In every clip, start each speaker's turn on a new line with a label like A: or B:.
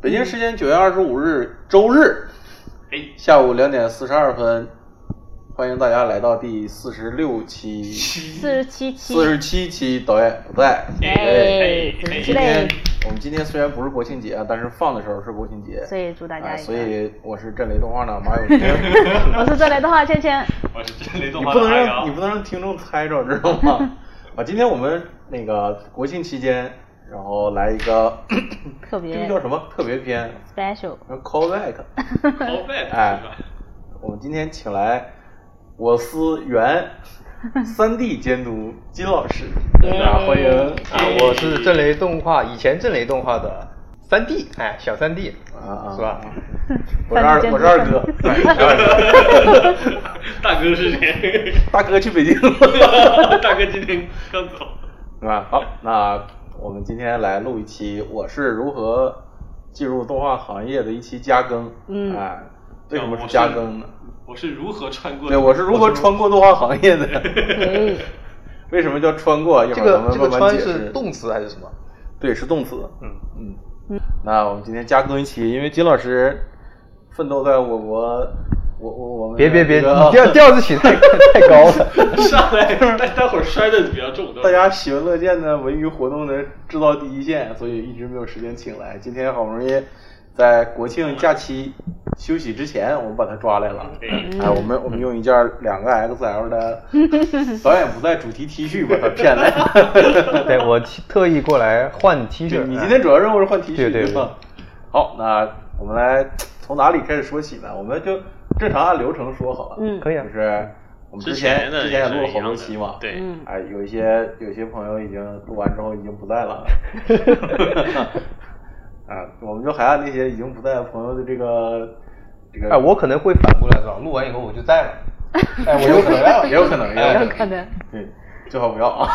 A: 北京时间九月二十五日周日
B: 哎，
A: 下午两点四十二分，欢迎大家来到第四十六期、
B: 七
C: 四十七期，
A: 四十七期导演不在。
C: 哎，四十
A: 今
C: 七
A: 天
C: 类，
A: 我们今天虽然不是国庆节啊，但是放的时候是国庆节，
C: 所以祝大家
A: 哎
C: 一个
A: 所以我是震雷动画 党马有天。
C: 我是这雷的话芊芊，
B: 我是真雷动
A: 你
B: 画
A: 不
B: 的
A: 能
B: 海
A: 让你
B: 洋
A: 不。能让听众猜着，知道吗？啊，今天我们那个国庆期间，然后来一个
C: 特别
A: 这个叫什么特别 篇
C: special，
A: 然后，callback。
B: 好呗，
A: 哎，我们今天请来我司 原三 D 监督金老师，
C: 耶
A: 大家欢迎
D: 啊，我是震雷动画，以前震雷动画的三 D，哎，小三 D，
A: 啊啊，
D: 是吧？
A: 我是二
C: 三 D 监督
A: 我是二哥，
B: 大哥是谁？
A: 大哥去北京了，
B: 大哥今天刚走。
A: 是吧？好，那我们今天来录一期我是如何进入动画行业的一期加更，
C: 嗯
A: 哎，为什么是加更呢？
B: 我是如何穿过？
A: 对，我是如何穿过动画行业的？
C: 哎，
A: 为什么叫穿过？一
D: 这
A: 会儿咱
D: 个
A: 们
D: 这个
A: 慢慢
D: 川
A: 解释。
D: 是动词还是什么？
A: 对，是动词。
D: 嗯
A: 嗯那我们今天加更一期，因为金老师奋斗在我国，我我我们
D: 别别别，
A: 这个
D: 你 调调子起太太高了。
B: 上来，待待会儿摔的比较重的。
A: 大家喜闻乐见的文娱活动的制造第一线，所以一直没有时间请来。今天好不容易在国庆假期休息之前，我们把他抓来了。
B: 哎
A: 哎，我们我们用一件两个 XL 的导演不在主题 T 恤把他骗来了。
D: 对我特意过来换 T
A: 对
D: 恤。
A: 你今天主要任务是换 T 恤，
D: 哎对对对
A: 吧？好，那我们来从哪里开始说起呢？我们就正常按流程说好了。
C: 嗯
D: 可以啊
A: 就，是我们之
B: 前的
A: 之前也录了
B: 是
A: 好
B: 一样
A: 多
B: 的
A: 期嘛。。
B: 对，
C: 嗯，
A: 哎，有一些有些朋友已经录完之后已经不在 了。啊，我们就还按那些已经不在的朋友的这个这个。
D: 哎，我可能会反过来说，录完以后我就 在了。哎，我
A: 也有可能， 也有可能，也
C: 哎有可能，
A: 对，最好不要 啊！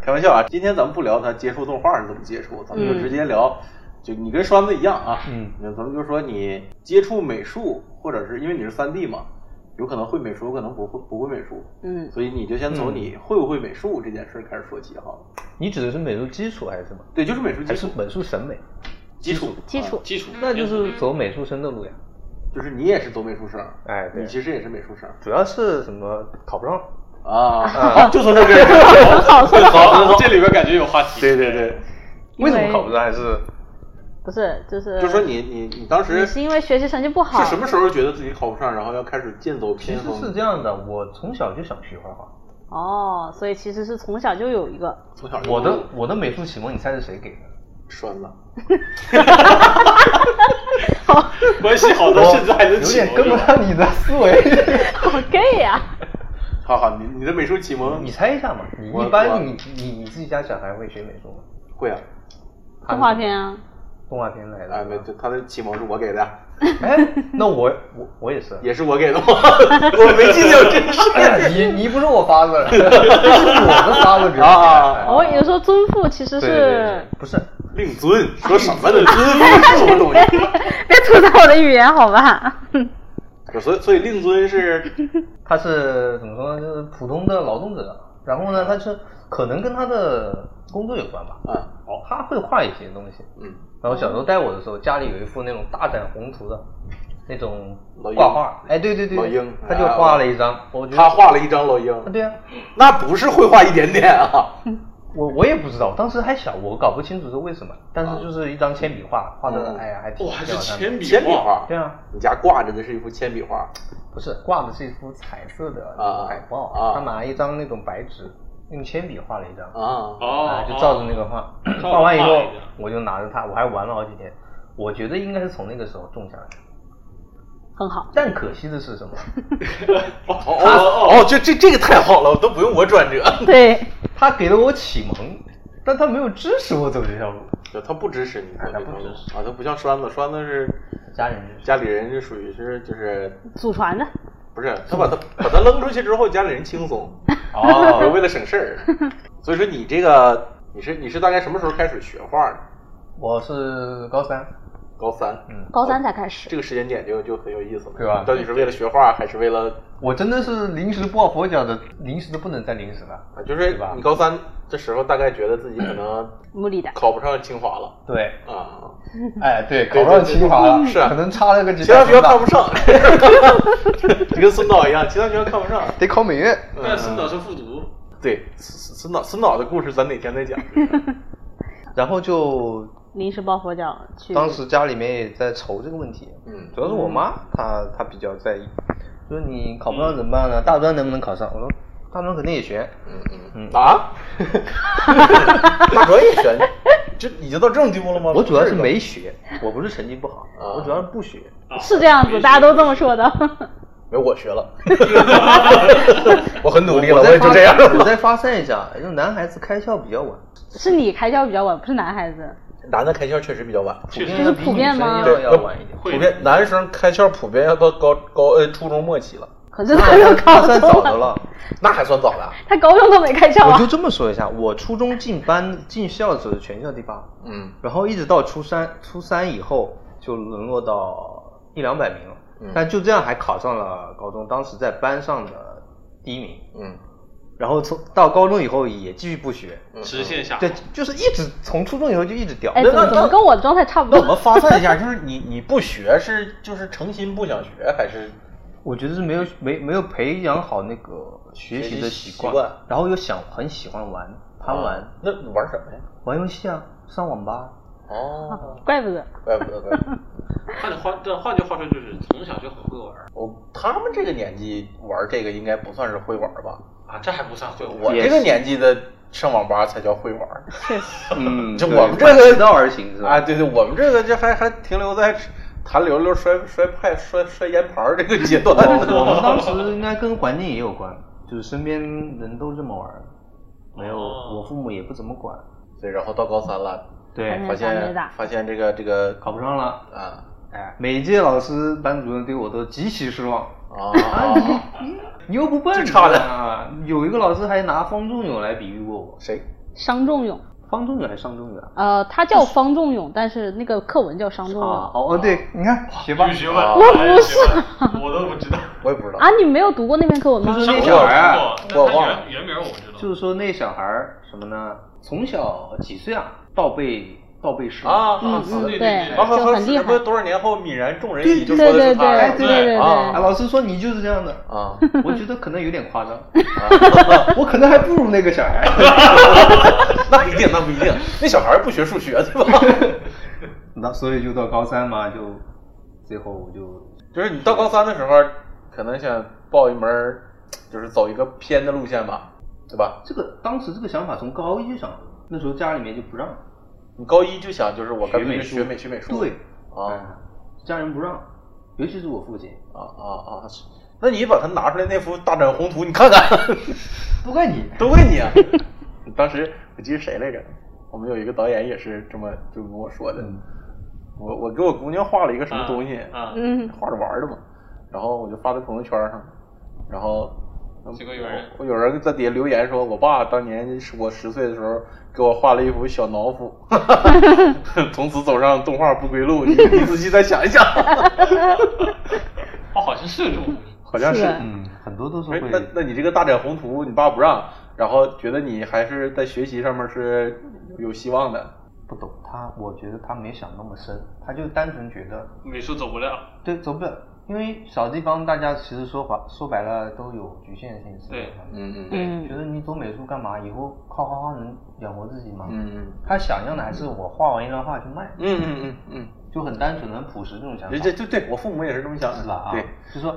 A: 开玩笑啊，今天咱们不聊他接触动画是怎么接触，咱们
C: 嗯
A: 就直接聊，就你跟栓子一样啊，
D: 嗯，
A: 咱们就说你接触美术，或者是因为你是三 D 嘛，有可能会美术，有可能不会不会美术，
C: 嗯，
A: 所以你就先从你会不会美术这件事儿开始说起哈。
D: 你指的是美术基础还是什么？
A: 对，就是美术基
D: 还是
A: 础，
D: 美术审美？
A: 基础，
C: 嗯基础
A: 啊
B: 基础
D: 那就是走美术生的路呀。
A: 就是你也是做美术生，
D: 哎，对
A: 你，其实也是美术生
D: 主要是什么考不上？
A: 啊， 好就从这儿开始。
C: 很 好，说的
B: 好，这里边感觉有话题。
A: 对对对，
C: 因为
D: 为什么考不上？还是
C: 不是，就是
A: 就说你你你当时
C: 你是因为学习成绩不好，
A: 是什么时候觉得自己考不上，然后要开始剑走
D: 其
A: 偏
D: 实
A: 锋？
D: 是这样的，我从小就想学画画。
C: 哦，所以其实是从小就有一个，
A: 从小就
D: 我的我的美术启蒙，你猜是谁给的？
A: 栓了，
B: 关系好的甚至还能
D: 有
B: 起
D: 点跟不上你的思维。
C: 好 gay 啊呀，
A: 好好，你你的美术启蒙
D: 你猜一下嘛？你
A: 我
D: 一般你你你自己家小孩会学美术吗？
A: 会啊？
C: 动画片啊，
D: 动画片来的。
A: 哎，没，对，他的启蒙是我给的，啊
D: 哎，那我我我也是。
A: 也是我给的 吗？我没记得有这事
D: 哎呀你你不是我 发的，是 我的发的比较厉害
A: 啊
D: 哎
C: 我哦有时候尊父其实
D: 对对对
C: 是，
D: 不是
A: 令尊说什么呢？尊是什么东西？
C: 别吐槽我的语言好吧？
A: 所以所以令尊是
D: 他是怎么说呢？就是普通的劳动者，然后呢，他是可能跟他的工作有关吧。
A: 啊，
D: 哦，他会画一些东西。
A: 嗯，
D: 然后小时候带我的时候，家里有一幅那种大展宏图的那种
A: 老鹰
D: 挂画，哎，对对对，
A: 老鹰
D: 他就画了一张，
B: 啊
D: 我觉得
A: 他画了一张老鹰，
D: 啊，对啊，
A: 那不是会画一点点啊，
D: 我我也不知道，当时还小，我搞不清楚是为什么，但是就是一张铅笔画，画的
A: 嗯
D: 哎呀还挺
B: 啊哇，还
D: 挺
B: 是
D: 好看的
B: 铅笔
A: 铅笔，画。
D: 对啊，
A: 你家挂着的是一幅铅笔画，
D: 不是挂的是一幅彩色的那
A: 啊
D: 种海报，
A: 啊
D: 他拿一张那种白纸，用铅笔画了一张，
A: 啊，
B: 哦
D: 啊，，就照着那个画，
B: 照着
D: 画完以
B: 画
D: 后
B: 一遍
D: 我就拿着它，我还玩了好几天，我觉得应该是从那个时候种下来的，
C: 很好，
D: 但可惜的是什么？
B: 哦
A: 哦哦哦，这这这个太好了，都不用我转折。
C: 对，
D: 他给了我启蒙，但他没有支持我走这条路。
A: 就他不支持你走
D: 哎
A: 这
D: 他
A: 条路
D: 不支持
A: 啊，他不像栓子，栓子是
D: 家人支持，
A: 家里人就属于是就是
C: 祖传的，
A: 不是他把他把他扔出去之后，家里人轻松，
D: 哦，
A: 为了省事儿。所以说你这个你是你是大概什么时候开始学画的？
D: 我是高三，
A: 高三，
D: 嗯
C: 高三才开始。
A: 这个时间点就就很有意思了，
D: 对吧
A: 到底是为了学画还是为了
D: 我真的是临时抱佛脚的，临时的不能再临时了。
A: 啊？就是
D: 对吧
A: 你高三这时候大概觉得自己可能
C: 目的的，
A: 考不上清华了
D: 对，
A: 啊，
D: 哎，对，
A: 对
D: 考
A: 对
D: 不上清华了，
A: 是啊
D: 可能差了个几
A: 其他
D: 百
A: 学校
D: 分吧
A: 看不上， 就跟孙导一样，其他学校看不上。
D: 得考美院。
B: 但孙导是复读，
A: 对，孙孙导孙导的故事咱哪天再讲。
D: 然后就
C: 临时抱佛脚去。
D: 当时家里面也在愁这个问题，
A: 嗯
D: 主要是我妈她她比较在意，就是你考不上怎么办呢？大专能不能考上？我说大专肯定也悬，
A: 嗯
D: 嗯
A: 啊， 大专也选， 这已经到这种地步了吗？
D: 我主要是
A: 不
D: 没学，我不是成绩不好，
A: 啊
D: 我主要是不学。
B: 啊
C: 是这样子，大家都这么说的。
A: 没我学 了，我很努力了，
D: 我
A: 我
D: 再
A: 也
D: 发
A: 就这样
D: 我
A: 了。
D: 再发散一下，就男孩子开窍比较晚，
C: 是你开窍比较晚，不是男孩子。
A: 男的开窍确实比较晚，呃
D: 普遍
C: 这
D: 要
C: 是
D: 比
C: 普
D: 女
C: 遍
D: 生
C: 吗
D: 要要晚一点。
A: 普
B: 会
A: 遍男生开窍普遍要到高高呃初中末期了，
C: 可是他都
D: 那
C: 高
D: 算
C: 中
D: 早的，了。
A: 那还算早的。
C: 他高中都没开窍
D: 我
C: 啊
D: 就。这么说一下，我初中进班进校的时候是全校第八，
A: 嗯
D: 然后一直到初三，初三以后就沦落到一两百名了，
A: 嗯
D: 但就这样还考上了高中，当时在班上的第一名。
A: 嗯
D: 然后从到高中以后也继续不学，
A: 嗯
B: 直线下滑
D: 对，就是一直从初中以后就一直掉。
C: 哎，怎么怎么跟我的状态差 不
A: 那我们
C: 多？
A: 发散一下，就是你你不学是就是诚心不想学，还是
D: 我觉得是没有没没有培养好那个学习的
A: 学习
D: 习
A: 习惯
D: 然后又想很喜欢玩贪玩、
A: 啊那你玩什么呀？
D: 玩游戏啊，上网吧。
A: 哦，
C: 怪不得。
A: 怪不得，怪不得。
B: 换句话，但换句话说就是从小就很会玩儿
A: 我他们这个年纪玩这个应该不算是会玩吧？
B: 啊，这还不算会玩
A: 我
B: 儿。
A: 这个年纪的上网吧才叫会玩儿
D: 嗯
A: 就
D: 对
A: 我们这个
D: 反其道而行是 吧？
A: 啊！ 对对，我们这个这还还停留在弹溜溜、摔摔派、摔摔烟盘儿这个阶段。
D: 我们当时应该跟环境也有关，就是身边人都这么玩儿，没有、
B: 哦
D: 我父母也不怎么管，
A: 对，然后到高三了，
D: 对，
A: 发
C: 压力
A: 现
C: 嗯大
A: 发现这个这个
D: 考不上了。
A: 啊
D: 哎，每届老师、班主任对我都极其失望。
A: 啊
D: 啊，你你你又不笨，
A: 最差的
D: 啊！有一个老师还拿方仲永来比喻过我，
A: 谁？
C: 商仲永，
D: 方仲永还是商仲永啊？
C: 呃，他叫方仲永，但是那个课文叫商仲永。
D: 啊，哦哦，对，你看学霸
B: 有，学问，
A: 我
B: 哎有学问我都不知道。
A: 我也不知道。
C: 啊，你没有读过那篇课文吗？
D: 就是
B: 上
D: 那
B: 过
D: 小孩儿啊
B: 我
A: 我
B: 读过那
A: 忘
B: 他
A: 了
B: 原原名我知道。
D: 就是说那小孩儿什么呢？从小几岁啊，倒背倒背诗
A: 啊
C: 嗯
A: 好
C: 嗯，
A: 的
B: 对
C: 对，
B: 对
A: 然后
C: 就
A: 和
C: 很厉害。
A: 啊不是多少年后泯然众人
D: 对
A: 矣，就
C: 对
A: 说的
C: 对
A: 是他
C: 对
A: 呀。
C: 对对对
D: 啊，老师说你就是这样的，
A: 啊
D: 我觉得可能有点夸张，
A: 啊，
D: 我可能还不如那个小孩。
A: 那不一定，那不一定。那小孩儿不学数学，对 吧？
D: 那所以就到高三嘛，就最后我就
A: 就是你到高三的时候，可能想报一门儿，就是走一个偏的路线吧，对吧？
D: 这个当时这个想法从高一就想了，那时候家里面就不让。
A: 你高一就想就是我干脆就学
D: 学
A: 美
D: 美
A: 学美术，
D: 对，哎
A: 啊，
D: 家人不让，尤其是我父亲，
A: 啊啊啊！是那你把它拿出来那幅大展宏图，你看看，
D: 不怪你。
A: 都怪你啊！ 当时我记得谁来着？我们有一个导演也是这么就跟我说的，我我给我姑娘画了一个什么东西，
B: 啊？
C: 嗯，
A: 画着玩儿的嘛，然后我就发在朋友圈上，然后嗯
B: 结果有人
A: 我有人在底下留言说，我爸当年是我十岁的时候给我画了一幅小脑斧，从此走上动画不归路。你你仔细再想一想，
B: 哦，好像是这种。
A: 好像是。
C: 是
A: 哎
D: 嗯，很多都是
A: 那
D: 会。
A: 那你这个大展宏图，你爸不让，然后觉得你还是在学习上面是有希望的。
D: 不懂他，我觉得他没想那么深，他就单纯觉得
B: 美术走不了，
D: 对走不了，因为小地方大家其实说白说白了都有局限性思
B: 对
D: 想，
A: 嗯嗯
C: 嗯
D: 觉得你走美术干嘛？以后靠画画能养活自己吗？
A: 嗯
D: 他想要的还是我画完一张画去卖，
A: 嗯嗯嗯嗯
D: 就很单纯、很朴实这种想法
A: 嗯，。这就对我父母也是这么想的，
D: 是吧？啊，
A: 对，
D: 就说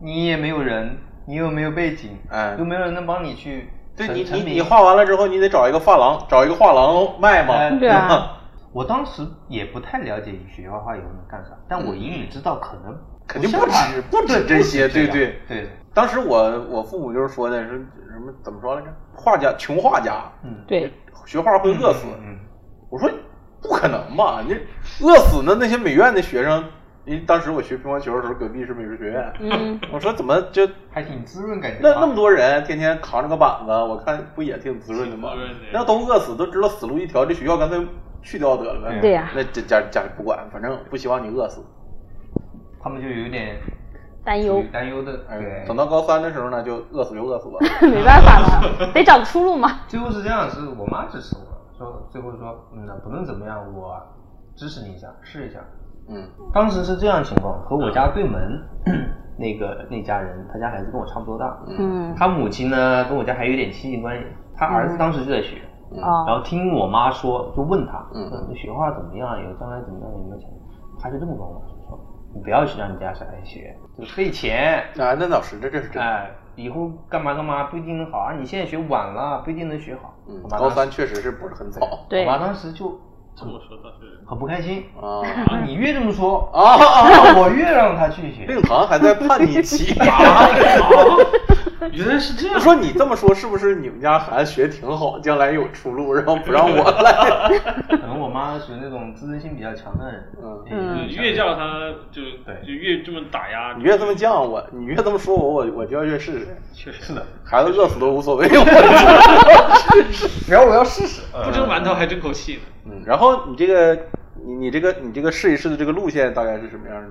D: 你也没有人，你又没有背景，
A: 哎
D: 又没有人能帮你去
A: 对
D: 成
A: 你
D: 成
A: 你
D: 名
A: 你画完了之后，你得找一个发廊，找一个画廊卖嘛。嗯
D: 哎
C: 对啊
D: 我当时也不太了解学画画以后能干啥，但我隐隐知道可能
A: 嗯肯定
D: 像
A: 不
D: 他
A: 止不止这些，对
D: 样
A: 对。
D: 对，
A: 当时我我父母就是说的是什么怎么说来着？画家穷画家，
D: 嗯，
C: 对，
A: 学画会饿死。
D: 嗯，
A: 我说不可能吧？你饿死那那些美院的学生，因为当时我学乒乓球的时候，隔壁是美术学院。
C: 嗯，
A: 我说怎么就
D: 还挺滋润感觉。啊
A: 那那么多人天天扛着个板子，我看不也挺滋润的吗
B: 挺滋润的？
A: 那都饿死，都知道死路一条，这学校干脆去掉得了呗。
C: 对呀
A: 那家家家里不管，反正不希望你饿死。
D: 他们就有点
C: 担忧
D: 属于，担忧的，对，
A: 哎等到高三的时候呢，就饿死就饿死吧。
C: 没办法了，得找个出路嘛。
D: 最后是这样，是我妈支持我，说最后说，嗯，不论怎么样，我支持你一下，试一下。
A: 嗯
D: 当时是这样情况，和我家对门、 那个那家人，他家孩子跟我差不多大，
C: 嗯，
D: 他母亲呢跟我家还有点亲戚关系，他儿子当时就在学，然
C: 哦，
D: 后听我妈说，就问他，
A: 嗯
D: 嗯，学画怎么样，有将来怎么样，有没有钱？他就这么跟我妈说，说你不要去让你家小孩学，就费钱，
A: 啊，那倒是，这这是真的。
D: 哎，以后干嘛干嘛不一定能好啊！你现在学晚了，不一定能学好。
A: 嗯，
D: 我妈
A: 高
D: 当
A: 三
D: 时
A: 确实是不是很早
C: 对
D: 我妈当时就
B: 这么说倒 是
D: 很不开心。
A: 啊
D: 啊，你越这么说，啊，
A: 啊！
D: 我越让她去学。
A: 令堂还在叛逆期。
B: 啊，原来是这
A: 我
B: 样。
A: 说你这么说，是不是你们家孩子学挺好，将来有出路，然后不让我来？
D: 可能我妈属于那种自尊心比较强的人，
A: 嗯
C: 嗯
D: 也
B: 越叫他就
D: 对
B: 就越这么打压，
A: 你越这么犟我，你越这么说我，我我就要越试试。
B: 确实
D: 是的，
A: 孩子饿死都无所谓，我
D: 只要我要试试，
B: 不蒸馒头还争口气呢。
A: 嗯，然后你这个，你你这个你这个试一试的这个路线大概是什么样的？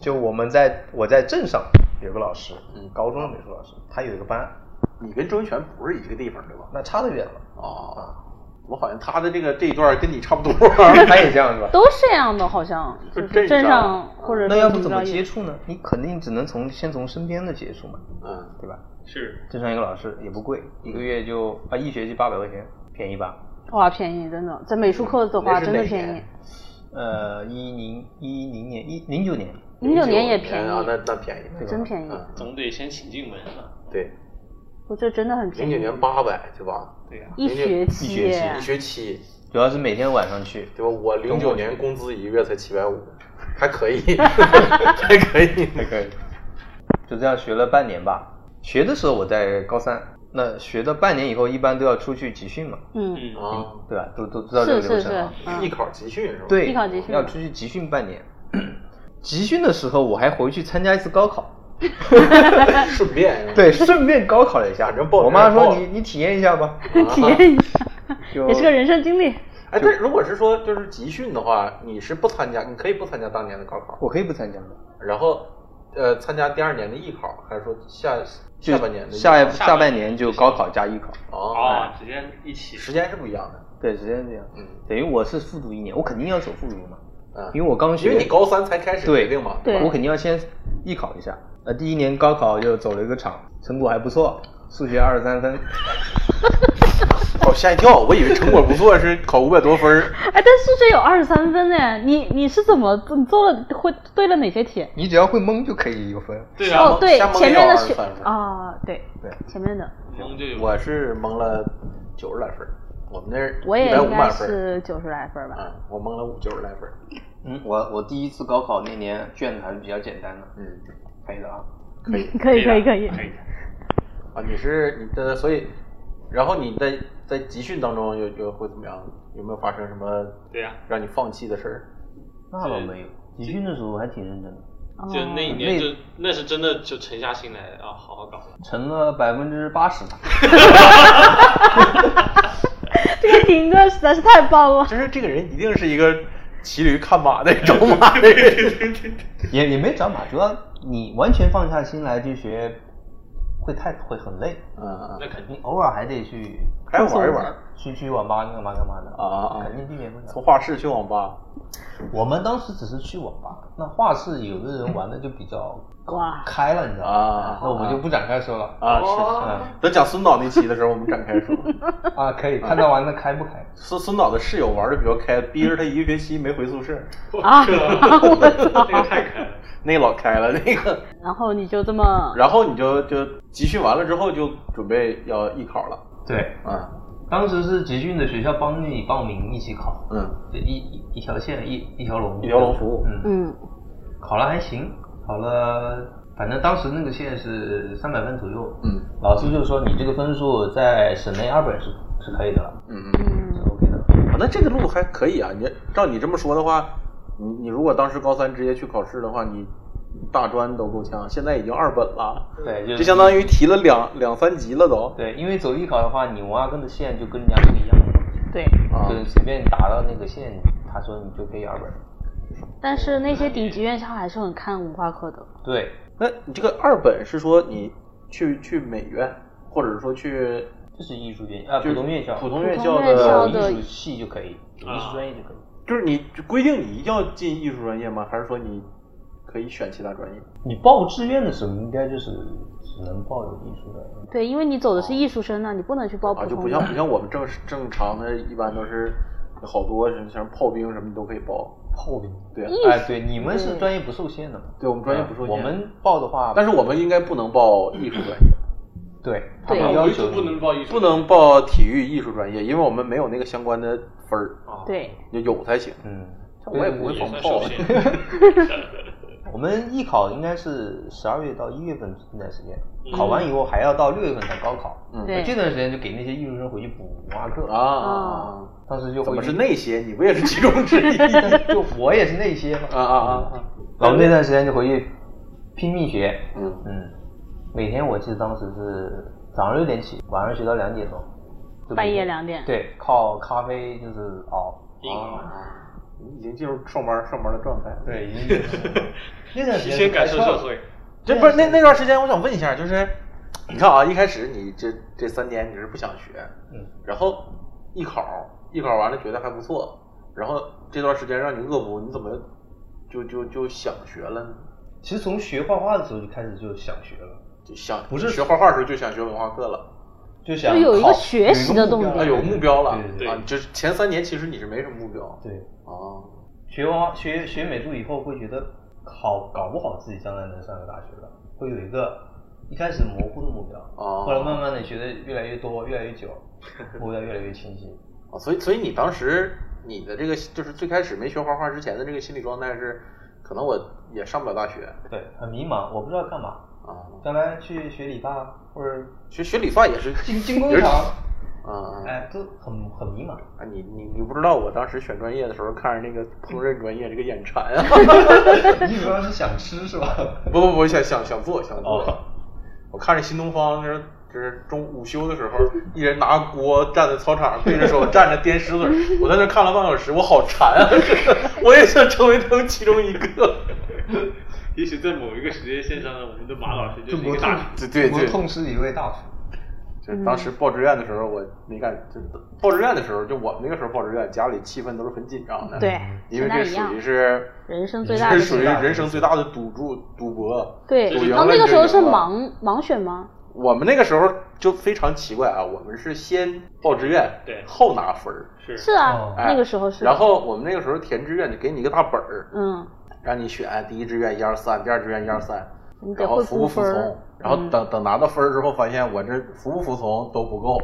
D: 就我们在我在镇上有个老师，
A: 嗯
D: 高中的美术老师，他有一个班，
A: 你跟周文泉不是一个地方对吧？
D: 那差得远了。
A: 啊，
D: 啊，
A: 我好像他的这个这一段跟你差不 多。
D: 他也这样是吧？
C: 都是这样的，好像
A: 就
C: 就是
A: 镇
C: 镇
A: 上
C: 上或者
D: 那要不怎么
C: 着也
D: 接触呢？你肯定只能从先从身边的接触嘛，
A: 嗯，
D: 对吧？
B: 是，
D: 正常一个老师也不贵，一个月就啊一学期八百块钱，便宜吧？
C: 哇便宜，真的，在美术课的话
A: 那是
C: 真的
A: 哪
C: 便
A: 年
C: 宜，
D: 呃，一零一零年一零九年，
C: 零九年也
A: 09
C: 便
A: 啊，那
C: 宜，
A: 那便宜，
C: 真便宜，
A: 嗯，
B: 总得先请进门啊。
A: 对，
C: 我这真的很便
A: 零
C: 宜
A: 九，年八百对吧？
B: 对呀、
C: 一
A: 09
C: 学
A: 一
C: 期嗯耶，
A: 一学期
D: 主要是每天晚上去。
A: 对吧？我零九年工资一个月才七百五，还可以， 还可以。
D: 那个就这样学了半年吧。学的时候我在高三，那学的半年以后，一般都要出去集训嘛，
C: 嗯，
B: 嗯，
A: 啊，
D: 对吧？都都知道这个
C: 是
D: 流
C: 是
D: 程
C: 是
D: 啊。，
A: 艺
C: 嗯，
A: 考集训是吧？
D: 对，
C: 艺考集训
D: 要出去集训半年。 集训的时候，我还回去参加一次高考，
A: 顺便是吧
D: 对， 顺便高考了一下。
A: 反正报
D: 我妈
A: 纸上
D: 说
A: 报
D: 你你体验一下吧，
C: 体验一 下，
D: 就
C: 也是个人生经历，
A: 哎，但如果是说就是集训的话，你是不参加，你可以不参加当年的高考，
D: 我可以不参加的，
A: 然后呃参加第二年的艺考，还是说下
D: 就
A: 下半年的艺考
D: 下
B: 下
D: 下
B: 半
D: 半年就高考加艺考，
A: 哦，
B: 哦，直接一起。
A: 时间是不一样的，
D: 对，直接这样。
A: 嗯
D: 等于我是复读一年，我肯定要走复读嘛，
A: 嗯，
D: 啊因为我刚学，
A: 因为你高三才开始
D: 对
A: 决定嘛，
C: 对
D: 我肯定要先艺考一下。呃，第一年高考就走了一个场，成果还不错，数学二十三 分。
A: 哦，吓一跳，我以为成果不错是考五百多分 儿，
C: 哎，但数学有二十三分呢，你你是怎么你做了会对了哪些题？
D: 你只要会蒙就可以有分。
B: 对啊，
C: 哦，对
A: 瞎，蒙
C: 前
A: 也
C: 面
A: 有
C: 的
A: 23
C: 学
A: 分
C: 啊，对
D: 对，
C: 前面的，
B: 蒙就有。
A: 我是蒙了九十来分儿，我们那儿
C: 我也
A: 一百
C: 应
A: 五满
C: 该
A: 分儿，
C: 是九十来分吧。
A: 嗯，我蒙了五九十来分儿，
D: 嗯，我我第一次高考那年卷子还是比较简单的，
A: 嗯，
D: 可以的啊。
A: 可以
C: 可以可以可以
B: 的，可以的。
A: 啊，你是你的，所以，然后你在在集训当中有有会怎么样？有没有发生什么
B: 对呀、
A: 让你放弃的事儿？
D: 那倒没有，集训的时候我还挺认真的，
C: 哦
B: 就那一
D: 那
B: 年就那是真的就沉下心来啊，好好搞了。
D: 成了百分之八十吧。
C: 这个顶哥实在是太棒了，
A: 就是这个人一定是一个骑驴看马的找 马的人。
D: 也也没找马，主要你完全放下心来去学，会太会很累。
A: 嗯嗯
B: 那肯定
D: 你偶尔还得去
A: 还玩一玩，
D: 去去网吧干嘛干嘛的
A: 啊啊
D: 肯定避免不
A: 从
D: 了。
A: 画室去网吧，
D: 我们当时只是去网吧，那画室有的人玩的就比较
C: 哇，
D: 开了，你知道
A: 啊
D: 吗？那我们就不展开说了
A: 啊
B: 哦
A: 等讲孙导那期的时候，我们展 开说。
D: 嗯啊，可以看他玩的开不开？
A: 孙孙导的室友玩的比较开，逼着他一个学期没回宿 舍，
C: 啊
B: 我操，这个太开了。
A: 那老开了那个。
C: 然后你就这么
A: 然后你就就集训完了之后，就准备要艺考了。
D: 对，
A: 啊
D: 当时是集训的学校帮你报名一起考，
A: 嗯
D: 就一一一条线一一条龙，
A: 一条龙服务
D: 嗯，
C: 嗯
D: 考了还行，考了，反正当时那个线是三百分左右。
A: 嗯
D: 老师就说你这个分数在省内二本是是可以的了，
A: 嗯嗯。
D: 是
C: 嗯
D: OK 的了。
A: 啊，那这个路还可以啊。你照你这么说的话，你你如果当时高三直接去考试的话，你大专都够呛，现在已经二本了，
D: 对，就
A: 就相当于提了两两三级了都。
D: 对，因为走艺考的话，你文化跟的线就跟人家不一样。
C: 对，
A: 啊
D: 就是随便打到那个线，他说你就可以二本。
C: 但是那些顶级院校还是很看文化课的。
D: 对，
A: 那你这个二本是说你去去美院，或者说去
D: 就是艺术院啊，
A: 就
D: 普通院校，
A: 普通啊
C: 院
A: 院校
C: 普通院校
A: 的
D: 有
C: 的
D: 艺术系就可以，有艺术专业就可以。
A: 就是你就规定你一定要进艺术专业吗？还是说你可以选其他专业？
D: 你报志愿的时候，应该就是只能报有艺术专业。
C: 对，因为你走的是艺术生呢，你不能去报
A: 啊，
C: 普
A: 就
C: 通
A: 不
C: 的。
A: 像不像我们正正常的，一般都是好多什么像炮兵什么你都可以报。
D: 炮兵。
A: 对啊，
D: 哎，对，你们是专业不受限的嘛？
A: 对我们专业不受限
D: 啊我们报的话，
A: 但是我们应该不能报艺术专业，
D: 对，他
C: 对
D: 们
B: 我
D: 要
B: 一
D: 求
B: 直不
D: 你
B: 能报艺术，
A: 不能报体育艺术专业，因为我们没有那个相关的分儿，
B: 啊，
C: 对，
A: 就有才行。
D: 嗯，
A: 像我也不会
B: 也
A: 防
B: 算
A: 炮
B: 受，限。
D: 我们艺考应该是十二月到一月份那段时间，考完以后还要到六月份才高考。
A: 嗯
C: 对
D: 这段时间就给那些艺术生回去补文化课
A: 啊。啊，
D: 当时就
A: 怎
D: 回
A: 么
D: 去
A: 是那些？你不也是其中之 一？
D: 就我也是那些嘛。
A: 啊啊啊！
D: 然后那段时间就回去拼命学，
A: 嗯，
D: 嗯，每天我记得当时是早上六点起，晚上学到两点钟，就每天
C: 半夜两点
D: 对，靠咖啡就是熬。
A: 啊，你已经进入上班上班的状态。
D: 对，已经 那段时
B: 提
D: 间
B: 前感受
D: 还算
B: 社会，
A: 这不是那那段时间，我想问一下，就是你看啊，一开始你这这三年你是不想学，
D: 嗯，
A: 然后艺考，艺考完了觉得还不错，然后这段时间让你恶补，你怎么就就就想学了呢？
D: 其实从学画画的时候就开始就想学了，
A: 就想
D: 不是
A: 学画画的时候就想学文化课了，
D: 就想
C: 就有一个
D: 考
C: 学习的动
A: 啊，
C: 机
A: 有目标了
D: 对对
A: 啊，就是前三年其实你是没什么目标
D: 对对，
A: 啊，
D: 学完学学美术以后，会觉得考搞不好自己将来能上个大学了，会有一个一开始模糊的目标，
A: 哦
D: 后来慢慢的觉得越来越多，越来越久，目标越来越清晰。
A: 啊，所以所以你当时你的这个就是最开始没学画画之前的这个心理状态是，可能我也上不了大学
D: 对，很迷茫，我不知道干嘛，
A: 啊，
D: 将来去学理发或者
A: 学学理发也是
D: 进进工厂，
A: 啊，
D: 哎，都很很迷茫。
A: 啊，你你你不知道，我当时选专业的时候，看着那个烹饪专业这个眼馋啊！
D: 你主要是想吃是吧？
A: 不不不，想想想做想做，
D: 哦
A: 我看着新东方就是就是中午午休的时候，一人拿锅站在操场，对着手站着颠狮子，我在那看了半小时，我好馋啊！ 我也想成为他们其中一个。
B: 也许在某一个时间线上呢，我们的马老师就是一
D: 中国
B: 个
D: 痛
B: 大厨，
A: 对对
D: 中
A: 对
D: 国痛失一位大厨，
A: 就是当时报志愿的时候，我没敢，就是报志愿的时候，就我们那个时候报志愿，家里气氛都是很紧张的。
C: 对
A: 因为
C: 现在
A: 这
C: 一样
A: 属于是
C: 人生最大
A: 这
C: 的
A: 属于
C: 一个
A: 人生最大的赌注赌博。
C: 对，
A: 赌赢
C: 然后
A: 了
C: 那个
A: 你就
C: 时候是
A: 赢了
C: 盲盲选吗？
A: 我们那个时候就非常奇怪啊，我们是先报志愿，
B: 对
A: 后拿分儿。
C: 是啊，
D: 哦
A: 哎
C: 那个时候是。
A: 然后我们那个时候填志愿就给你一个大本儿，
C: 嗯，
A: 让你选第一志愿一二三，第二志愿一二三，
C: 你得
A: 然后
C: 会
A: 服
C: 估
A: 不服
C: 分儿嗯
A: 从？然后等等拿到分儿之后，发现我这服不服从都不够，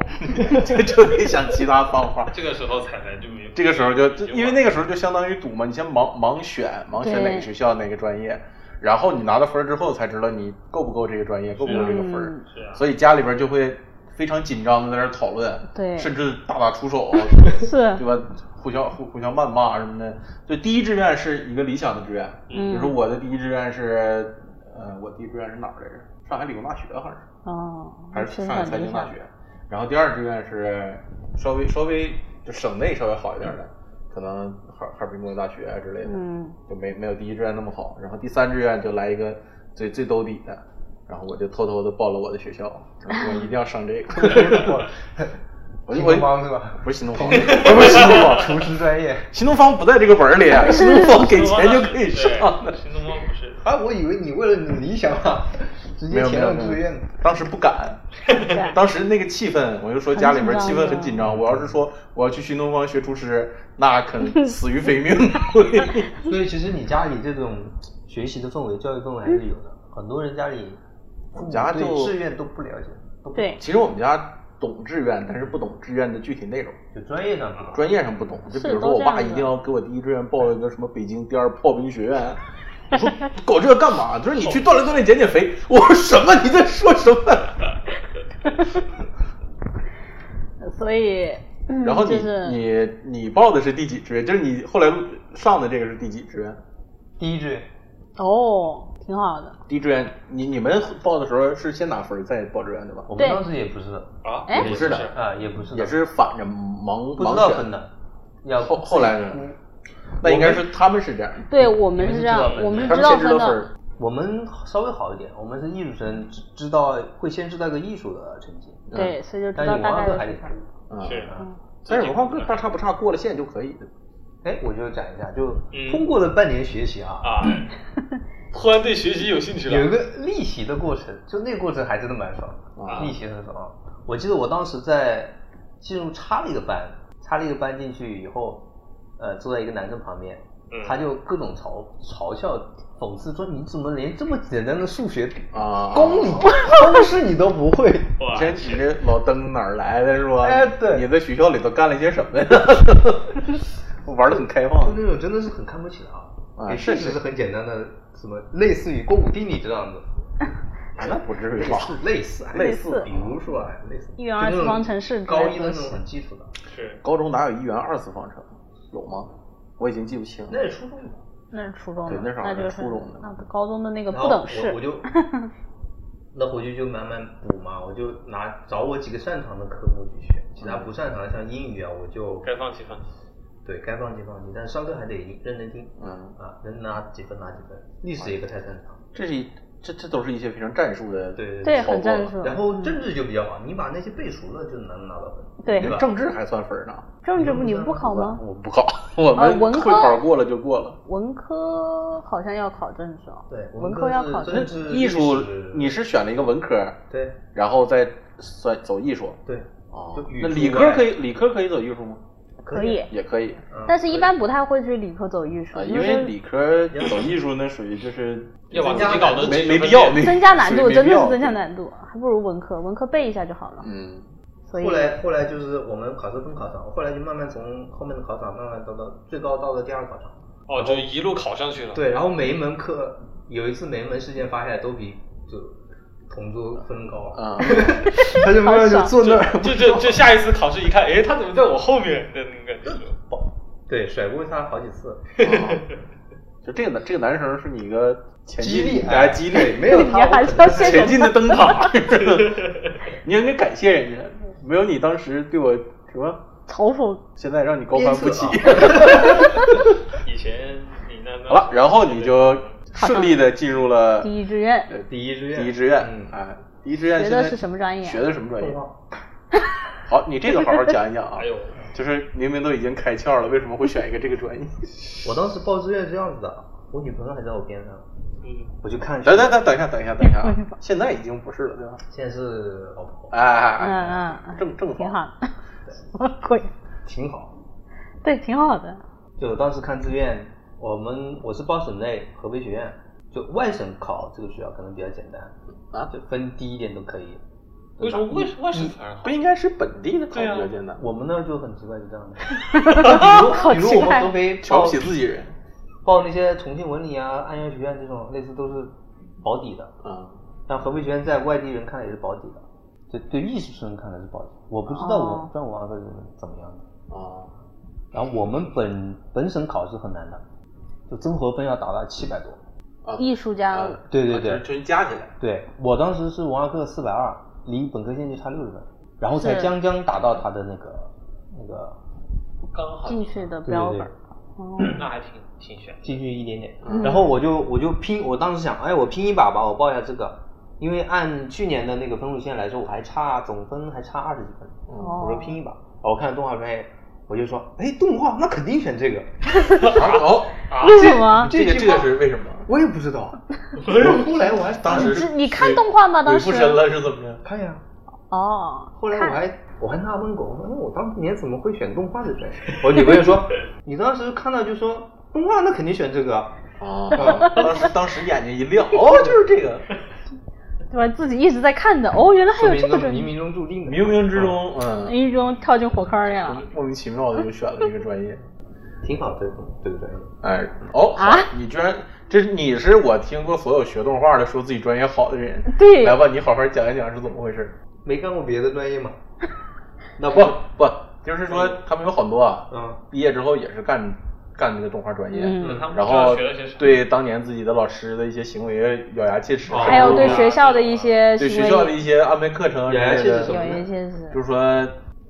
A: 就就得想其他方法。
B: 这个时候彩彩就没有。
A: 这个时候就就因为那个时候就相当于赌嘛，你先盲盲选，盲选哪个
C: 对
A: 学校哪个专业，然后你拿到分儿之后才知道你够不够这个专业，够不够这个分儿
C: 嗯，
B: 是啊
A: 所以家里边就会非常紧张的在那儿讨论，
C: 对
A: 甚至大打出 手，啊
C: 是
A: 对吧？互相互互相谩骂什么的。就第一志愿是一个理想的志愿，
C: 嗯
A: 比如说我的第一志愿是，呃，我第一志愿是哪儿来着？上海理工大学好像是。
C: 哦，
A: 还
C: 是
A: 是上海
C: 很
A: 财
C: 厉
A: 经大
C: 害
A: 学。然后第二志愿是稍微稍微就省内稍微好一点的，可能哈哈尔滨工业大学啊之类的，
C: 嗯，
A: 就没没有第一志愿那么好。然后第三志愿就来一个最最兜底的，然后我就偷偷的报了我的学校，然后我一定要上这个。 我就
D: 新
A: 我
D: 东方是吧？
A: 不是新东方，不是新东 方，
D: 厨师专业。
A: 新东方不在这个本儿里，啊新东方给钱就可以上的
B: 对。新东方不是，
D: 啊，我以为你为了你理想啊，直
A: 没
D: 接
A: 有没
D: 填
A: 有
D: 了
A: 没
D: 志
A: 有
D: 愿。，
A: 当时不敢，
C: 对
A: 当时那个气氛，我就说家里边气氛很紧张。我要是说我要去新东方学厨师，那可能死于非命。
D: 所以其实你家里这种学习的氛围、教育氛围还是有的。很多人家里父母
A: 家
D: 对
A: 就
D: 志愿都不了解，都不
C: 对，
A: 其实我们家懂志愿，但是不懂志愿的具体内容，
D: 就专业上不懂。
A: 专业上不懂。就是比如说我
C: 都
A: 爸
C: 这样的
A: 一定要给我第一志愿报一个什么北京第二炮兵学院。我说搞这个干嘛？他说你去锻炼锻炼减减肥。我说什么？你在说什么？
C: 所以，嗯
A: 然后你
C: 就是
A: 你你报的是第几志愿？就是你后来上的这个是第几志愿？
D: 第一志愿
C: 哦，挺好的。
A: 第一志愿，你你们报的时候是先拿分儿再报志愿对吧？
D: 我们
C: 对
D: 当时也不是的，
B: 啊，
C: 哎
B: 也
A: 不是的
D: 啊，也不是的，
A: 也是反着盲
D: 不知道
A: 盲
D: 分
A: 选。
D: 的，要
A: 后后来呢
D: 嗯？
A: 那应该是他们是这样，
C: 对我们
D: 你们是
C: 这样
D: 知道分，的
C: 我们
A: 他们
C: 是知道
A: 先知
C: 分
A: 道分儿
C: 的。。
D: 我们稍微好一点，我们是艺术生，知知道会先知道一个艺术的成绩，
C: 对，所以就
D: 但
C: 知
D: 是
C: 道
D: 文
C: 大
D: 化
C: 概
D: 课
C: 的
D: 还得
C: 水
D: 看
C: 平。。
A: 嗯
B: 是
A: 但是文化课大差不差，过了线就可以。
D: 哎，我就讲一下，就
B: 嗯
D: 通过了半年学习啊，
B: 啊， 突然对学习有兴趣了。
D: 有一个逆袭的过程，就那个过程还真的蛮爽的，
A: 啊
D: 逆袭很爽。我记得我当时在进入插了一个班，插了一个班进去以后，呃，坐在一个男生旁边，
B: 嗯
D: 他就各种嘲嘲笑、讽刺说：“你怎么连这么简单的数学
A: 啊
D: 公理、公式你都不会？”
B: 哇
A: 你，这你这老登哪儿来的是吧？
D: 哎对
A: 你在学校里头干了些什么 呀？玩的很开
D: 就
A: 放
D: 那种真的是很看不起的啊，
A: 啊
D: 也
A: 是
D: 确实
A: 是
D: 是很简单的，什么类似于勾股定理这样子，
A: 啊，那不至于
D: 类
A: 吧？
D: 似类似啊
A: 类
C: 似
D: 比如说啊，类似
C: 一元二次方程式之类的
D: 高一的那
C: 东
D: 种
C: 西
D: 很基础的，
B: 是
A: 高中哪有一元二次方程？有吗？我已经记不清了。
D: 那是初中的。
C: 那是初中
A: 对
C: 的，
A: 那是好像
C: 就是
A: 初中的
C: 那高中的那个
D: 然
C: 不
D: 后
C: 等
D: 我
C: 式
D: 我。就 那回去就慢慢补嘛，我就拿找我几个擅长的科目去学，其他不擅长的像英语啊，我就
B: 该放弃放弃。
D: 对该放弃放弃，但上课还得认真听，
A: 嗯
D: 啊，能拿几分拿几分，历史也不太擅长，
A: 这是一这这都是一些非常战术的，
D: 对
C: 对，
A: 好
C: 很
A: 过
C: 战
A: 了
C: 术。
D: 然后政治就比较好，你把那些背熟了就能拿到分，
C: 对
D: 吧？
A: 政治还算分儿呢。
C: 政治不你不考吗？
A: 我不考，我们
C: 啊文
A: 会
C: 科
A: 考过了就过了。
C: 文科好像要考证是吧？
D: 对，
C: 文科要考
D: 政
C: 证。
D: 治
A: 艺术
D: 呃历史
A: 你是选了一个文科，
D: 对
A: 然后再算走艺术。
D: 对
A: 哦
D: 就语
A: 那
D: 数
A: 理科
D: 外
A: 可以，理科可以走艺术吗？
C: 可以，
A: 也可以
D: 嗯
C: 但是一般不太会去理科走艺术，
A: 啊，因
C: 嗯就
A: 为
C: 是
A: 理 科走艺术那属于就是
B: 要把
D: 增
B: 自
D: 加
B: 己搞得
A: 没
B: 精神
A: 没
B: 分
A: 必要，
B: 裂
A: 那
C: 增加难
A: 属
C: 度，
A: 于没
C: 真
A: 必
C: 的
A: 要
C: 是增加难度，还不如文科，文科背一下就好了。
A: 嗯，
C: 所以
D: 后来后来就是我们考试分考场，后来就慢慢从后面的考场慢慢到到最高到了第二考场。
B: 哦，就一路考上去了。，
D: 对，然后每一门课有一次每一门试卷发下来都比就同桌分高，
A: 啊，
D: 他就慢慢就
C: 好爽
D: 坐那儿，
B: 就就就下一次考试一看，哎，他怎么在我后面的那个感觉？
D: 对，甩过他好几次。
A: 就这个男这个男生是你一个前
D: 激
A: 进
D: 励
A: 哎激励，
D: 没有
C: 你
D: 他，
C: 还
D: 我
C: 是
D: 可
C: 要
D: 能
C: 先
A: 前进的灯塔， 你应该感谢人家，没有你当时对我什么，
C: 嘲讽
A: 现在让你高攀不起。
D: 鞭策
B: 以前你那
C: 啊
B: 那
A: 好了，然后你就顺利的进入了
C: 第一志愿，
A: 呃
D: 第一志愿，
A: 第一志愿，
D: 嗯，
A: 哎，第一志愿
C: 学
A: 现
C: 的
A: 在
C: 是什么专业
A: 学的什么专业
D: 动？画
A: 好，你这个好好讲一讲啊
B: 哎。呦，
A: 就是明明都已经开窍了， 为什么会选一个这个专业？
D: 我当时报志愿是这样子的，我女朋友还在我边上，
B: 嗯，
D: 我就看，
A: 等等等等一下，等一下，等一下
C: 嗯
A: 啊，现在已经不是了，对吧？
D: 现在是哦老婆，
A: 哎哎哎，哎
C: 嗯嗯，
A: 正正
C: 挺
A: 好
C: 好的， 什么鬼？
D: 挺好。
C: 对，挺好的。
D: 就当时看志愿，我们我是报省内合肥学院，就外省考这个学校可能比较简单，
A: 啊，
D: 就分低一点都可以。
B: 为什么为什么为什么反而好
A: 不？应该是本地的考比
B: 对啊
A: 较简单，
D: 我们那就很奇怪，就这 样的。 比如比如我们合肥
A: 瞧
D: 报
A: 不起自己人
D: 报那些重庆文理啊、安阳学院这种类似都是保底的，
A: 啊。
D: 但合肥学院在外地人看来也是保底的，对对艺术生看来是保底。我不知道我
C: 哦
D: 专文二科是怎么样的。
A: 啊，
D: 然后我们本本省考试很难的，就综合分要达到七百多。
A: 啊
C: 艺术家
A: 啊
D: 对对对
A: 啊全全加起来，
D: 对我当时是文化课四百二，离本科线就差六十分，然后才
C: 是
D: 将将达到他的那个那个
B: 刚好
A: 嗯
C: 进去的
D: 对
C: 标
D: 对
C: 本
D: 对
C: 儿。哦，
B: 那还挺挺悬。
D: 进去一点点。
A: 嗯
D: 然后我就我就拼，我当时想，哎，我拼一把吧，我报一下这个，因为按去年的那个分数线来说，我还差总分还差二十几分，
C: 哦
D: 我说拼一把。我看动画片，我就说，哎，动画那肯定选这个，
A: 啊好，
C: 为什么？
A: 这个
D: 这
A: 这
D: 句话
A: 个是为什么？
D: 我也不知道。我后来我还
A: 当时是
C: 你你看动画吗当时
A: 鬼附身了是怎么着？
D: 看呀，
C: 哦，
D: 后来我还我还纳闷过，我说哎我当年怎么会选动画的专业？我女朋友说，你当时看到就说动画那肯定选这个啊，
A: 啊，当时当时眼睛一 亮，哦，就是这个，
C: 对吧？自己一直在看的，哦，原来还
D: 说
C: 有
D: 明
C: 这个
D: 这
C: 专
D: 冥
C: 业，
D: 冥中注定的。
A: 冥冥之中，嗯，
C: 一中跳进火坑里了。
A: 莫名其妙的就选了这个专业。
D: 嗯挺好的这个专业。
A: 哎，哦
C: 啊，
A: 你居然，这是你是我听过所有学动画的说自己专业好的人。
C: 对
A: 来吧，你好好讲一讲是怎么回事。
D: 没干过别的专 业吗？那啊
A: 那不不，就是说他们有好多啊，
D: 嗯，
A: 毕业之后也是干干这个动画专业，
C: 嗯
B: 他
A: 然
B: 们不知道
A: 后
B: 学了些什么
A: 对当年自己的老师的一些行为咬牙切齿，
B: 哦
C: 还有对
B: 啊
C: 学校的一些
A: 对
C: 行
A: 学校的
C: 为
A: 一些安排课程之
B: 咬牙
A: 类
B: 切齿
A: 的
B: 什，么
C: 有一些，
A: 就是是说，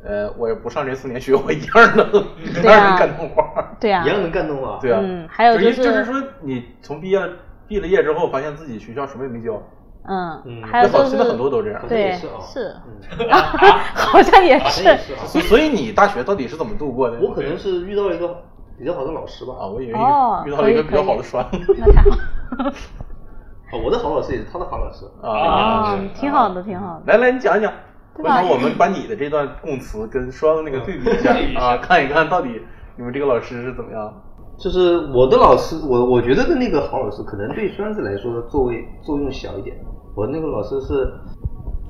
A: 呃，我也不上这四年学，我一样能，一
C: 对啊
A: 样能干动画，
C: 对啊
D: 一，样能干动画。
A: 对啊，
C: 嗯，还有
A: 就
C: 就
A: 一就是说，你从毕业毕了业之后，发现自己学校什么也没教，
C: 嗯，
B: 嗯
C: 还有
A: 那好
C: 就是
A: 现在很 多都这样
B: 好像
C: 对
B: 也是啊
C: 是，
B: 嗯
C: 好像也
B: 好 像
C: 是
B: 也是啊。
A: 所以所以你大学到底是怎么度过的？
D: 我可能是遇到一个比较好的老师吧。
A: 啊，我以为
C: 哦
A: 遇到了一个
C: 可以
A: 比较
C: 可以
A: 好的栓
C: 那太好，
D: 啊我的好老师也是他的好老师。
A: 啊。
B: 啊
C: 哦，挺好的，挺好的，
A: 来来，你讲一讲，
C: 对
A: 回
C: 吧
A: 头我们把你的这段供词跟双那个嗯对比一下
B: 对比一下
A: 啊，看一看到底你们这个老师是怎么样。
D: 就是我的老师，我我觉得的那个好老师，可能对栓子来说作为作用小一点。我那个老师是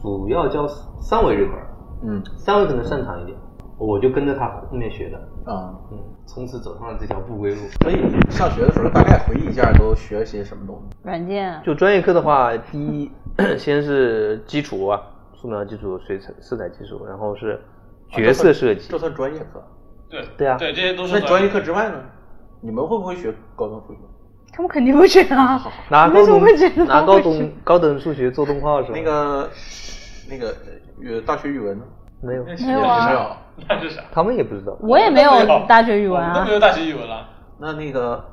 D: 主要教三维这块儿，
A: 嗯
D: 三维可能擅长一点，我就跟着他后面学的，
A: 啊，
D: 嗯，从此走上了这条不归路。
A: 所以你上学的时候大概回忆一下都学了些什么东西？
C: 软件啊
D: 就专业课的话，第一先是基础啊，素描基础、水彩、色彩基础，然后是角色设计
A: 这，啊算专业课。
B: 对
D: 对啊
B: 对这些都
A: 那
B: 是
A: 专业课之外呢？你们会不会学高等数学？
C: 他们肯定会选啊，
D: 拿
C: 你为
D: 高
C: 什么
D: 中
C: 会觉得
D: 拿
C: 他
D: 高
C: 会选
D: 中高等数学做动画是吧？
A: 那个那个语大学语文呢？
D: 没有，
C: 没有啊
A: 没有。
B: 那是啥？
D: 他们也不知道。
C: 我也没有大学语文
B: 我们
C: 啊
B: 哦都没，有大学语文了。
A: 那那个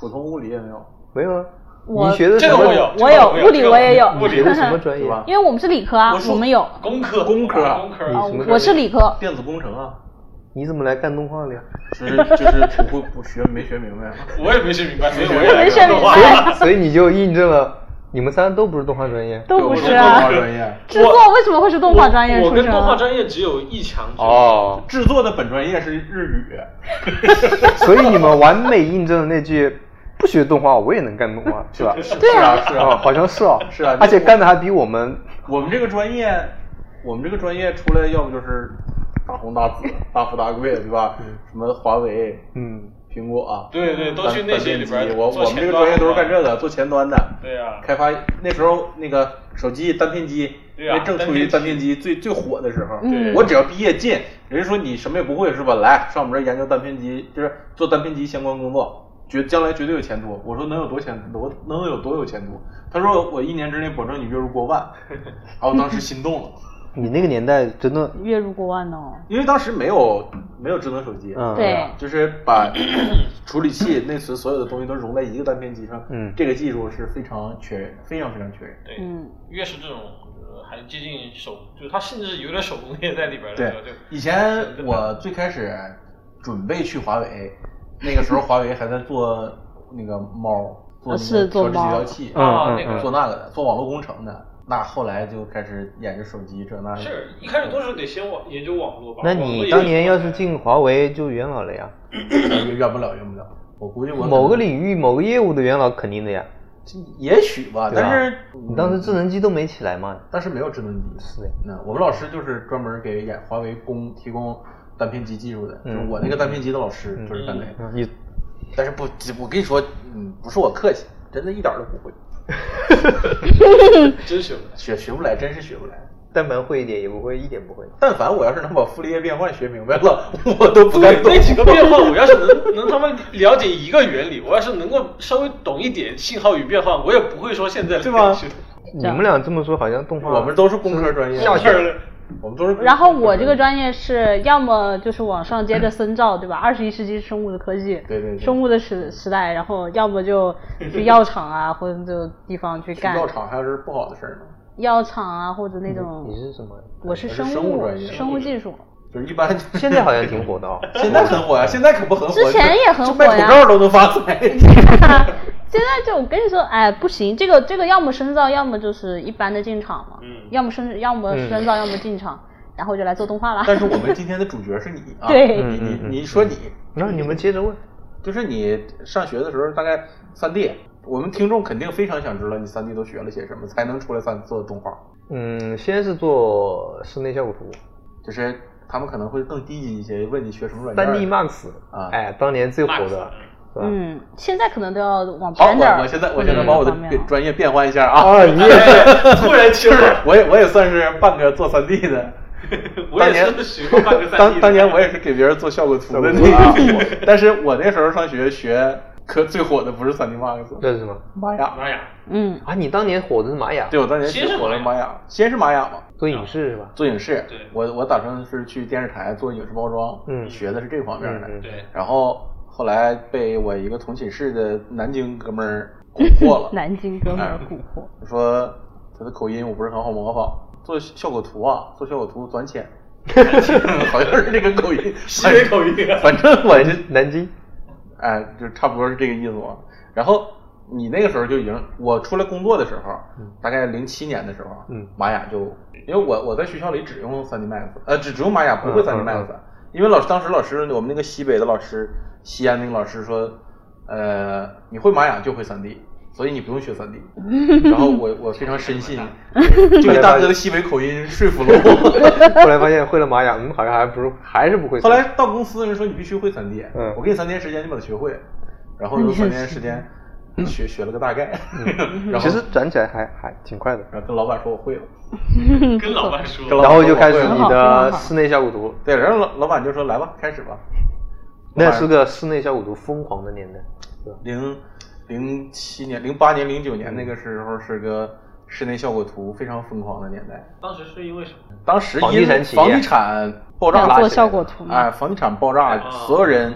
A: 普通物理也没有，
D: 没有啊，
C: 我
D: 你学的
B: 这
D: 什
B: 个
D: 么？
B: 我有，
C: 我有
B: 这个
C: 物理我也有
B: 物
D: 你
B: 理
D: 学的 什么专业
A: 是？吧？
C: 因为我们是理科啊
A: 我，说
C: 我们有，
B: 工科，
A: 工科啊
B: 工科
D: 你
C: 啊
B: 啊，
D: 什么专业
C: 我是理科，
A: 电子工程啊，
D: 你怎么来干动画了呀？
A: 就是就是不会不学没学明白 嘛。
B: 我也没学明白，所以我
A: 我
B: 也
A: 也没
C: 学明白
D: 所以你 就印证了，你们仨都不是动画专业。
C: 都不
A: 我
C: 是
A: 动
C: 啊
A: 画。专业，
C: 制作为什么会是动画专业
B: 我
C: 出
B: 我跟
C: 身
B: 动画
C: 啊？
B: 专业只有一墙之隔，
D: 哦，
A: 制作的本专业是日语。
D: 所以你们完美印证了那句“不学动画我也能干动画”，是吧？
C: 对
A: 是
C: 啊
A: 啊，是
D: 啊，
A: 啊。
D: 好像是哦。
A: 是啊
D: 而且干的还比我们
A: 我们这个专业，我们这个专业出来，要不就是大红大紫、大富大贵，对吧？什么华为、
D: 嗯，
A: 苹果啊，
B: 对对都去那些里边
A: 单单电机我
B: 做
A: 我们这个
B: 前端
A: 专业都是干这个，做前端的。
B: 对啊
A: 开发那时候那个手机单片机，
B: 对啊
A: 那正处于单片机最最火的时候。
C: 嗯
A: 我只要毕业进，人家说你什么也不会是吧？来上我们这儿研究单片机，就是做单片机相关工作，绝将来绝对有前途。我说能有多前多能有多有前途？他说我一年之内保证你月入过 万，然后当时心动了，
D: 你那个年代真的，
C: 月入过万哦，
A: 因为当时没有没有智能手机，
D: 嗯，
C: 对
A: 就是 把处理器、内存所有的东西都融在一个单片机上，
D: 嗯
A: 这个技术是非常缺人，非常非常缺人。
B: 对，
C: 嗯，
B: 越是这种呃还接近手，就是它甚至有点手工业在里边的
A: 对
B: 时候，就，
A: 以前我最开始准备去华为，那个时候华为还在做那个猫，
D: 啊
A: 做那
C: 是
A: 个
C: 做
A: 调制
C: 猫
A: 解调器，
D: 嗯
B: 啊
D: 嗯
B: 那
D: 嗯
B: 个
A: 做那个的，做网络工程的。那后来就开始研究手机这那的。
B: 是一开始都是得先网研究网络吧。
D: 那
B: 网络
D: 你
B: 也
D: 当年要是进华为就元老了呀，
A: 远远不了，远不了。我估计我
D: 某个
A: 可能
D: 领域某个业务的元老肯定的呀。
A: 也许吧，
D: 对吧啊
A: 但是
D: 你当时智能机都没起来嘛？
A: 当时没有智能机，
D: 是的
A: 那我们老师就是专门给演华为供提供单片机技术的，就是
D: 嗯
A: 我那个单片机的老师
D: 嗯
A: 就是单位。
D: 嗯你
A: 但是不，我跟你说，嗯，不是我客气，真的一点儿都不会，
B: 真行，
A: 学学不来，真是学不来。
D: 但凡会一点也不会，一点不会。
A: 但凡我要是能把傅立叶变换学明白了， 我都不敢
B: 对
A: 动。
B: 那几个变换，我要是能能他妈了解一个原理，我要是能够稍微懂一点信号与变换，我也不会说现在
A: 对 吧
B: 去
D: 你
C: 啊
D: 们俩这么说，好像动画
A: 我们都是工科专业，下
B: 去了，
A: 我们都是。
C: 然后我这个专业是要么就是往上接着深造，对吧？二十一世纪生物的科技，
A: 嗯对对对
C: 生物的时时代，然后要么就去药厂啊，或者就地方去
A: 去
C: 干
A: 药厂还是不好的事儿呢。
C: 药厂啊，或者那
D: 你
C: 种
D: 是什么？
C: 我是
A: 我是
C: 生
A: 生物专业
C: 生物技术，
A: 就是一 般，
D: 现在好像挺火 的哦。
A: 现在很火呀，现在可不很火。
C: 之前也很火呀
A: 就卖口罩都能发财。
C: 现在就我跟你说，哎，不行，这个这个要么深造，要么就是一般的进场嘛，
B: 嗯
C: 要么深要么深
A: 嗯
C: 造，要么进场，然后就来做动画啦。
A: 但是我们今天的主角是你啊，
C: 对
A: 你你你说你，
D: 那你们接着问。
A: 就是你上学的时候大概三 D，我们听众肯定非常想知道你三 D 都学了些什么，才能出来三做动画。
D: 嗯，先是做室内效果图，
A: 就是他们可能会更低级一些，问你学什么软件
D: 三
A: 儿。
D: D Max
A: 啊
D: 哎，当年最火
B: Max
D: 的，是吧？
C: 嗯，现在可能都要往
A: 好，
C: 偏点
A: 我
C: 儿嗯
A: 我现在我现在把我的
C: 方面
A: 变
C: 了哦
A: 专业变换一下啊，
D: 啊，你也
B: 哎突然清了，
A: 我也我也算是半个做三 D 的
B: 我
A: 当
B: 也
A: 年
B: 是学过半个赛季
A: 当
B: 的
A: 当年我也是给别人做效果图的那个， 但是我那时候上学学科最火的不是 3DMAX，
D: 那是什么？
A: 玛雅。
B: 妈呀，
C: 嗯，
D: 啊，你当年火的是玛雅，
A: 对，我当年
B: 先是
A: 学火的
B: 玛
A: 玛雅，先是玛雅嘛，
D: 做影视是吧？
A: 做影视
B: 对。
A: 我我打算是去电视台做影视包装，
D: 嗯
A: 学的是这方面的。
D: 嗯 嗯
B: 对，
A: 然后后来被我一个同寝室的南京哥们儿 蛊惑了，
C: 南京哥们儿蛊惑，
A: 我说他的口音我不是很好模仿，做效果图啊，做效果图短 浅，好像是这个口音，
B: 西北口音啊，
A: 反正我是
D: 南 京，
A: 哎，就差不多是这个意思嘛。然后你那个时候就已经，我出来工作的时候，大概零七年的时候，
D: 嗯
A: 玛雅就，因为我我在学校里只用 3DMax，呃，只只用玛雅，不会
D: 嗯
A: 3DMax，、
D: 嗯嗯
A: 因为老师当时老师我们那个西北的老师，西安那个老师说，呃，你会玛雅就会 3D。所以你不用学 3D，然后我我非常深 信，这位大哥的西北口音说服了我。
D: 后来发现会了玛雅，嗯，好像还不是，还是不会。
A: 后来到公司人说你必须会三 D，
D: 嗯
A: 我给你三天时间，你把它学会，然后用三天时间
C: 嗯
A: 学学了个大概，然后
D: 其实转起来还还挺快的，
A: 然后跟老板说我会了，
B: 跟老板说，
A: 跟老
D: 然后就开始
A: 很
D: 你
C: 好
D: 的
C: 很好
D: 室内效果图，
A: 对，然后老老板就说来吧，开始吧，
D: 那是个室内效果图疯狂的年代，对吧？
A: 零零七年、零八年、零九年那个时候是个室内效果图非常疯狂的年代，
B: 当时是因为什么？
A: 当时
D: 房
A: 因
D: 地产企业
A: 房地产爆炸
C: 想
A: 拉
C: 做
A: 起来
C: 效
A: 了
C: 果图吗
A: 哎，房地产爆炸，
B: 哦
A: 所有人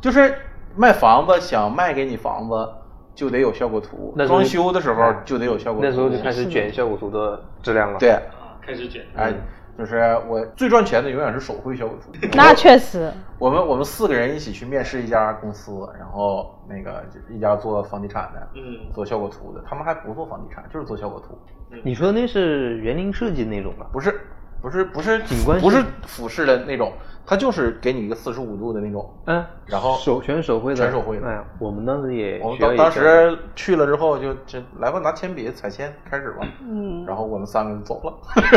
A: 就是卖房子想卖给你房子。就得有效果图
D: 那，时候哎
A: 装修的时候就得有效果图。
D: 那时候就开始卷效果图的质量了。，
A: 对，
B: 啊，开始卷，
A: 哎，就是我最赚钱的永远是手绘效果图。
C: 那确实，
A: 我们我们四个人一起去面试一家公司，然后那个就是一家做房地产的，
B: 嗯
A: 做效果图的，他们还不做房地产，就是做效果图，
D: 你说那是园林设计那种吧？
A: 不是不是不是
D: 景观
A: 不是
D: 设计
A: 俯视的那种，它就是给你一个四十五度的那种。
D: 嗯，
A: 然后
D: 手全手绘的，
A: 全手绘的
D: 哎呀，我们当时也
A: 我们
D: 学了
A: 当
D: 一
A: 当
D: 下
A: 时去了之后就就来吧，拿铅笔彩铅开始吧，
C: 嗯，
A: 然后我们三个就走了，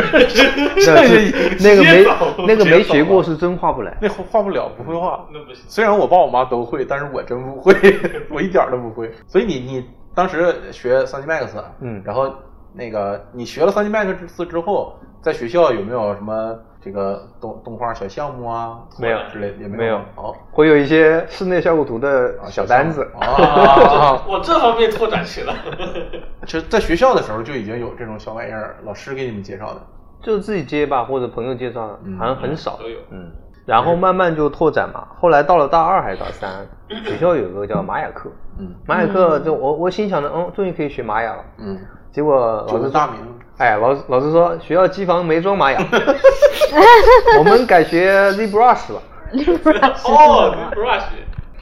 A: 这
D: 那是那个
B: 直接
D: 没
B: 走
D: 那个
B: 直接
D: 没
B: 走
D: 学过
B: 了
D: 是真画不来。
A: 那画不了，不会画，
B: 那不 行，
A: 虽然我爸我妈都会，但是我真不会， 我一点儿都不会。所以你你当时学三 D Max，
D: 嗯
A: 然后那个你学了三 D Max 之之后，在学校有没有什么这个动动画小项目啊？
D: 没有
A: 之类的也
D: 没有
A: 有。哦，
D: 会有一些室内效果图的
A: 啊
D: 小单子，
A: 小项目啊，
B: 我哦这方面拓展去 了，
A: 就在学校的时候就已经有这种小玩意儿，老师给你们介绍的。
D: 就自己接吧，或者朋友介绍的，
A: 嗯
D: 好像很少
B: 都。有。
D: 嗯，然后慢慢就拓展嘛。后来到了大二还是大三，学校有个叫玛雅课，
A: 嗯
D: 玛雅课就我我心想着，嗯，终于可以学玛雅了。
A: 嗯，
D: 结果老
A: 久
D: 师
A: 闻
D: 说
A: 大名。
D: 哎，老师老师说学校机房没装玛雅，我们改学 ZBrush 吧。
B: 哦，brush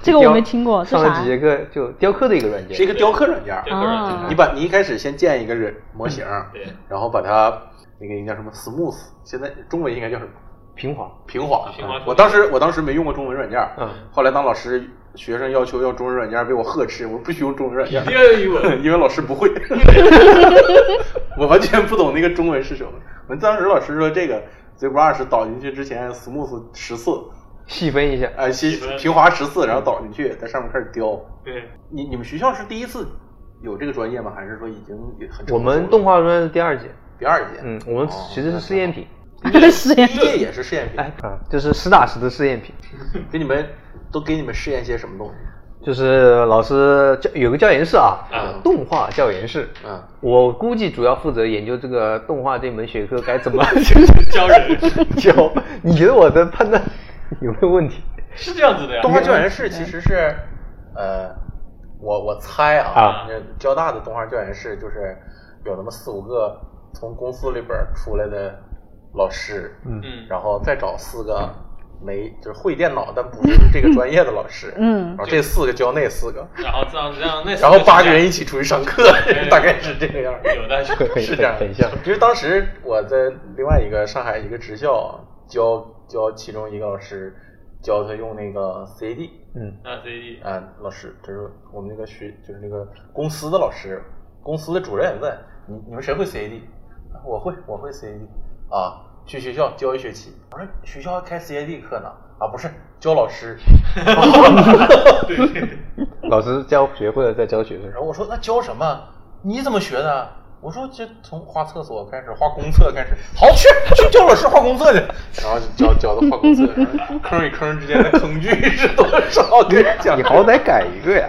C: 这个我没听 过，是
D: 上了
C: 啥
D: 几？节课就雕刻的一个软
A: 是一
D: 件，
A: 个雕刻软件儿。嗯
B: 这个软件
C: 啊
A: 你把你一开始先建一个人模型，
B: 对，
A: 然后把它那个应该叫什么 smooth，现在中文应该叫什么？
D: 平滑。
A: 平滑。
B: 平滑
A: 嗯我当时我当时没用过中文软件，
D: 嗯，
A: 后来当老师学生要求要中文软件，被我呵斥，我说不许用中文软件
B: 一，定要有语文，
A: 因为老师不 会，我完全不懂那个中文是什么。我们当时老师说这个 ZBrush 导进去之前 smooth 十次，
D: 细分一下，
A: 哎，先
B: 分
A: 平滑十次，然后导进去，在上面开始雕。
B: 对，
A: 你你们学校是第一次有这个专业吗？还是说已经也很成熟
D: 我
A: 了
D: 们动画专业是第二节，
A: 第二届，
D: 嗯，我们
A: 哦
D: 其实是试验品，
C: 实验
A: 第一届也是试验品，
D: 哎，啊，就是实打实的试验品，
A: 给你们都给你们试验些什么东
D: 哎
A: 西？
D: 就是老师教有个教研室啊，
B: 嗯
D: 动画教研室，
A: 啊，
D: 我估计主要负责研究这个动画这门学科该怎么
B: 教人
D: 教。你觉得我的判断 有没有问题？
B: 是这样子的呀
A: 动。画教研室其实是，呃，我我猜啊
D: 啊，
A: 那交大的动画教研室就是有那么四五个从公司里边儿出来的老师，
D: 嗯
B: 嗯，
A: 然后再找四个没就是会电脑但不是这个专业的老师，
C: 嗯
A: 然后这四个教那四个，
B: 然后这样嗯这样那四
A: 然后
B: 个
A: 八个
B: 小
A: 人一起出去上课
B: 对，
A: 大概是这个样儿。
B: 有 的是
D: 很
A: 是这样，
D: 很像。
A: 因为当时我在另外一个上海一个职校啊教教其中一个老师，教他用那个 CAD，
D: 嗯，
B: 啊 CD
A: 啊、老师就是我们那个学就是那个公司的老师，公司的主任问你你们谁会 CAD？啊我会，我会 CAD 啊，去学校教一学期。我说学校还开 CAD 课呢啊，不是教老师。
D: 老师教学会了再教学生
A: 然，后我说那教什么？你怎么学的？我说这从画厕所开始，画公厕开始，好去去教老师画公厕去，然后就教教他画公厕，然后坑与坑之间的坑距是多少？给人讲
D: 你好歹改一个呀！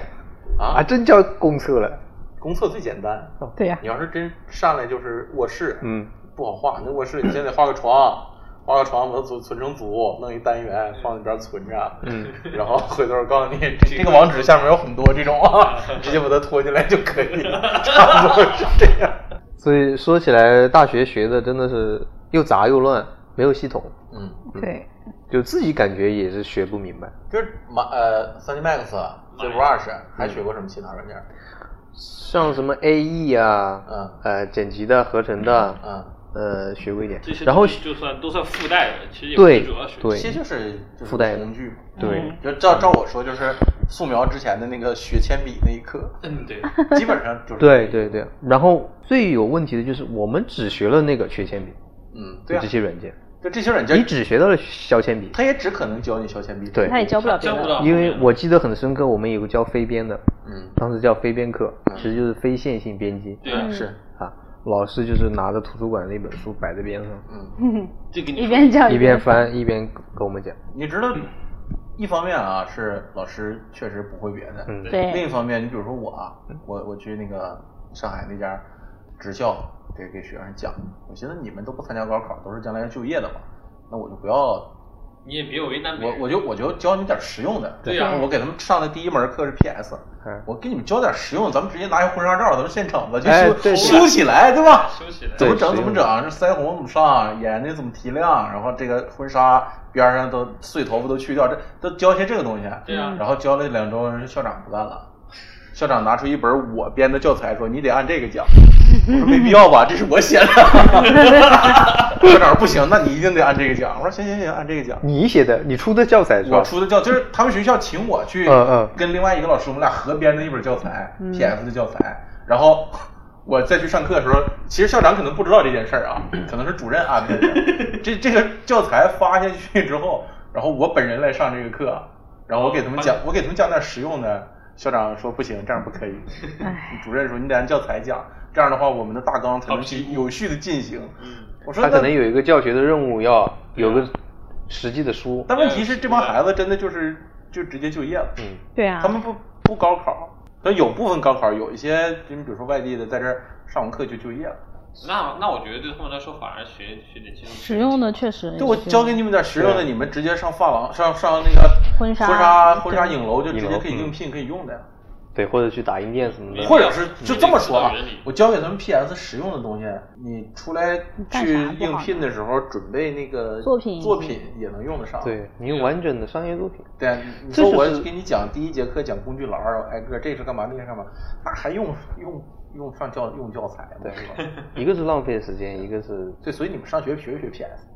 A: 嗯啊
D: 啊，，真叫公厕了。
A: 公厕最简单，
C: 对呀、
A: 你要是真上来就是卧室，
D: 嗯，
A: 不好画，那卧室你先得画个床，画个床把它组存成组，弄一单元放那边存着，
D: 嗯，
A: 然后回头告诉你这这个网址下面有很多这种 啊，直接把它拖进来就可以，差不多是这样。
D: 所以说起来，大学学的真的是又杂又乱，没有系统，
A: 嗯，
C: 对，
D: 就自己感觉也是学不明白。
A: 就是马呃 3D Max、ZBrush 还学过什么其他软件？
D: 像什么 AE 啊，
A: 嗯
D: 呃，剪辑的、合成的，
A: 嗯，
D: 呃，学过一点
B: 这些。
D: 然后
B: 东西就算都算附带的，其实也不
D: 对
B: 是主要学。
A: 其
D: 对
A: 实就是就是
D: 附带的
A: 工具。嗯
D: 对，
A: 就照照我说，就是素描之前的那个学铅笔那一课，
B: 嗯，对，
A: 基本上就是
D: 对，对对。然后最有问题的就是我们只学了那个削铅笔，
A: 嗯，对
D: 就
A: 啊
D: 这，些软件，
A: 就这些软
D: 你
A: 件，
D: 只学到了削铅笔。
A: 它也只可能教你削铅笔。
D: 对
C: 他也教不了别
B: 教不
C: 的。
B: 到。
D: 因为我记得很深刻，我们有个教非编的，
A: 嗯，
D: 当时叫非编课，
A: 嗯
D: 其实就是非线性编辑
B: 对啊，
A: 是，
D: 啊。老师就是拿着图书馆那本书摆在边上，
A: 嗯，
B: 这个
C: 一
B: 你
C: 边教
D: 一边翻一边跟我们讲，
A: 你知道，一方面啊是老师确实不会别的，
D: 嗯
C: 对
A: 另一方面，你比如说我啊，我我去那个上海那家职校给给学生讲，我寻思你们都不参加高考，都是将来要就业的嘛，那我就不要
B: 你也别为难别
A: 我
B: 人。
A: 我就我就教你们点实用的。
B: 对呀
A: 我给他们上的第一门课是 PS，
D: 啊嗯
A: 我给你们教点实用，咱们直接拿一婚纱照，咱们现整吧，就
D: 哎
A: 修
D: 对
A: 修起来，对吧？
B: 休息了。
A: 怎么
D: 对
A: 整
D: 实
A: 怎么
D: 用
A: 整，这腮红怎么上，啊眼睛怎么提亮，啊然后这个婚纱边上都碎头发都去掉，这都教些这个东西。
B: 对呀
A: 然后教了两周，人校长不干了。校长拿出一本我编的教材，说：“你得按这个讲。”我说：“没必要吧，这是我写的。” 校长说：“不行，那你一定得按这个讲。”我说：“行行行，按这个讲。”
D: 你写的，你出的教材是吧？
A: 我出的教就是他们学校请我去，
D: 嗯嗯
A: 跟另外一个老师，我们俩合编的一本教材、p f 的教材。然后我再去上课的时候，其实校长可能不知道这件事儿啊，可能是主任安排的。这这个教材发下去之后，然后我本人来上这个课，然后我给他们讲，我给他们讲点实用的。校长说不行，这样不可以。
C: 哎
A: 主任说你得按教材讲，这样的话我们的大纲才能去有序的进行。我说
D: 他
A: 那
D: 可能有一个教学的任务，要有个实际的书。
A: 但问题嗯是这帮孩子真的就是就直接就业了。
D: 嗯，
C: 对啊
A: 他，们不不高考，但有部分高考，有一些就你比如说外地的在这儿上完课就就业了。
B: 那那我觉得对他们来说，反而学学点金融
C: 使用的确实也是。
A: 对，我教给你们点实用的，你们直接上发廊上上那个
C: 婚纱
A: 婚纱
C: 对
A: 婚纱影楼就直接可以
D: 影楼
A: 应聘可以用的呀。
D: 对，或者去打印店什么的。
A: 或者是就这么说啊
B: 你得知道原理，
A: 我教给他们 PS 实用的东西，你出来
C: 干啥
A: 去
C: 不好呢
A: 应聘的时候准备那个
C: 作品
A: 作品也能用得上。
D: 对你有完整的商业作品，
A: 对啊，你说我
D: 这就是
A: 给你讲第一节课讲工具栏儿，挨个这是干嘛那是干嘛，那还用用用上教用教材吗？
D: 对
A: 是吧
D: 一个是浪费时间，一个是
A: 对，所以你们上学学不学 PS？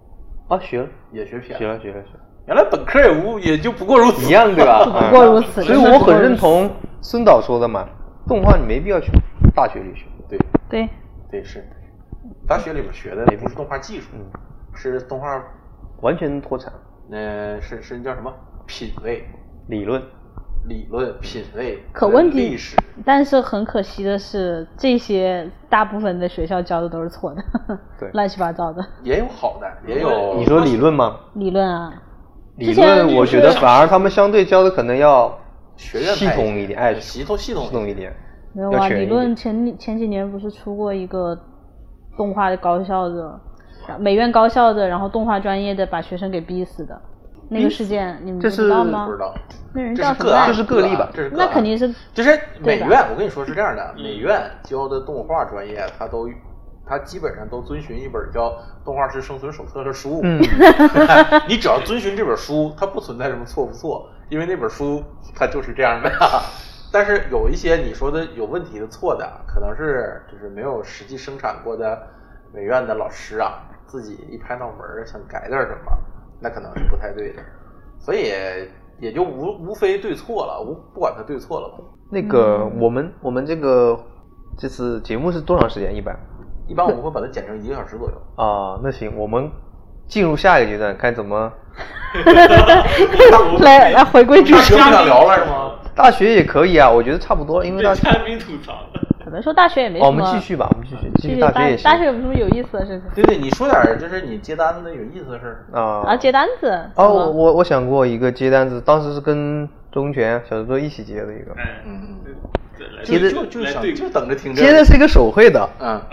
D: 啊学了，
A: 也学 PS，
D: 学了，学了，学了。
A: 原来本科也无也就不过如此
D: 一。样 对吧？嗯
C: 不过如此
D: 所以我很认同孙导说的嘛，动画你没必要去大学里学。
A: 对
C: 对，
A: 对是，大学里边学的不是动画技术，
D: 嗯
A: 是动画，
D: 完全脱产
A: 呃，是是叫什么品味、
D: 理论。
A: 理论、品味。
C: 可问
A: 历
C: 题
A: 史，
C: 但是很可惜的是，这些大部分的学校教的都是错的，
D: 对
C: 乱七八糟的
A: 也有好的，也有
D: 你说理论吗？
C: 理论啊。
D: 理
C: 之前
D: 论我觉得反而他们相对教的可能要
A: 学院派
D: 系统一点，哎，
A: 系统系统
D: 系统一点。
C: 没有
D: 要
C: 啊，
D: 全
C: 理
D: 一
C: 论
D: 点
C: 前前几年不是出过一个动画的高校的，美院高校的，然后动画专业的把学生给逼死的那个事件，你们
D: 这
C: 不知道
D: 是
C: 吗
A: 不？知道，
C: 那人
A: 这
C: 叫
A: 是
C: 什么
A: 个
C: 来
A: 案，
C: 着？
D: 这是个例吧
A: 这是个
C: 那
A: 案
C: 肯 定是
A: 就是美
C: 对吧
A: 院，我跟你说是这样的，美院教的动画专业，它都它基本上都遵循一本叫《动画师生存手册》的书。
D: 嗯，
A: 你只要遵循这本书，它不存在什么错不错，因为那本书它就是这样的。 但是有一些你说的有问题的错的，可能是就是没有实际生产过的美院的老师啊，自己一拍脑门儿想改点什么，那可能是不太对的。所以也就无无非对错了，无不管它对错了吧。
D: 那个我们我们这个这次节目是多长时间？一般
A: 一般我们会把它剪成一个小时左 右。
D: 啊，那行，我们进入下一个阶段，该怎么？
C: 来来回归主
A: 大
C: 题
A: 学不想聊了是吗？
D: 大学也可以啊，我觉得差不多，因为
B: 被
D: 大
B: 嘉宾吐槽。
C: 什么，说大学也没什
D: 哦，
C: 么。
D: 我们继续吧，我们继续，继
C: 继
D: 续
C: 续
D: 大
C: 大
D: 学也行
C: 大学有什么有意思的事情？
A: 对对，你说点儿就是你接单的有意思的事儿。
D: 啊
C: 啊，接单子。是
D: 哦，
C: 吗
D: 我我我想过一个接单子，当时是跟中泉、小石头一起接的一个，
B: 哎，
A: 嗯嗯，
B: 对来
D: 其实
B: 对
A: 就就
B: 来
A: 想
B: 对
A: 就等着听这
D: 接的
A: 个。
D: 是一个手绘的，
A: 嗯
B: 啊，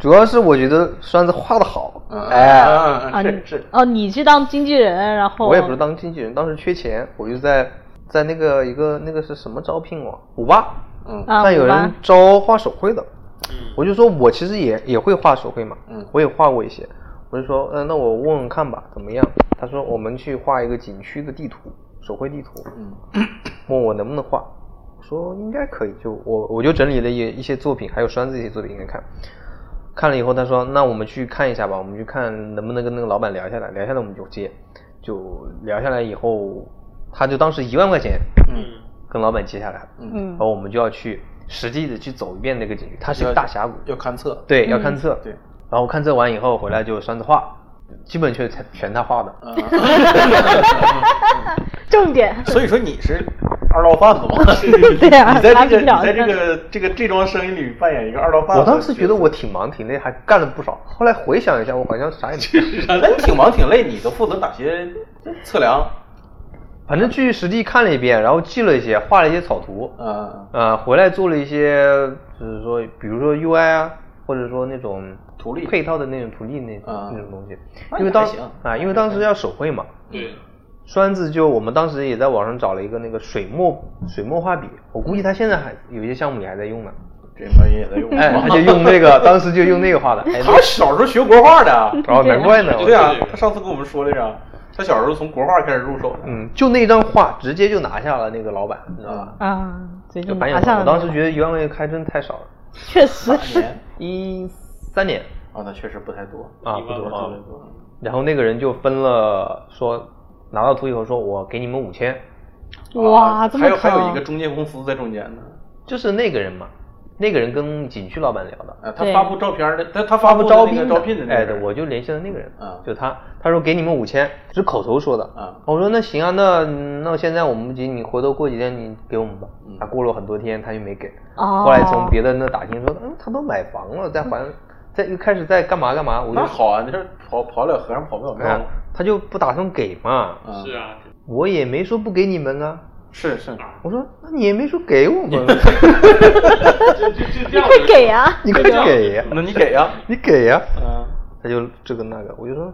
D: 主要是我觉得栓子画的好，
A: 嗯，
D: 哎，
A: 嗯
C: 啊，
A: 嗯
C: 你
A: 是是，
C: 哦，你去当经纪人，然后
D: 我也不是当经纪人，当时缺钱，我就在在那个一个那个是什么招聘网，五八，
A: 嗯
C: 啊，
D: 但有
C: 五八
D: 人招画手绘的，
B: 嗯，
D: 我就说我其实也也会画手绘嘛，
A: 嗯
D: 我也画过一些，我就说，嗯、那我问问看吧，怎么样？他说我们去画一个景区的地图，手绘地图，
A: 嗯
D: 问我能不能画，我说应该可以，就我我就整理了一一些作品，还有栓子一些作品给他看。看了以后，他说：“那我们去看一下吧，我们去看能不能跟那个老板聊下来，聊下来我们就接。”就聊下来以后，他就当时一万块钱
B: 嗯，
D: 跟老板接下来了，
C: 嗯
D: 然，后我们就要去实际的去走一遍那个景区，它是一个大峡谷，
A: 要勘测。
D: 对，要勘测，
A: 对，
D: 然后勘测完以后回来就算着画，基本全全他画的，
C: 重点。
A: 嗯所以说你是二道贩子嘛？
C: 对啊
A: 你在
C: 拉
A: 这个
C: 不了
A: 你在这
C: 这
A: 个这个这桩生意里扮演一个二道贩子。
D: 我当时觉得我挺忙挺累，还干了不少。后来回想一下，我好像啥也没 干，
A: 人哎挺忙挺累，你都负责哪些测 量？
D: 反正去实地看了一遍，然后记了一些，画了一些草图，
A: 嗯，
D: 呃，回来做了一些，就是说，比如说 UI 啊，或者说那种
A: 图例
D: 配套的那种图例那、
A: 啊
D: 那种东西，
A: 那
D: 因为
A: 也
D: 当
A: 还行
D: 啊，因为当时要手绘嘛，
B: 对，
D: 栓子就我们当时也在网上找了一个那个水墨水墨画笔，我估计他现在还有一些项目里还在用呢。
A: 这玩意也在用。
D: 哎，他就用那个，当时就用那个画的，哎，
A: 嗯他小时候学国画的 啊。
D: 然后难怪呢，
A: 对啊
B: 对对，
A: 他上次跟我们说来着，他小时候从国画开始入手的。
D: 嗯，就那张画直接就拿下了那个老板，
A: 嗯
D: 你知道吧？
C: 啊，最
D: 就
C: 近
D: 反
C: 马
D: 眼
C: 上
D: 堂，
C: 了
D: 我当时觉得一万块钱开真太少了，
C: 确实
A: 哪年？
D: 一三年
A: 啊，那确实不太多
D: 啊，不
B: 万
D: 多
B: 块
D: 啊
A: 对。对对
D: 然后那个人就分了，说拿到图以后说，我给你们五千，
C: 哇，这么
A: 啊还
C: 啊
A: 有还有
C: 高
A: 一个中介公司在中间呢。
D: 就是那个人嘛，那个人跟景区老板聊的，
A: 啊，他
C: 对
A: 发布照片儿的，他他
D: 发
A: 发
D: 布
A: 布
D: 招
A: 的那
D: 聘
A: 个招聘的那个
D: 哎，
A: 人，
D: 对，我就联系了那个人，
A: 啊
D: 就他，他说给你们五千，是口头说的，
A: 啊
D: 我说那行啊，那那现在我们急，你回头过几天你给我们吧，
A: 嗯
D: 他过了很多天他就没给，
C: 哦
D: 后来从别的那打听说，嗯，他都买房了，在还，在又开始在干嘛干嘛，我就
A: 嗯那好嗯啊，你这跑跑了和尚跑不了庙
D: 哎
A: 嘛。
D: 他就不打算给嘛，
A: 啊
B: 是啊，
D: 我也没说不给你们啊，
A: 是是，
D: 我说那你也没说给我们，啊
A: 啊
B: 就就就这
C: 你
B: 样
C: 快
B: 的，
C: 给啊！
D: 你快给呀、
A: 那你给呀？
D: 你给呀、
A: 嗯，
D: 他就这个那个，我就说，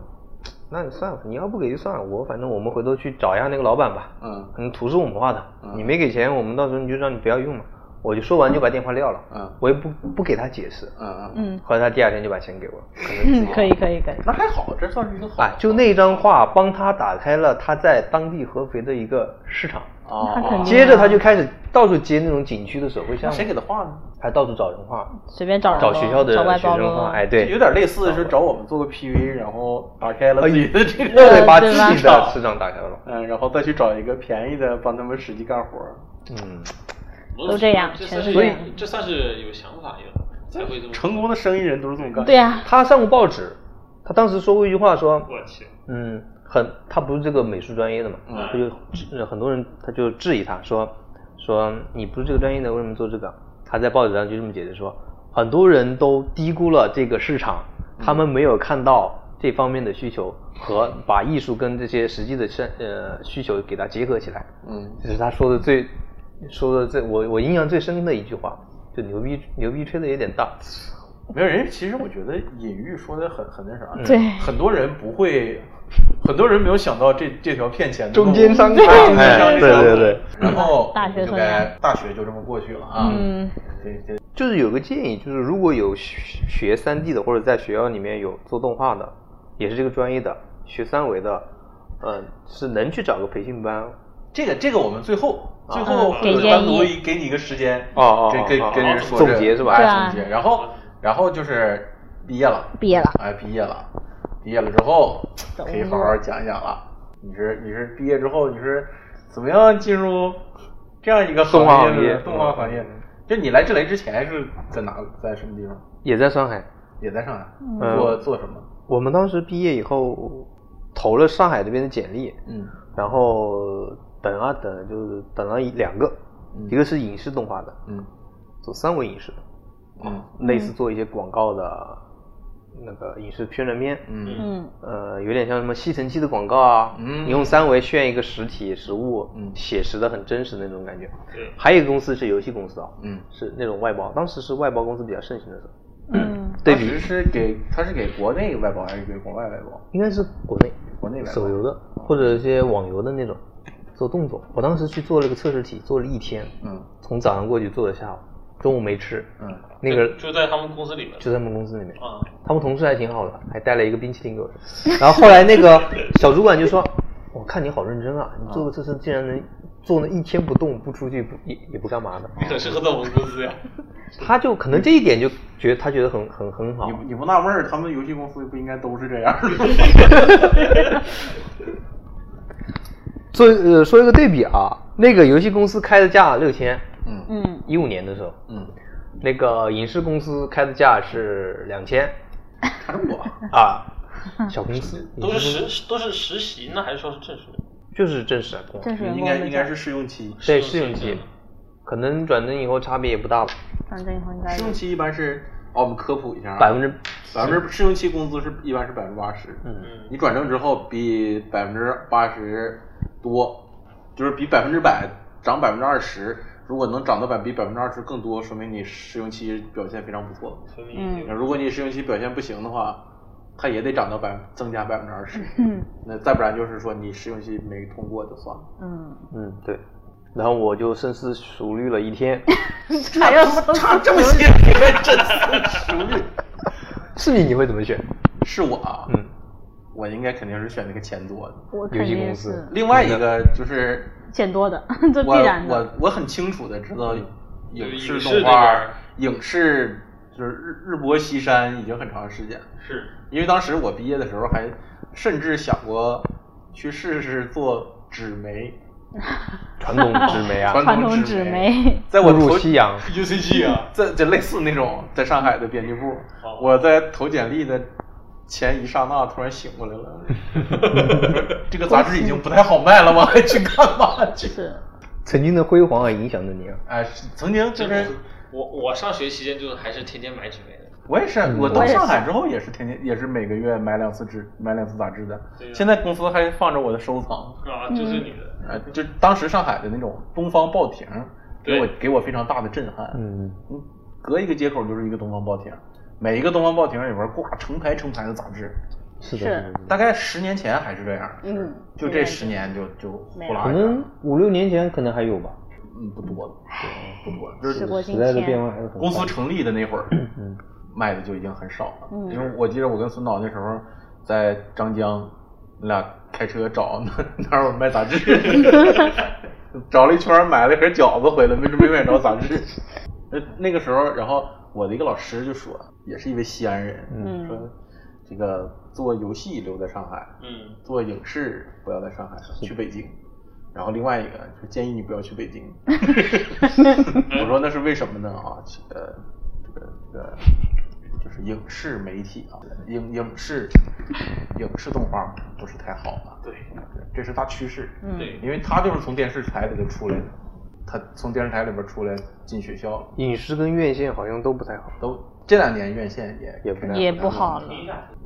D: 那你算了，你要不给就算了，我反正我们回头去找一下那个老板吧。
A: 嗯
D: 可能图是我们画的，
A: 嗯
D: 你没给钱，我们到时候你就让你不要用嘛。我就说完就把电话撂了，
A: 嗯
D: 我也不不给他解释。
A: 嗯嗯，
C: 嗯，
D: 后来他第二天就把钱给我了，可能
C: 嗯可以可以可以。
A: 那还好，这算是一个好
D: 啊，就那张画帮他打开了他在当地合肥的一个市场，
A: 啊，
C: 那肯定啊
D: 接着他就开始到处接那种景区的手绘
A: 那
D: 项目，
A: 谁给他画呢？
D: 还到处找人画，
C: 随便找人
D: 找
C: 咯
D: 学校的
C: 找外
D: 学
C: 包
D: 生
C: 咯
D: 画，哎，对，
A: 有点类似是找我们做个 PV，然后打开了自己的这
D: 那
A: 个，
D: 得把自
C: 对吧
D: 己的市场打开了，
A: 嗯，然后再去找一个便宜的帮他们实际干活儿。
D: 嗯。
C: 都这样全是
D: 这样
B: 所以这算是有想法有才会这么
A: 成功的生意人都是这么干。
C: 对，啊呀，
D: 他上过报纸，他当时说过一句话说，
B: 我去，
D: 嗯，很，他不是这个美术专业的嘛，
A: 嗯
D: 他就质很多人他就质疑他说，说你不是这个专业的，为什么做这个？他在报纸上就这么解释说，很多人都低估了这个市场，他们没有看到这方面的需求和把艺术跟这些实际的生呃需求给它结合起来，
A: 嗯
D: 这是他说的最说的最我我印象最深的一句话，就牛逼牛逼吹的有点大，
A: 没有人，其实我觉得隐喻说的很很那啥，
D: 嗯
C: 对
A: 很多人不会，很多人没有想到这这条骗钱的路
D: 中间商
A: 对
D: 哎
A: 中间商这条路
D: 对对对，
A: 然后
C: 大学
A: 就
C: 生
A: 该
C: 涯
A: 大学就这么过去了啊，
C: 嗯，
A: 对对，
D: 就是有个建议，就是如果有学学三 D 的，或者在学校里面有做动画的，也是这个专业的，学三维的，嗯、是能去找个培训班。
A: 这个这个我们最后
D: 啊
A: 最后会
C: 给
A: 有
C: 建议
A: 单独给你一个时间
D: 哦哦
A: 给给
D: 哦哦
A: 跟人说
D: 总
A: 这
D: 结是吧
A: 哎
C: 对啊
A: 总结，然后然后就是毕业了，
C: 毕业了，
A: 哎，毕业了，毕业了之后
C: 找
A: 可以
C: 工
A: 好
C: 作
A: 好讲一讲了。你是你是毕业之后你是怎么样进入这样一个
D: 动画
A: 行业
D: 行业
A: 的动画行业？就你来这雷之前是在哪在什么地方？
D: 也在上海，
A: 也在上海
D: 嗯
A: 做做什么？
D: 我们当时毕业以后投了上海这边的简历，
A: 嗯
D: 然后等啊等，就是等了一两个，
A: 嗯
D: 一个是影视动画的，
A: 嗯
D: 做三维影视的，嗯，类似做一些广告的那个影视宣传片，
A: 嗯
C: 嗯
D: 呃，有点像什么吸尘器的广告啊，
A: 嗯
D: 你用三维炫一个实体实物，
A: 嗯
D: 写实的很真实的那种感觉。
B: 对
D: 还有一个公司是游戏公司啊，
A: 嗯，
D: 是那种外包，当时是外包公司比较盛行的时候，
C: 嗯
D: 对
A: 当
D: 比
A: 时是给他是给国内外包还是给国外外包？
D: 应该是国内
A: 国内外包
D: 手游的或者一些网游的那种做动作。我当时去做了个测试题，做了一天，
A: 嗯
D: 从早上过去做到下午，中午没吃，
A: 嗯，哦
D: 那个
B: 就就在他们公司里面
D: 就在我们公司里面，
B: 啊，
D: 他们同事还挺好的，还带了一个冰淇淋给我吃。 然后后来那个小主管就说：“我看你好认真啊，你做个测试竟然能做了一天不动，不出去不也也不干嘛的。
B: 你很适合在我们公司 呀。”
D: 他就可能这一点就觉得他觉得很很很好
A: 你。不你不纳闷儿，他们游戏公司不应该都是这样儿吗？
D: 做呃说一个对比啊，那个游戏公司开的价六千，
A: 嗯
C: 嗯，
D: 一五年的时候，
A: 嗯，
D: 那个影视公司开的价是两千
A: 还是 我。
D: 啊， 小公司
B: 都
D: 影
B: 是
D: 视公司
B: 实都是实习呢，还是说是正式？
D: 就是正式工，
C: 正式员
A: 应
C: 工
A: 该
C: 的
A: 应
C: 价
A: 该是试用期，
D: 对
B: 试
D: 试
B: 用
D: 用
B: 期
D: 期，可能转正以后差别也不大了，
C: 反正以后应该
A: 试用期一般是，哦，我们科普一下啊，
D: 百分之
A: 百分之试用期工资是一般是百分之八十，
D: 嗯
A: 你转正之后比百分之八十多，就是比百分之百涨百分之二十，如果能涨到百比百分之二十更多，说明你试用期表现非常不错。
B: 分明
C: 嗯
A: 如果你试用期表现不行的话，它也得涨到百增加百分之二十，
C: 嗯
A: 那再不然就是说你试用期没通过就算了。
C: 嗯，
D: 嗯对，然后我就深思熟虑了一天，
C: 还要搜
A: 差这么些，你还真是熟虑。
D: 是你你会怎么选？
A: 是我啊，
D: 嗯，
A: 我应该肯定是选那个钱多的。
C: 我
D: 游
C: 肯
D: 戏
C: 定
D: 公司
C: 是
A: 另外一个就是
C: 钱多的， 这必
A: 我
C: 然的。
A: 我我很清楚的知道影视
B: 影视
A: 动
B: 这边
A: 画
B: 儿、
A: 影视就是日日播西山已经很长时间了，
B: 是
A: 因为当时我毕业的时候还甚至想过去试试做纸媒，
D: 传统 纸媒啊，
A: 传
C: 传
A: 统
C: 统
A: 纸
C: 纸
A: 媒
C: 媒，
A: 在我
D: 误入
A: 投
D: 夕阳，
B: UCG 啊，
A: 在就类似那种在上海的编辑部
B: 哦，
A: 我在投简历的前一刹那突然醒过来了， 这个杂志已经不太好卖了，我还去干嘛去？
C: 是
D: 曾经的辉煌也影响着你啊。
A: 哎，是曾经就
B: 这
A: 是
B: 个我我上学期间就是还是天天买纸媒的。
A: 我也是，我到
C: 嗯我也是
A: 上海之后也是天天也是每个月买两次纸，买两次杂志的
B: 对。呀
A: 现在公司还放着我的收藏，
B: 啊，就是你的，
A: 呃，就当时上海的那种东方报亭，给我
B: 对
A: 给我非常大的震撼。
D: 嗯，
A: 嗯，隔一个街口就是一个东方报亭，每一个东方报亭里边挂成排成排的杂志，
D: 是
C: 是
D: 的，是的。
A: 大概十年前还是这样，
C: 嗯
A: 就这十年就就
C: 没
A: 呼
C: 有
A: 啦一
D: 可
A: 下
D: 能，五六年前可能还有吧，
A: 嗯，不多了，对不多了，就是
C: 时过境
D: 时代的变化
C: 迁，
D: 还是很
A: 公司
D: 快
A: 成立的那会儿，
D: 嗯
A: 卖的就已经很少了。
C: 嗯
A: 因为我记得我跟孙导那时候在张江，我俩开车找 哪哪有卖 杂志，找了一圈儿买了一盒饺子回来，没准没买着杂 志。那那个时候，然后我的一个老师就说，也是一位西安人，
C: 嗯
A: 说这个做游戏留在上海，
B: 嗯，
A: 做影视不要在上海，去北京。然后另外一个就建议你不要去北京。我说那是为什么呢？啊，这个这个这个就是影视媒体啊，影影视影视动画不是太好了，
B: 对
A: 这是大趋势。
C: 嗯
B: 对
A: 因为他就是从电视台里头出来的，他从电视台里边出来进学校了，
D: 影视跟院线好像都不太好，
A: 都这两年院线也
D: 也不太
C: 也不好了。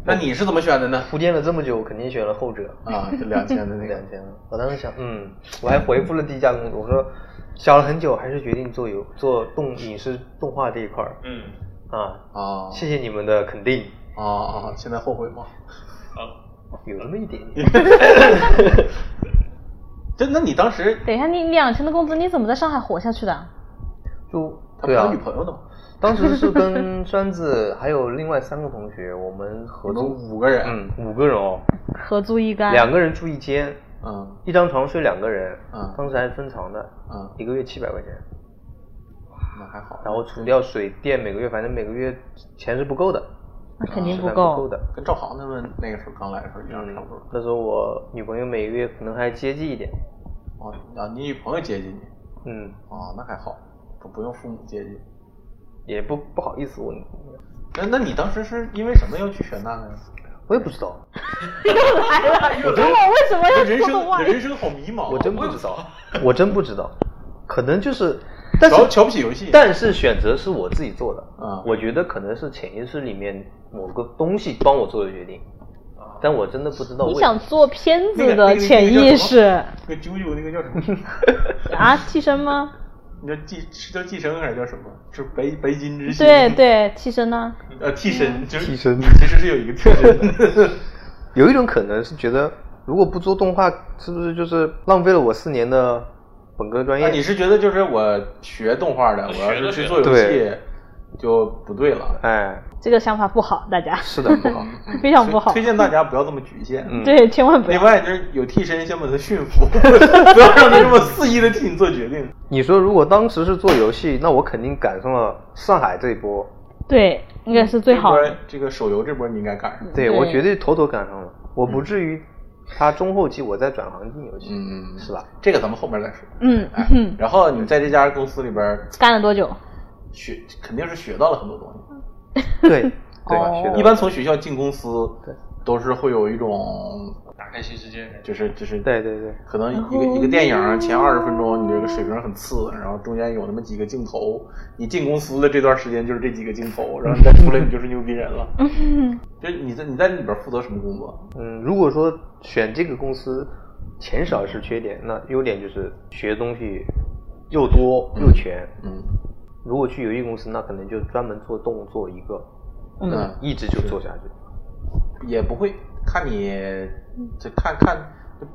A: 那你是怎么选的呢？
D: 铺垫了这么久，肯定选了后者。
A: 啊，这 两千的那个
D: 两千了，我当时想，嗯，我还回复了第一家公司，我说想了很久，还是决定做游做动影视动画这一块儿
B: 嗯，
D: 啊。
A: 啊
D: 谢谢你们的肯定，
A: 啊啊！现在后悔吗？
B: 好，
D: 有那么一点点。
A: 真的，那你当时
C: 等一下，你两千的工资你怎么在上海活下去的？
D: 就
A: 他不
D: 对
A: 有
D: 啊
A: 女，朋友的吗？
D: 当时 是跟栓子还有另外三个同学，我们合
A: 我们
D: 租，
A: 五个人，
D: 嗯，五个人哦，
C: 合租一 干，
D: 两个人住一间，
A: 嗯
D: 一张床睡两个人，
A: 嗯
D: 当时还是分床的，
A: 嗯
D: 一个月七百块钱，
A: 那还好，
D: 然后除掉水电，每个月反正每个月钱是不够的，
C: 那肯定
D: 实
C: 不
D: 在
C: 够。
D: 够的。
A: 跟赵航他们那个时候刚来的时候一
D: 嗯
A: 样，嗯差不多。
D: 那时候我女朋友每个月可能还接济一点，
A: 哦啊，你女朋友接济你，
D: 嗯，
A: 哦，那还好，不不用父母接济。
D: 也不不好意思我，
A: 那那你当时是因为什么要去选那个 呀？
D: 我也不知道，
A: 哦
C: 我为什么
A: 你
C: 要
A: 的人
C: 这么
A: 生，你
C: 晚
A: 的？人生好迷茫啊。
D: 我真不知道，我真不知道，可能就是但是
A: 瞧瞧不起游戏，
D: 但是选择是我自己做的，
A: 啊
D: 我觉得可能是潜意识里面某个东西帮我做的决定，但我真的不知道为
C: 你
D: 什
C: 想。
D: 么
C: 做片
A: 那个
C: 子的潜意识
A: 那个啾啾那个叫什么？
C: 啊？替身吗？
A: 你叫寄是叫寄生还是叫什么？是白白金之心？
C: 对，对，替身呢？
A: 呃，替身就是
D: 替身
A: 其实是有一个替身 的。
D: 有一种可能是觉得，如果不做动画，是不是就是浪费了我四年的本科专业？
A: 那你是觉得就是我学动画的，我要是去做游戏
D: 对
A: 就不对了，
D: 哎，
C: 这个想法不好，大家
D: 是的，不 好。
C: 非常不好
A: 嗯推。荐大家不要这么局限。
D: 嗯
C: 对，千万不
A: 另
C: 要。
A: 外就是有替身，先把他驯服， 不要让他这么肆意的替你做决定。
D: 你说如果当时是做游戏，那我肯定赶上了上海这一波，
C: 对，应该 是最好
A: 这
C: 的
A: 波。这个手游这波你应该赶上。
D: 对
C: 对
D: 我绝对妥妥赶上了，我不至于他中后期我再转行进游戏，
A: 嗯
D: 是吧？
A: 这个咱们后面再说。
C: 嗯，
A: 哎
C: 哼，
A: 然后你在这家公司里边
C: 干了多久？
A: 学，肯定是学到了很多东西。
D: 对对，
C: 哦
D: 学到
A: 一般从学校进公司
D: 对，
A: 都是会有一种，
B: 打开新世界。
A: 就是就是
D: 对对对，
A: 可能一个一个电影前二十分钟你这个水平很次，然后中间有那么几个镜头，你进公司的这段时间就是这几个镜头，然后你再出来你就是牛逼人 了。
C: 嗯
A: 就是你在你在里边负责什么工作？
D: 嗯，如果说选这个公司，钱少是缺点，那优点就是学东西又多又全。
A: 嗯，
D: 如果去游戏公司，那可能就专门做动作一个，
A: 嗯
D: 一直就做下去。
A: 也不会看你，这看看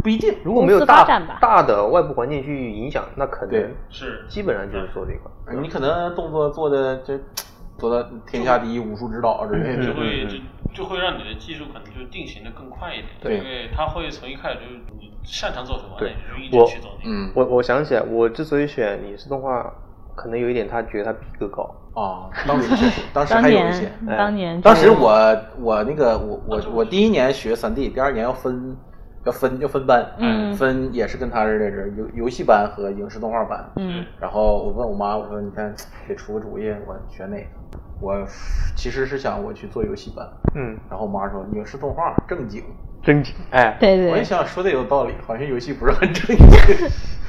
A: 不一定。
D: 如果没有
C: 公司发展吧
D: 大大的外部环境去影响，那可
A: 对
D: 能
B: 是
D: 基本上就是做这个。
A: 你可能动作做的这做到天下第一武术指导之类的，
B: 就会就就会让你的技术可能就定型的更快一点，
A: 对
B: 因为他会从一开始就是你擅长做什么，
D: 对
B: 那你就一
D: 我
B: 直去做那个。
A: 嗯
D: 我我想起来，我之所以选影视动画，可能有一点他觉得他逼格高，
A: 啊， 当时确实，当时
C: 当
A: 还有一些
C: 年。，
D: 哎
C: 当年，
A: 当时我我那个我我我第一年学三 D，第二年要分要分要分班，
C: 嗯
A: 分也是跟他似的，这游游戏班和影视动画班。
C: 嗯，
A: 然后我问我妈，我说你看得出个主意，我选哪个？我其实是想我去做游戏班，
D: 嗯，
A: 然后我妈说影视动画正经，
D: 正经，哎，
C: 对
A: 我一
C: 对，
A: 想说的有道理，好像游戏不是很 正经，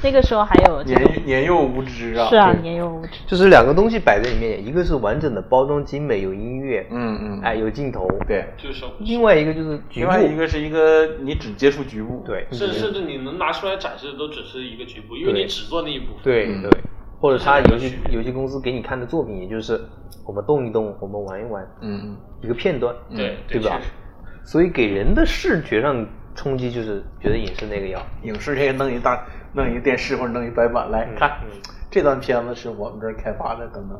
C: 那个时候还有这种，
A: 年年幼无知啊。
C: 是啊，
D: 对
C: 年幼无知。
D: 就是两个东西摆在里面，一个是完整的包装精美，有音乐，
A: 嗯嗯，
D: 哎，，有镜头，
A: 对。
B: 就是手
D: 另外一个就是局
A: 另
D: 部，
A: 外一个嗯是一个你只接触局部，
D: 对
B: 甚甚至你能拿出来展示的都只是一个局部，因为
D: 对
B: 你只做那一部分。
D: 对
A: 嗯
D: 对，或者他游戏
B: 这个
D: 游戏公司给你看的作品，也就是呃我们动一动，我们玩一玩
A: 嗯
D: 一个片段，
B: 对
D: 对
B: 确
D: 吧
B: 实？
D: 所以给人的视觉上冲击就是觉得影视那个要，
A: 嗯，影视这个弄一大弄一个电视或者弄一白板来看，
B: 嗯
A: 这段片子是我们这儿开发的，等等，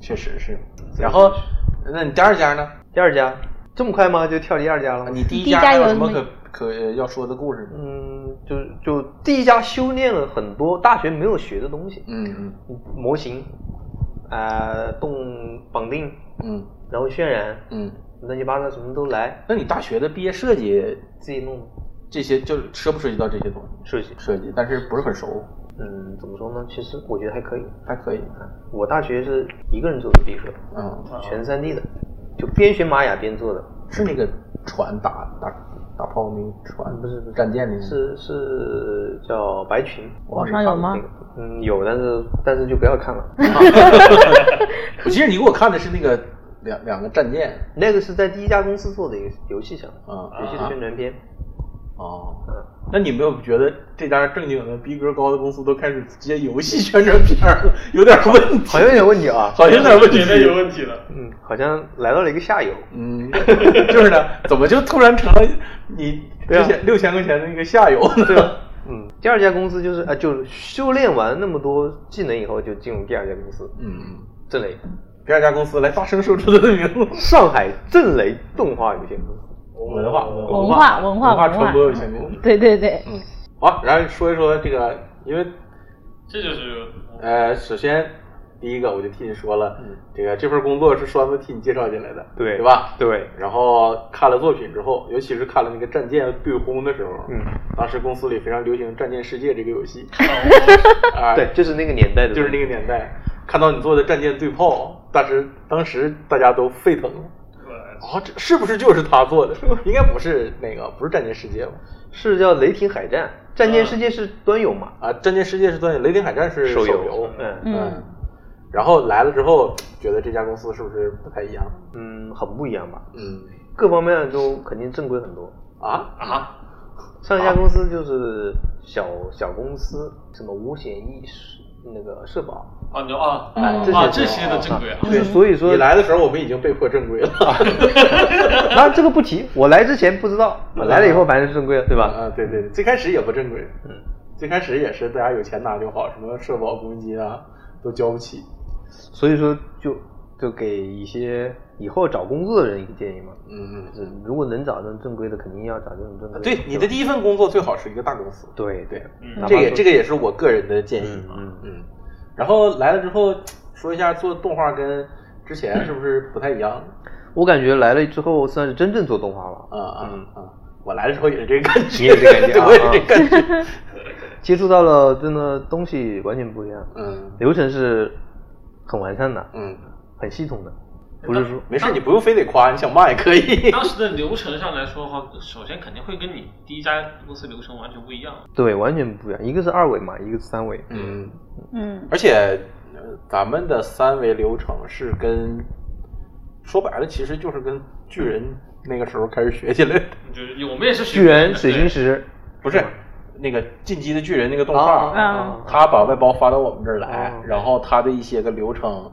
A: 确实是。然后，那你第二家呢？
D: 第二家这么快吗？就跳第二家了吗？
A: 啊你第
C: 第
A: 一
C: 一
A: 家
C: 家
A: 还有
C: 有
A: 什么
C: 什么
A: 可可要说的故事吗？
D: 嗯，就就第一家修炼了很多大学没有学的东西，
A: 嗯嗯
D: 模型，呃，动绑定，
A: 嗯
D: 然后渲染，
A: 嗯。
D: 乱七八糟什么都来，
A: 那你大学的毕业设计
D: 自己弄
A: 这些，就是涉不涉及到这些东西？
D: 设计。
A: 设计，但是不是很熟，
D: 嗯，怎么说呢？其实我觉得还可以。
A: 还可以。
D: 我大学是一个人做的毕设，
A: 嗯，
D: 全三 D 的，就边学玛雅边做的，
A: 是那个船打打打炮那个船，
D: 不是不是
A: 战舰那个。
D: 是是叫白裙。
C: 网上有吗
D: 那？个嗯，有，但是但是就不要看了。
A: 我记得你给我看的是那个两两个战舰
D: 那个是在第一家公司做的一个游戏上，
A: 啊
D: 游戏的宣传片。
A: 哦，那你没有觉得这家正经的逼格高的公司都开始接游戏宣传片儿了，有点问题
D: 好？像有点问题 啊，
A: 好像有点问
B: 绝对有
A: 题。
B: 问题了。
D: 嗯，好像来到了一个下游。
A: 嗯， 就是的，怎么就突然成了你
D: 对
A: 六
D: 啊
A: 千六千块钱的一个下游呢？
D: 嗯，第二家公司就是啊、就是修炼完那么多技能以后，就进入第二家公司，
A: 嗯，
D: 震雷，
A: 第二家公司来大声说出它的名字，
D: 上海震雷动画有限公司。
A: 文化
C: 文化文化
A: 文化
C: 文
A: 传
C: 化
A: 播有限公司。
C: 对对对，
A: 好，然后说一说这个，因为
B: 这就是我
D: 哎
A: 呃，首先第一个我就替你说了，这个这份工作是栓子替你介绍进来的，嗯
D: 对
A: 对吧？
D: 对，
A: 然后看了作品之后，尤其是看了那个《战舰对轰》的时候，
D: 嗯，
A: 当时公司里非常流行《战舰世界》这个游戏， 啊、
D: 对，，就是那个年代的，
A: 就是那个年代，看到你做的《战舰对炮》，但是当时大家都沸腾了，啊，这是不是就是他做的？应该不是那个，不是战舰世界吧？
D: 是叫雷霆海战，战舰世界是端游嘛，
A: 啊，战舰世界是端雷霆海战是
D: 手
A: 游，
D: 游，嗯
C: 嗯，
A: 然后来了之后，觉得这家公司是不是不太一样？
D: 嗯，很不一样吧，
A: 嗯
D: 各方面都肯定正规很多。
A: 啊，
B: 啊，
D: 上一家公司就是小小公司，什么五险一社那个社 保，
B: 啊，你啊，
C: 嗯
B: 啊
D: 哎这些
B: 啊，
D: 都
B: 这些的正规啊，
D: 对，所以说
A: 你来的时候我们已经被迫正 规了，
D: 然后这个不提，我来之前不知道，
A: 嗯
D: 我来了以后反正是正规的，对吧？
A: 啊，对对，对最开始也不正规，
D: 嗯，
A: 最开始也是大家有钱拿就好，什么社保、公积金啊都交不起。
D: 所以说就就给一些以后找工作的人一个建议嘛，
A: 嗯
D: 就是如果能找这种正规的，肯定要找这种正
A: 啊
D: 规的。
A: 对，你的第一份工作最好是一个大公司，
D: 对对，
B: 嗯
D: 哪怕
A: 这个
D: 说
A: 这个也是我个人的建议
D: 嗯
A: 啊。
D: 嗯
A: 嗯，然后来了之后说一下做动画跟之前是不是不太一样
D: 我感觉来了之后算是真正做动画了，
A: 啊啊
D: 嗯
A: 啊！我来了之后也是这个感觉，
D: 你也是这感觉
A: 对
D: 啊
A: 我也是这感觉。
D: 接触到了真的东西完全不一样，
A: 嗯
D: 流程是很完善的，
A: 嗯，
D: 很系统的，不是说
A: 没事，你不用非得夸，你想骂也可以。
B: 当时的流程上来说的话，首先肯定会跟你第一家公司流程完全不一样。
D: 对完全不一样，一个是二维嘛，一个是三维，
A: 嗯，
C: 嗯，
A: 而且呃咱们的三维流程是跟说白了，其实就是跟巨人那个时候开始学起来的，
B: 就是我们也是
D: 巨人、水
B: 军
D: 晶，石，
A: 不是那个进击的巨人那个动
D: 啊
A: 画。
D: 啊
C: 嗯
D: 啊，
A: 他把外包发到我们这儿来
D: 哦，
A: 然后他的一些个流程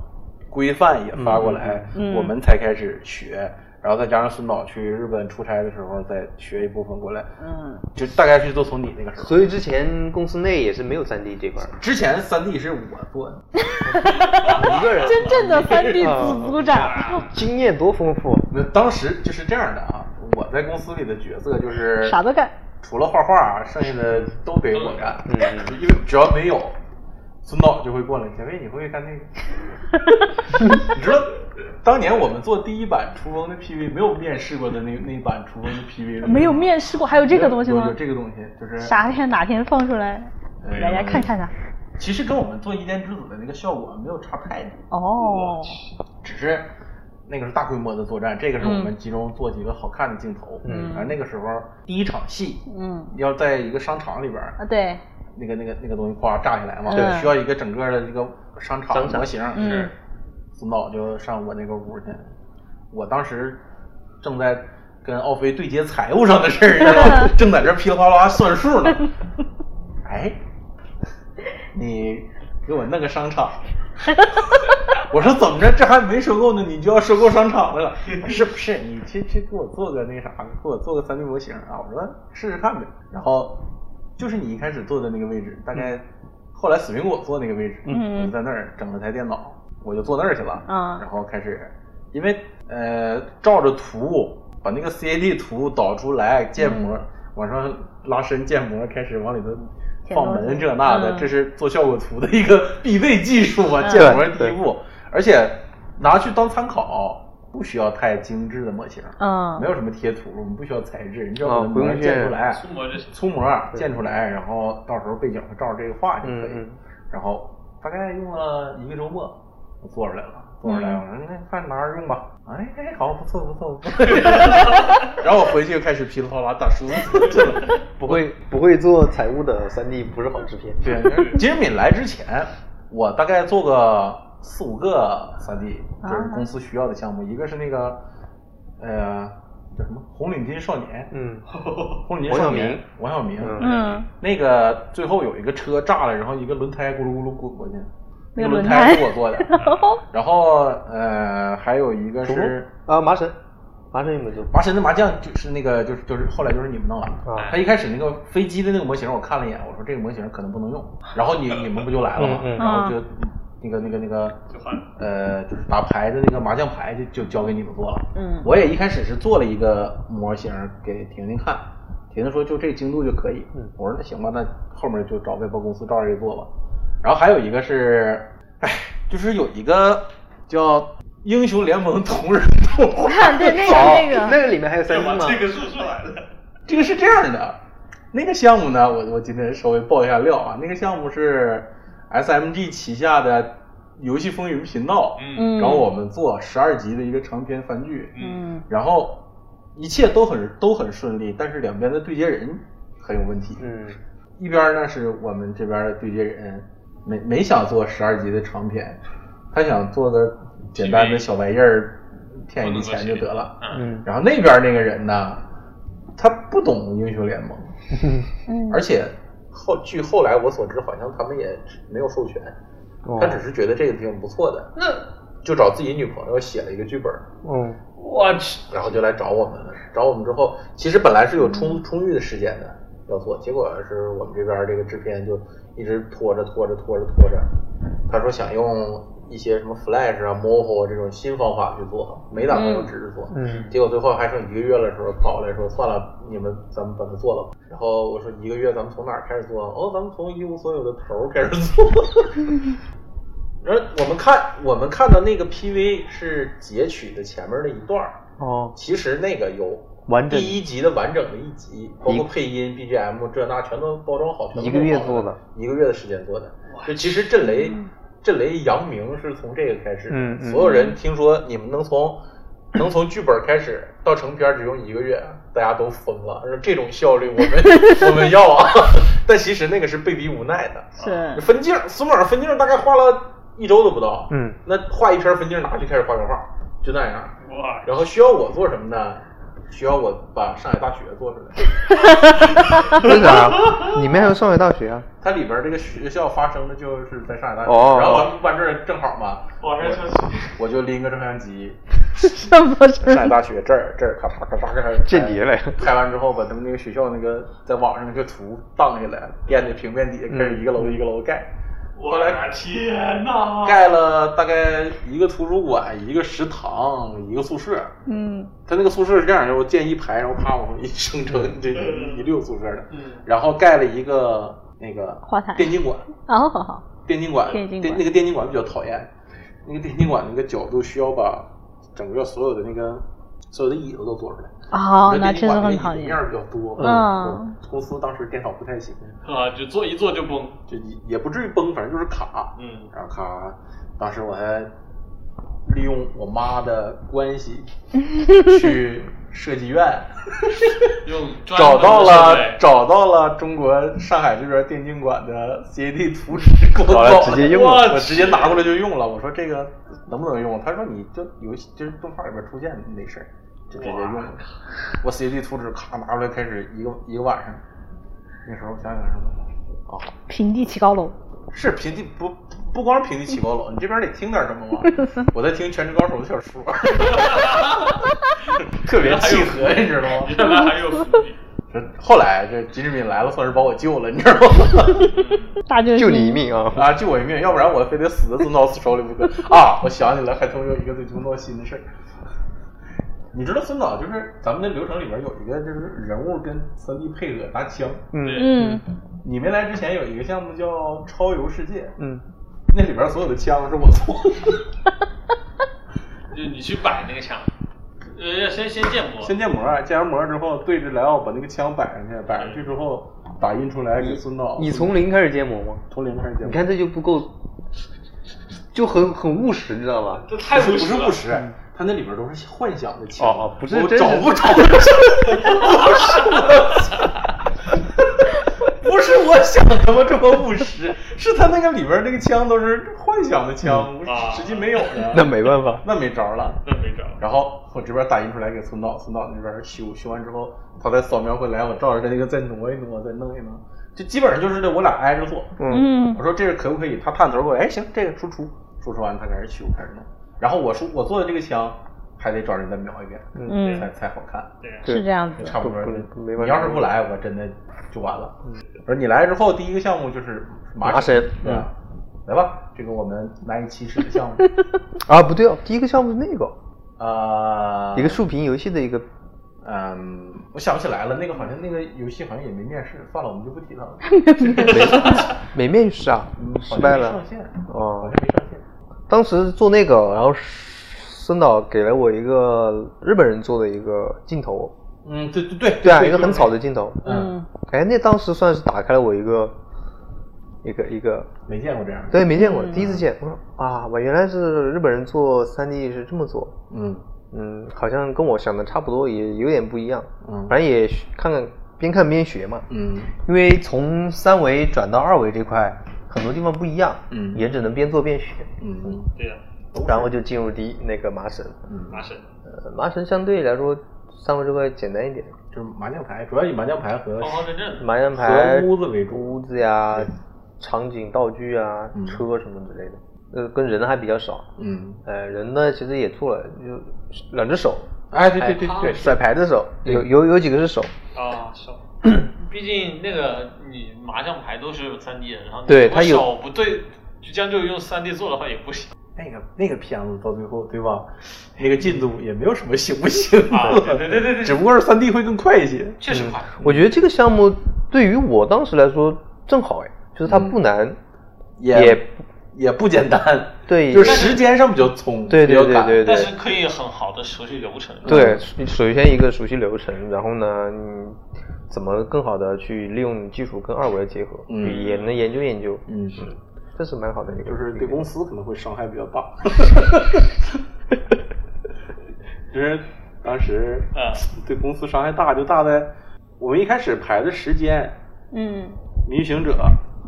A: 规范也发过来，
C: 嗯嗯
A: 我们才开始学。然后再加上孙导去日本出差的时候，再学一部分过来，
C: 嗯，
A: 就大概是都从你那个时候。
D: 所以之前公司内也是没有三 D 这块儿，
A: 之前三 D 是我做的，
D: 一个人
C: 真 正的三 D 组组长，
D: 经验多丰富，
A: 那当时就是这样的啊。我在公司里的角色就是
C: 啥都干，
A: 除了画画啊，剩下的都得我干，
D: 嗯嗯
A: 因为只要没有，孙导就会过来，前辈你会干那个？你知道当年我们做第一版《厨房的 PV》没有面试过的那那版《厨房的 PV》
C: 没有面试过，还有这个东西
A: 有有
C: 吗？
A: 这个东西就是
C: 啥天哪天放出来，
A: 嗯
C: 给大家看看呢？
A: 其实跟我们做一念之子的那个效果没有差太多。
C: 哦，
A: 只是那个是大规模的作战，这个是我们
C: 嗯
A: 集中做几个好看的镜头。
D: 嗯
A: 而那个时候第一场戏
C: 嗯
A: 要在一个商场里边儿，
C: 啊对，
A: 那个那个那个东西哗炸下来嘛，
C: 对
A: 需要一个整个的这个商场
D: 商场
A: 模型。
C: 嗯
A: 是，孙导就上我那个屋去，我当时正在。跟奥飞对接财务上的事儿，然 后正在这噼里啪啦算数呢。哎，你给我弄个商 场，我说怎么着，这还没收购呢，你就要收购商场了？是不是？你去去给我做个那啥，给我做个三 D 模型啊！我说试试看呗。然后就是你一开始坐的那个位置，大概后来死苹果坐那个位置，
C: 嗯
A: 我就在那儿整了台电脑，我就坐那儿去了。
C: 啊
A: 然后开始，因为呃照着图把那个 CAD 图导出来建
C: 嗯
A: 模，往上拉伸建模，开始往里头。放
C: 填
A: 门
C: 充
A: 这那的，
C: 嗯
A: 这是做效果图的一个必备技术啊，
C: 嗯
A: 建模第一步，而且拿去当参考，不需要太精致的模型，
C: 嗯
A: 没有什么贴图，我们不需要材质，你只要
D: 啊
A: 把模
D: 不用
A: 型建
D: 去
A: 出来，
B: 苏模这些
A: 粗模建出来，然后到时候背景照着这个画就可以。
D: 嗯嗯
A: 然后大概用了一个周末，我做出来了。做出来，
D: 嗯
A: 我说那看拿着用吧。哎哎，好，不错不错不 错。然后我回去就开始噼里啪啦打数字去了。
D: 不会不会做财务的三 D 不是好制片，
A: 对， 金敏来之前，我大概做个四五个三 D，就是
D: 啊
A: 公司需要的项目。一个是那个，呃，叫什么《红领巾少年》？
D: 嗯，
A: 红领巾
D: 王
A: 少
D: 晓
A: 年
D: 明，
A: 王晓明。
D: 嗯
C: 嗯，
A: 那个最后有一个车炸了，然后一个轮胎咕噜咕噜滚过去，那
C: 那个
A: 个
C: 轮
A: 轮
C: 胎
A: 胎是我做的。然后呃，还有一个是
D: 啊麻绳，麻绳有没有做？
A: 麻神的麻将，就是那个就是就是后来就是你们弄了。
D: 啊
A: 他一开始那个飞机的那个模型，我看了一眼，我说这个模型可能不能 用。然后你你们不就来了吗？
D: 嗯嗯
A: 然
C: 啊
A: 后就那个那个那个
B: 就换了
A: 呃，就是打牌的那个麻将牌就就交给你们做了。
C: 嗯
A: 我也一开始是做了一个模型给婷婷看，婷婷说就这精度就可以。
D: 嗯
A: 我说那行吧，那后面就找外包公司照着这做吧。然后还有一个是，哎，就是有一个叫《英雄联盟》同人动画。
C: 看对 那个
D: 哦
C: 那个
D: 那个里面还有三 D 吗？
B: 个说出来了。
A: 这个是这样的，那个项目呢，我我今天稍微爆一下料啊，那个项目是 SMG 旗下的游戏风云频道，
C: 嗯
A: 然后我们做十二集的一个长篇番剧，
C: 嗯
A: 然后一切都很都很顺利，但是两边的对接人很有问题。
D: 嗯
A: 一边儿呢是我们这边儿的对接人没没想做十二集的长篇，他想做个简单的小玩意儿， 骗一笔钱就得了。
D: 嗯
A: 然后那边儿那个人呢，他不懂英雄联盟，
C: 嗯
A: 而且后据后来我所知，好像他们也没有授权，
D: 哦
A: 他只是觉得这个挺不错的，
B: 那
A: 就找自己女朋友写了一个剧本儿，
D: 嗯
B: 我去，
A: 然后就来找我们了。找我们之后，其实本来是有充充裕的时间的要做，结果是我们这边这个制片就一直拖着拖着拖着拖着，他说想用一些什么 Flash 啊、Moho 啊这种新方法去做，没打算用纸质做。
D: 嗯
A: 结果最后还剩一个月的时候，跑来说算了，你们咱们把它做了吧。然后我说一个月咱们从哪儿开始做？哦，咱们从一无所有的头儿开始做。 然后我们看我们看到那个 PV 是截取的前面的一段儿，
D: 哦
A: 其实那个有
D: 完整
A: 第一集的完整的一集，包括配音、BGM 这那全都包装好，全都
D: 一个月
A: 弄好
D: 做
A: 了
D: 的，
A: 一个月的时间做的。就其实震雷，震雷扬名是从这个开始的，
D: 嗯嗯
A: 所有人听说你们能从。能从剧本开始到成片只用一个月，大家都疯了。说这种效率我 们我们要啊， 但其实那个是被逼无奈的。
C: 是
A: 分镜，索马尔分镜大概画了一周都不到。
D: 嗯，
A: 那画一篇分镜拿去开始画原画，就那样。
B: 哇，
A: 然后需要我做什么呢？需要我把上海大学做出来。
D: 为啥？你们还有上海大学啊？
A: 它里边这个学校发生的就是在上海大学，
D: 哦
A: 然后咱们搬这儿正好嘛，
B: 网上消息，
A: 我就拎个照相机，
C: 什么
A: 上海
C: 是？
A: 大学这儿这儿咔啪咔啪咔拍
D: 间谍嘞
A: 拍完之后把他们那个学校那个在网上那个图荡下来，垫在平面底下，开始一个楼一个楼盖。
B: 我的天
D: 嗯
B: 哪！
A: 盖了大概一个图书馆、一个食堂、一个宿舍。
C: 嗯
A: 他那个宿舍是这样的，我建一排，然后啪往一生成这一溜宿舍的
B: 嗯，
A: 然后盖了一个那个
C: 花坛
A: 电竞馆，
C: 哦，好好，
A: 电竞馆，
C: 电竞馆
A: 那个电竞馆比较讨厌，那个电竞馆那个角度需要把整个所有的那个所有的椅子都做出来。
C: 哦，
A: 那
C: 那
A: 电竞
C: 确实
A: 馆那个
C: 很
A: 椅
C: 讨
A: 子面
C: 厌。
A: 儿比较多，
C: 嗯，
A: 公司当时电脑不太行，
B: 啊，就坐一坐就崩。
A: 就也也不至于崩，反正就是卡，
B: 嗯，
A: 然后咔，当时我还利用我妈的关系去设计院。
B: 用专
A: 找
B: 门的
A: 到
B: 设备
A: 了，找到了中国上海这边电竞馆的 CAD 图纸，给我
D: 找来
A: 了
D: 直接用
B: 了
A: 我直接拿过来就用了。我说这个能不能用？他说你就游戏就是动画里边出现的没事儿，就直接用了。我 CAD 图纸咔拿过来，开始一个一个晚上。那时候我想想什么？哦，
C: 平地起高楼，
A: 是平地不不光是平地起高 楼，你这边得听点什么吗？我在听《全职高手》的小 说，特别契合，你知道吗？
B: 原来还有伏笔。
A: 这后来这金志敏来了，算是把我救了，你知道吗？
C: 大舅
D: 救你一命啊！
A: 啊，救我一命，要不然我非得死在宗道寺手里不可。啊，我想起来，还曾有一个对宗道心的事儿。你知道孙导就是咱们的流程里边有一个就是人物跟三 D 配合拿枪。
D: 嗯
C: 嗯，
A: 你没来之前有一个项目叫超游世界，
D: 嗯，
A: 那里边所有的枪是我做的，
B: 就你去摆那个墙，呃，先先建模，
A: 先建模，建完模之后对着莱奥把那个枪摆上去，摆上去之后打印出来给孙导。
D: 你从零开始建模吗？
A: 从零开始建模，
D: 你看这就不够，就很很务实，你知道吧？
B: 这太
A: 不
B: 务
A: 是
B: 实
A: 务
B: 了。
A: 实，它那里边都是幻想的枪，
D: 哦哦不是
A: 我
D: 真
A: 找
D: 实
A: 不着， 不是我想他妈这么务实，是他那个里边那个枪都是幻想的枪，
B: 啊
A: 实际没有的，
D: 那没办法，
A: 嗯那没招了。
B: 那没招。
A: 然后我这边打印出来给孙导，孙导那边修，修完之后他再扫描回来，我照着他那个再挪一挪，再弄一弄，就基本上就是这我俩挨着做。
D: 嗯
C: 嗯
A: 我说这个可不可以？他探头给我，哎，行，这个输出，输出完他开始修，开始弄。然后我说我做的这个枪还得找人再瞄一遍，
C: 嗯
A: 才才好看，
B: 对啊，
C: 是这样子的。
A: 差不多
D: 不不没。办法嗯
A: 你要是不来，我真的就完了。而你来之后，第一个项目就是麻
D: 麻绳嗯
A: 对啊，来吧，这个我们难以启齿的 项目，
D: 啊，不对哦，第一个项目是那个
A: 呃，
D: 一个竖屏游戏的一个，
A: 嗯，我想不起来了，那个好像那个游戏好像也没面试，算了，我们就不提它 了，
D: 没 面试啊，
A: 嗯
D: 失败
A: 好像没
D: 了
A: 上。线，好
D: 哦
A: 像，没上线。
D: 当时做那个，然后孙导给了我一个日本人做的一个镜头，
A: 嗯，对对对，
D: 对啊，一
A: 对
D: 个很草的镜头。
A: 嗯
C: 嗯
D: 哎，那当时算是打开了我一一个一个，
A: 没见过这样的。
D: 对，没见过，
A: 嗯
D: 第一次见。我说啊，我原来是日本人做三 D 是这么做，
A: 嗯
D: 嗯，好像跟我想的差不多，也有点不一样。
A: 嗯
D: 反正也学看看，边看边学嘛。
A: 嗯
D: 因为从三维转到二维这块，很多地方不一样，
A: 嗯
D: 也只能边做边学。
A: 嗯
B: 对的，
D: 然后就进入第一那个麻绳，
A: 嗯，
B: 麻绳、
D: 呃，麻绳相对来说三维这块简单一点，
A: 就是麻将牌，主要以麻将牌和
B: 方方正正，
D: 麻将牌、
A: 和屋子为主
D: 屋子呀、场景道具啊、
A: 嗯
D: 车什么之类的，呃，跟人还比较少。
A: 嗯，
D: 呃，人呢其实也做了，就两只手，啊
A: 哎，对对对对
D: 甩牌的手，有有有几个是手，
B: 啊， 手，毕竟那个你麻将牌都是三 D 的，然后你
D: 对
B: 如果
D: 它有
B: 手不对，就将就用三 D 做的话也不行
A: 那个那个片子到最后，对吧？那个进度也没有什么行不行
B: 啊，对对对对
A: 只
B: 对，
A: 不过是三 D 会更快一些。
B: 确实快，
D: 我觉得这个项目对于我当时来说正好哎，就是
A: 嗯
D: 它不难，也
A: 也也不简单，
D: 对
A: 就是时间上比较匆，
D: 对对
A: 比较赶
D: 对对对
B: 但是可以很好的熟悉流程，
D: 对，首首先一个熟悉流程，然后呢，你怎么更好的去利用你技术跟二维的结合，
A: 嗯
D: 也能研究研究，
A: 嗯，
D: 这是蛮好的一个。
A: 就是对公司可能会伤害比较大。
B: 嗯
A: 其实当时
B: 嗯
A: 对公司伤害大就大在我们一开始排的时间，
C: 嗯
A: 《谜语行者》，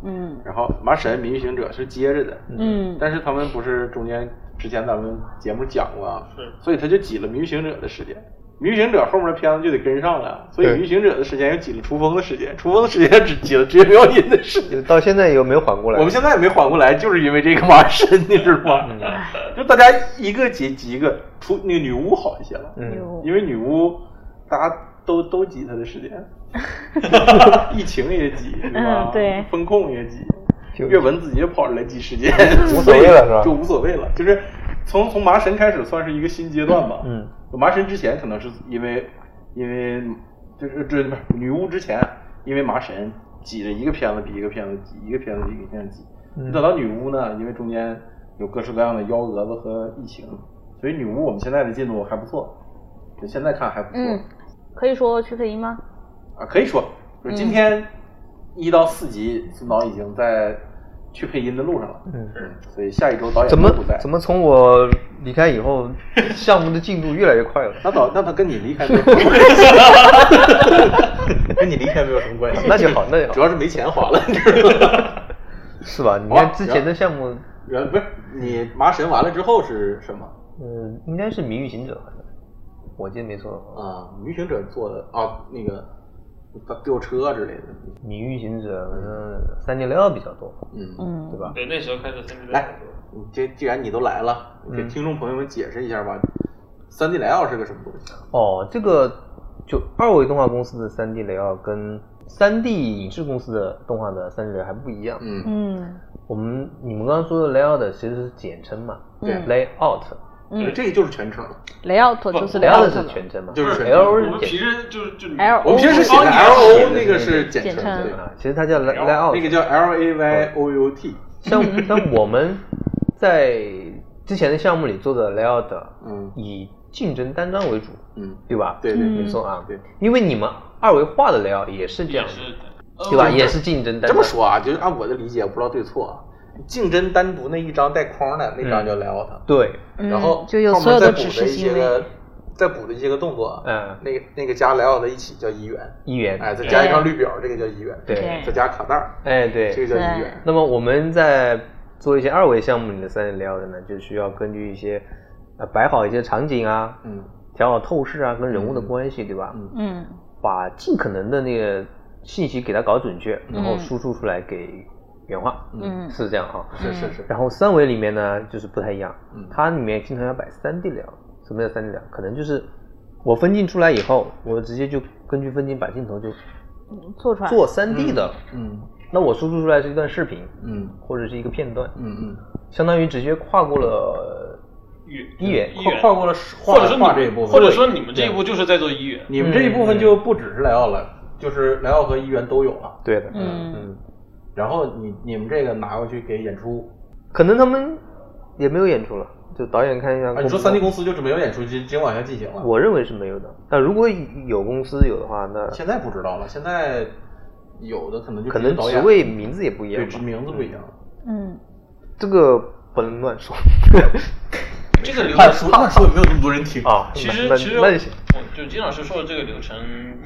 C: 嗯
A: 然后《麻神》《谜语行者》是接着的，
C: 嗯
A: 但是他们不是中间之前咱们节目讲过啊，
B: 是
A: 所以他就挤了《谜语行者》的时间，《谜语行者》后面的片子就得跟上了，所以《
D: 对
A: 谜语行者》的时间又挤了《出风》的时间，《出风》的时间只挤了《职业表演》的时间。
D: 就到现在有没有缓过来？
A: 我们现在也没缓过来，就是因为这个麻神，你知道吗？就大家一个挤挤一个，出那个女巫好一些了，
D: 嗯，
C: 有
A: 因为女巫大家都都挤她的时 间，疫情也挤，对吧？
C: 嗯对
A: 风控也挤，
D: 就
A: 阅文自己也跑出来挤时间，
D: 无所谓了是吧
A: 就无所谓了，就是从从麻神开始算是一个新阶段吧。
D: 嗯，
A: 麻神之前可能是因为因为就是这不是女巫之前，因为麻神挤着一个片子比一个片子挤，一个片子比一个片子挤。
D: 嗯
A: 等到女巫呢，因为中间有各式各样的幺蛾子和疫情，所以女巫我们现在的进度还不错，就现在看还不错、
C: 嗯，可以说屈克一吗？
A: 啊，可以说就是今天一到四集，孙导已经在去配音的路上了。
D: 嗯
A: 所以下一周导演
D: 怎么
A: 都不在。
D: 怎么从我离开以后，项目的进度越来越快 了？
A: 那导那他跟你离开没有什么关系， 跟你离开没有什么关系。
D: 那就好那就好
A: 主要是没钱花 了，你知道吗？
D: 是吧？你
A: 好啊
D: 看之前的项目，
A: 然后不是你麻神完了之后是什么？
D: 嗯，应该是《谜语行者》，好像我记得没错的话，
A: 啊，女行者做的啊，那个吊车啊之类的。
D: 《谜语行者》好像三点六比较多。
A: 嗯，
C: 嗯，
A: 对吧
B: 对，那时候开始三 D
A: 来，你这既然你都来了，给听众朋友们解释一下吧。三 D 莱奥是个什么东西？啊
D: 哦，这个就二维动画公司的三 D 雷奥跟三 D 影视公司的动画的三 D 雷奥还不一样。
A: 嗯
C: 嗯
D: 我们你们刚刚说的 layout 其实是简称嘛，
A: 对
D: ，layout，
C: 嗯，
A: 呃这个就是全称。
C: 雷奥特就是雷奥
D: layout
C: 特
D: 是
C: 嘛，
D: 全称嘛，
A: 就是
D: L
B: 我
D: 是
B: 们平
D: 简
B: 时就是就
C: L
A: 我们平时写
B: 哦
A: 的
B: 你
A: L
B: 还
A: O
B: 写
A: 那个是简
C: 简
A: 称，
C: 称
A: 对，
D: 啊，其实它叫
A: 那
D: layout，
A: 个叫 L A Y O U T。
D: 像 像我们在之前的项目里做的 layout，
A: 嗯
D: 以竞争单张为主，
A: 嗯，
D: 对吧？
A: 对对
C: 嗯
D: 没错啊，
A: 对，
D: 因为你们二维画的 layout 也是这样
B: 也
D: 的，
B: 是的，
D: 对吧？也是竞争单
A: 哦这
D: 张。
A: 么说啊，就是按我的理解，我不知道对错啊。竞争单独那一张带框的那张叫 layout，、
D: 对，
C: 嗯
A: 然后
C: 就有
A: 后
C: 所有
A: 面再
C: 的
A: 补
C: 指
A: 的
C: 示
A: 一些
C: 行
A: 个
C: 为，
A: 再补的一些个动作，
D: 嗯
A: 那个那个加 layout 一起叫一元，
D: 一元，
A: 哎，再加一张绿表，这个叫一元，
D: 对
C: 对
A: 再加卡带儿，
D: 哎对，
A: 这个叫一元，
D: 那么我们在做一些二维项目里的三 D layout 呢，就需要根据一些呃摆好一些场景啊，
A: 嗯，
D: 调好透视啊，跟人物的关系，对吧？
A: 嗯
C: 嗯
D: 把尽可能的那个信息给它搞准确，然后输出出来给原画，
C: 嗯
D: 是这样哈、
A: 是是是，
D: 然后三维里面呢，就是不太一样，
A: 嗯
D: 它里面经常要摆三 D 聊。什么叫三 D 聊？可能就是我分镜出来以后，我直接就根据分镜摆镜头就
C: 嗯做出来，
D: 做三 D 的，
A: 嗯
D: 那我输出出来是一段视频
A: 嗯
D: 或者是一个片段，
A: 嗯嗯，
D: 相当于直接跨过了一元，
B: 一
A: 跨
B: 元
A: 跨过了
B: 或者说你
A: 画这一部分，
B: 或者说你们这一步就是在做一元，
A: 你们这一部分
D: 嗯
A: 就不只是 layout 了，就是 layout 和一元都有了，
D: 对的，
C: 嗯
D: 嗯，
A: 然后你你们这个拿过去给演出，
D: 可能他们也没有演出了，就导演看一下。
A: 啊，你说三 D 公司就是没有演出，就直接往下进行了。
D: 我认为是没有的。但如果有公司有的话，那
A: 现在不知道了，现在有的可能就
D: 可
A: 直接
D: 能
A: 导
D: 职
A: 演
D: 位名字也不一样
A: 对
D: 吧。
A: 职名字不一样。
C: 嗯，
D: 这个不能乱说
B: 这个流
A: 乱说
B: 程
A: 乱说也没有那么多人听
D: 啊。
B: 其
D: 那
B: 实
D: 那
B: 其实
D: 那就行。
B: 我就金老师说的这个流程，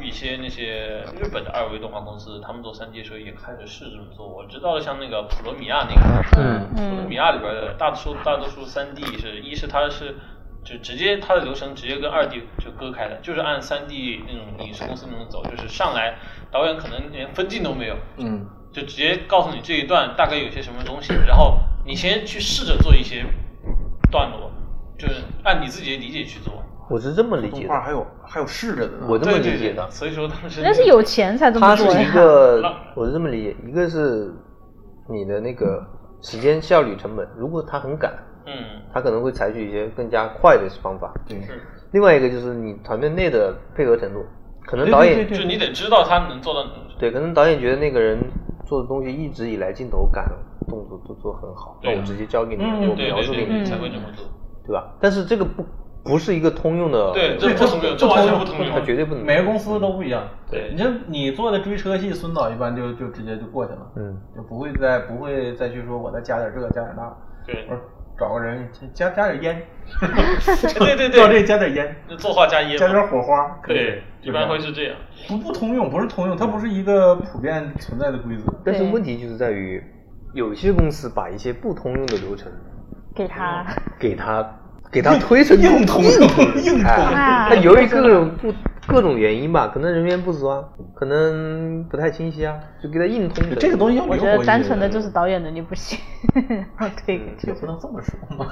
B: 一些那些日本的二维动画公司，他们做三 D 的时候也开始是这么做。我知道的，像那个普罗米亚那个，
D: 嗯
B: 普罗米亚里边的大多数大多数三 D 是，一是它是就直接它的流程直接跟二 D 就割开的，就是按三 D 那种影视公司那种走，就是上来导演可能连分镜都没有，
A: 嗯，
B: 就直接告诉你这一段大概有些什么东西，然后你先去试着做一些段落，就是按你自己的理解去做。
D: 我是这么理
A: 动
D: 解
A: 画
D: 的，
A: 还有还有试着的呢。
D: 我这么
B: 对
D: 理
B: 对
D: 解
B: 对
D: 的，
B: 所以说当时
C: 那是有钱才这么
D: 它是
C: 做
D: 一
C: 呀。
D: 个， 我是这么理解，一个是你的那个时间效率成本，如果他很赶，
B: 嗯
D: 他可能会采取一些更加快的方法。
A: 对，
B: 是，
D: 另外一个就是你团队内的配合程度，可能导演
A: 对对对
B: 就你得知道他能做到哪种程度。
D: 对可能导演觉得那个人做的东西一直以来镜头感动作都做很好，
B: 对
D: 那我直接交给你，
A: 嗯
D: 我
B: 对
D: 描
B: 对
D: 述
B: 对，
D: 给你
B: 对
C: 嗯，
B: 才会这么做。
D: 对吧？但是这个不不是一个通用的，
B: 对，这
A: 对
B: 不同用，这完全不同
D: 它
B: 用。
D: 绝对不能。
A: 每个公司都不一样。
B: 对
A: 你像你做的追车戏，孙导一般就就直接就过去了，
D: 嗯，
A: 就不会再不会再去说我再加点这个加点那个。
B: 对
A: 我说找个人加加点烟，
B: 对对
A: 到这
B: 对，
A: 加点烟，
B: 那作画加烟
A: 加点
B: 嘛，
A: 火花。可以
B: 对，一般会是这样。
A: 不不通用，不是通用，它不是一个普遍存在的规则。
D: 但是
C: 对
D: 问题就是在于，有些公司把一些不通用的流程
C: 给他，
D: 给它给它推成
A: 硬通
D: 硬通
A: 硬通
D: 哎
C: 啊
D: 它由于各种不各种原因吧，可能人员不足啊，可能不太清晰啊，就给它硬通的。
A: 这个东西要
C: 我
A: 灵
C: 觉
A: 活一
C: 得
A: 些
C: 单纯的就是导演能力不行，推给
A: 这也不能这么说 嘛，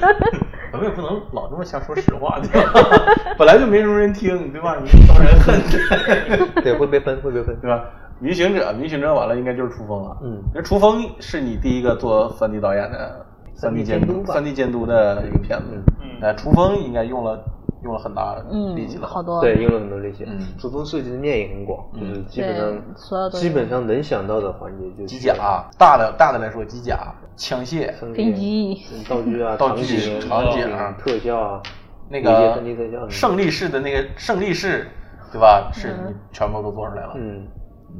A: 咱们也不能老这么瞎说实话，对吧？ 本来就没什么人听，对吧？你招 人恨，
D: 对会被分会被分。
A: 对吧？迷行者，迷行者完了应该就是楚风了。
D: 嗯
A: 那楚风是你第一个做三 D 导演的三 D 监督、三 D 监督的一个片子。
B: 嗯
A: 那楚风应该用了用了很大力气
C: 嗯，
A: 了。
C: 好多
D: 对，用了很多类型
A: 嗯。
D: 主动设计的面也很广，就是基本
C: 嗯对所有
D: 上
C: 都有
D: 基本上能想到的环节就是
A: 机甲，大的大的来说，机甲、枪械，
D: 商业
C: 跟一亿，
D: 道具啊、
A: 道
D: 场
A: 具
D: 景、
A: 场景
D: 景特效啊，
A: 那
D: 有一
A: 个
D: 些 3D 特效
A: 胜利式的那个胜利式，对吧？是你全部都做出来了。
D: 嗯，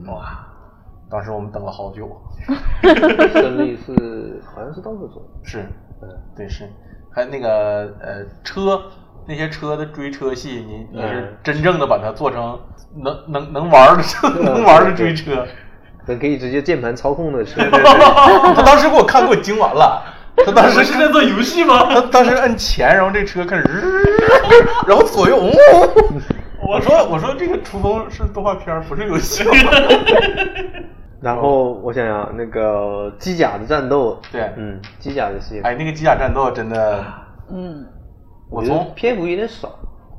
A: 哇，当时我们等了好久。
D: 胜利是好像是到处做的。
A: 是，
D: 嗯
A: 对是，还有那个呃车那些车的追车戏，你你是
D: 嗯
A: 真正的把它做成能能能玩儿的
D: 嗯
A: 能玩儿的追车。
D: 能可以直接键盘操控的车，
A: 他当时给我看给我惊完了，他当时是在做游戏吗？他当时摁前，然后这车开始日，然后左右，呜
D: 嗯
A: 我说我说这个厨风是动画片儿，不是游 戏。
D: 然后我想想那个机甲的战斗，
A: 对
D: 嗯，机甲的戏，
A: 哎，那个机甲战斗真的，
C: 嗯，
A: 我
D: 觉得
A: 从
D: 篇幅有点少，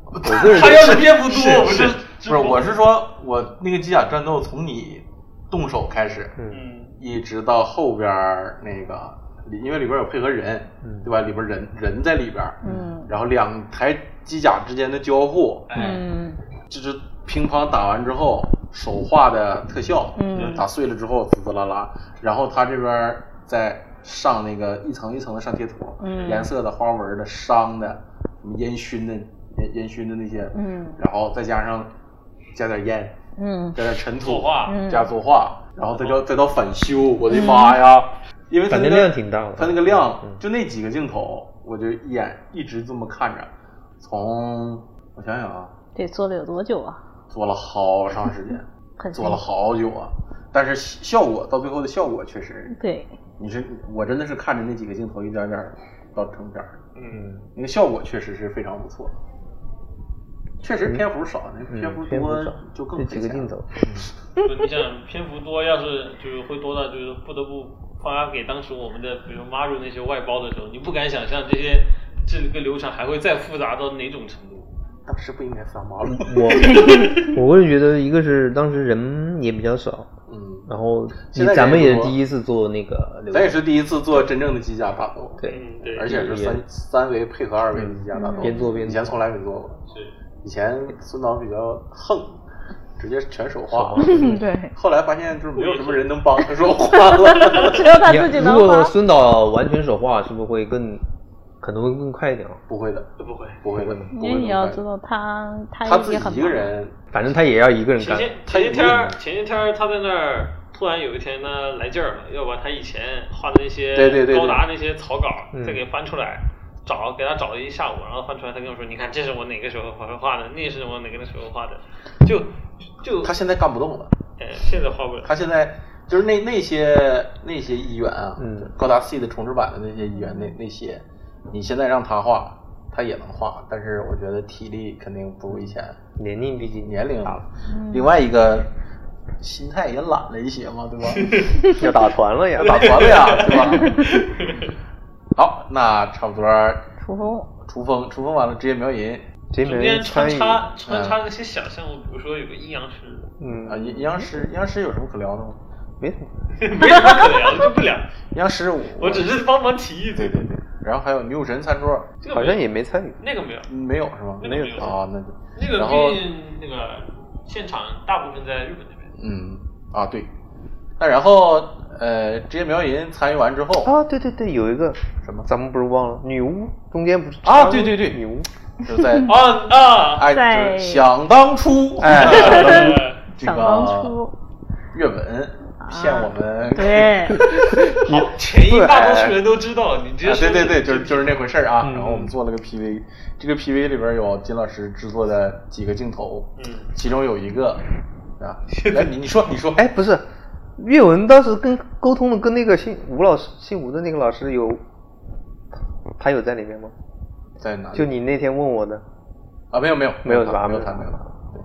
D: 我个人
B: 他要是篇幅
A: 是
B: 多，我们就是
A: 不是？我是说，我那个机甲战斗从你动手开始，
B: 嗯，
A: 一直到后边儿那个里，因为里边儿有配合人，
D: 嗯
A: 对吧？里边儿人人在里边儿，
C: 嗯
A: 然后两台机甲之间的交互，
B: 哎，
C: 嗯，
A: 就是乒乓打完之后手画的特效，
C: 嗯
A: 打碎了之后滋滋啦啦，然后他这边儿再上那个一层一层的上贴图，
C: 嗯
A: 颜色的、花纹的、伤的、什么烟熏的、烟烟熏的那些，
C: 嗯
A: 然后再加上加点烟，
C: 嗯，
A: 加点尘土，
B: 作画嗯
C: 嗯
A: 加作画，然后再到再到反修，我的妈呀！因为它那
D: 反正
A: 个
D: 量挺大的
A: 它那个量
D: 嗯
A: 就那几个镜头，我就一眼一直这么看着，从我想想啊，
C: 得做了有多久啊？
A: 做了好长时间，
C: 很
A: 做了
C: 辛苦
A: 好久啊，但是效果到最后的效果确实，
C: 对，
A: 你是我真的是看着那几个镜头一点点儿到成片儿，
B: 嗯，
A: 那个效果确实是非常不错。确实篇幅少，那
D: 嗯
A: 篇幅
D: 篇幅
A: 多
D: 少，
A: 就
D: 这
A: 更
D: 几个
A: 赔钱
D: 镜头
A: 了，
B: 就你想篇幅多，要是就是会多到就是不得不发给当时我们的，比如 Maru 那些外包的时候，你不敢想象这些这个流程还会再复杂到哪种程度。
A: 当时不应该发马路。
D: 嗯我 我个人觉得，一个是当时人也比较少，
A: 嗯，
D: 然后
A: 现
D: 你
A: 在人
D: 咱们
A: 也
D: 也
A: 不
D: 是
A: 多
D: 第一次做那个流
A: 咱也
D: 程，
A: 是第一次做真正的机甲打斗，
D: 对，
B: 嗯，对，
A: 而且是
D: 也
A: 三三维配合二维的机甲打斗，
D: 嗯边做边
A: 以前从来没做过。
B: 是
A: 以前孙导比较横，直接全手画
D: 手画，
C: 嗯对，
A: 后来发现就是没有什么人能帮他说话了。
C: 只有他自
D: 也
C: 己
D: 如
C: 能
D: 果
C: 画。
D: 孙导完全手画，是不是会更可能会更快一点啊。
A: 不会的，
B: 不会。
A: 不会的，
C: 因
D: 嗯
A: 不
C: 为
A: 会
C: 你要
A: 的
C: 知道他，他
A: 他
C: 自
A: 自
C: 己
A: 己
C: 很
A: 一个
C: 忙
A: 人，
D: 反正他也要一个人
B: 前
D: 干。
B: 些前些天
D: 嗯
B: 儿，前些天儿他在那儿，突然有一天呢来劲儿了，要把他以前画的那些
A: 对对对对
B: 高达那些草稿
D: 嗯
B: 再给翻出来，找给他找了一下午，然后翻出来，他跟我说：“你看，这是我哪个时候画的，那是我哪个时候画的。就”就
A: 他现在干不动了。
B: 呃现在画不了。
A: 他现在就是那那些那些医院啊，
D: 嗯
A: 高达 C 的重置版的那些医院，那那些，你现在让他画，他也能画，但是我觉得体力肯定不如以前，
D: 年龄毕竟
A: 年龄大了。另外一个，心态也懒了一些嘛，对 吧？
D: 要打团了呀
A: 要，打 团了呀，对吧？ 好，那差不多，
C: 楚风，
A: 雏风，雏风完了，职业苗银。
D: 谁
B: 中
D: 没
B: 间穿
D: 参与？
B: 插穿插了一些小项目，比如说有个阴阳师，
D: 嗯
A: 啊，，阴阴阳师，阴阳师有什么可聊的吗？
D: 没什么。
B: 没什么可聊，就不聊。
A: 阴阳师我，
B: 我只是帮忙提一
A: 对，
B: 嘴
A: 对对，然后还有女武神餐桌，
B: 这个
D: 好
B: 没有
D: 像也没参与。
B: 那个没有，
A: 没有是吧？
B: 那个没有
A: 啊，那就
B: 那个
A: 然后
B: 毕竟那个现场大部分在日本那边。
A: 嗯啊对，那然后呃，职业苗银参与完之后，
C: 哦
D: 啊，对对对，有一个
A: 什么
D: 咱们不是忘了女巫中间不是
A: 啊
D: 插
A: 对
D: 入
A: 对对
D: 女巫
A: 就 在
B: 哦啊，
A: 哎，
C: 在
A: 就是想当初，
D: 哎
B: 呃
A: 这
C: 想当初啊
A: 个，阅文骗我们，啊
C: 对，
B: 好，前一大多数人都知道，你直接
A: 啊，
B: 说
A: 对对对，就是就是那回事儿啊。
D: 嗯
A: 然后我们做了个 PV，这个 PV 里边有金老师制作的几个镜头，
B: 嗯，
A: 其中有一个啊，来你你说你说，
D: 哎，不是，阅文当时跟沟通的跟那个姓吴老师，姓吴的那个老师有，他有在里面吗？
A: 在哪里？
D: 就你那天问我的，
A: 啊，没有没有
D: 没有是吧
A: 他没有他
D: 没
A: 没
D: 有
A: 有他。对，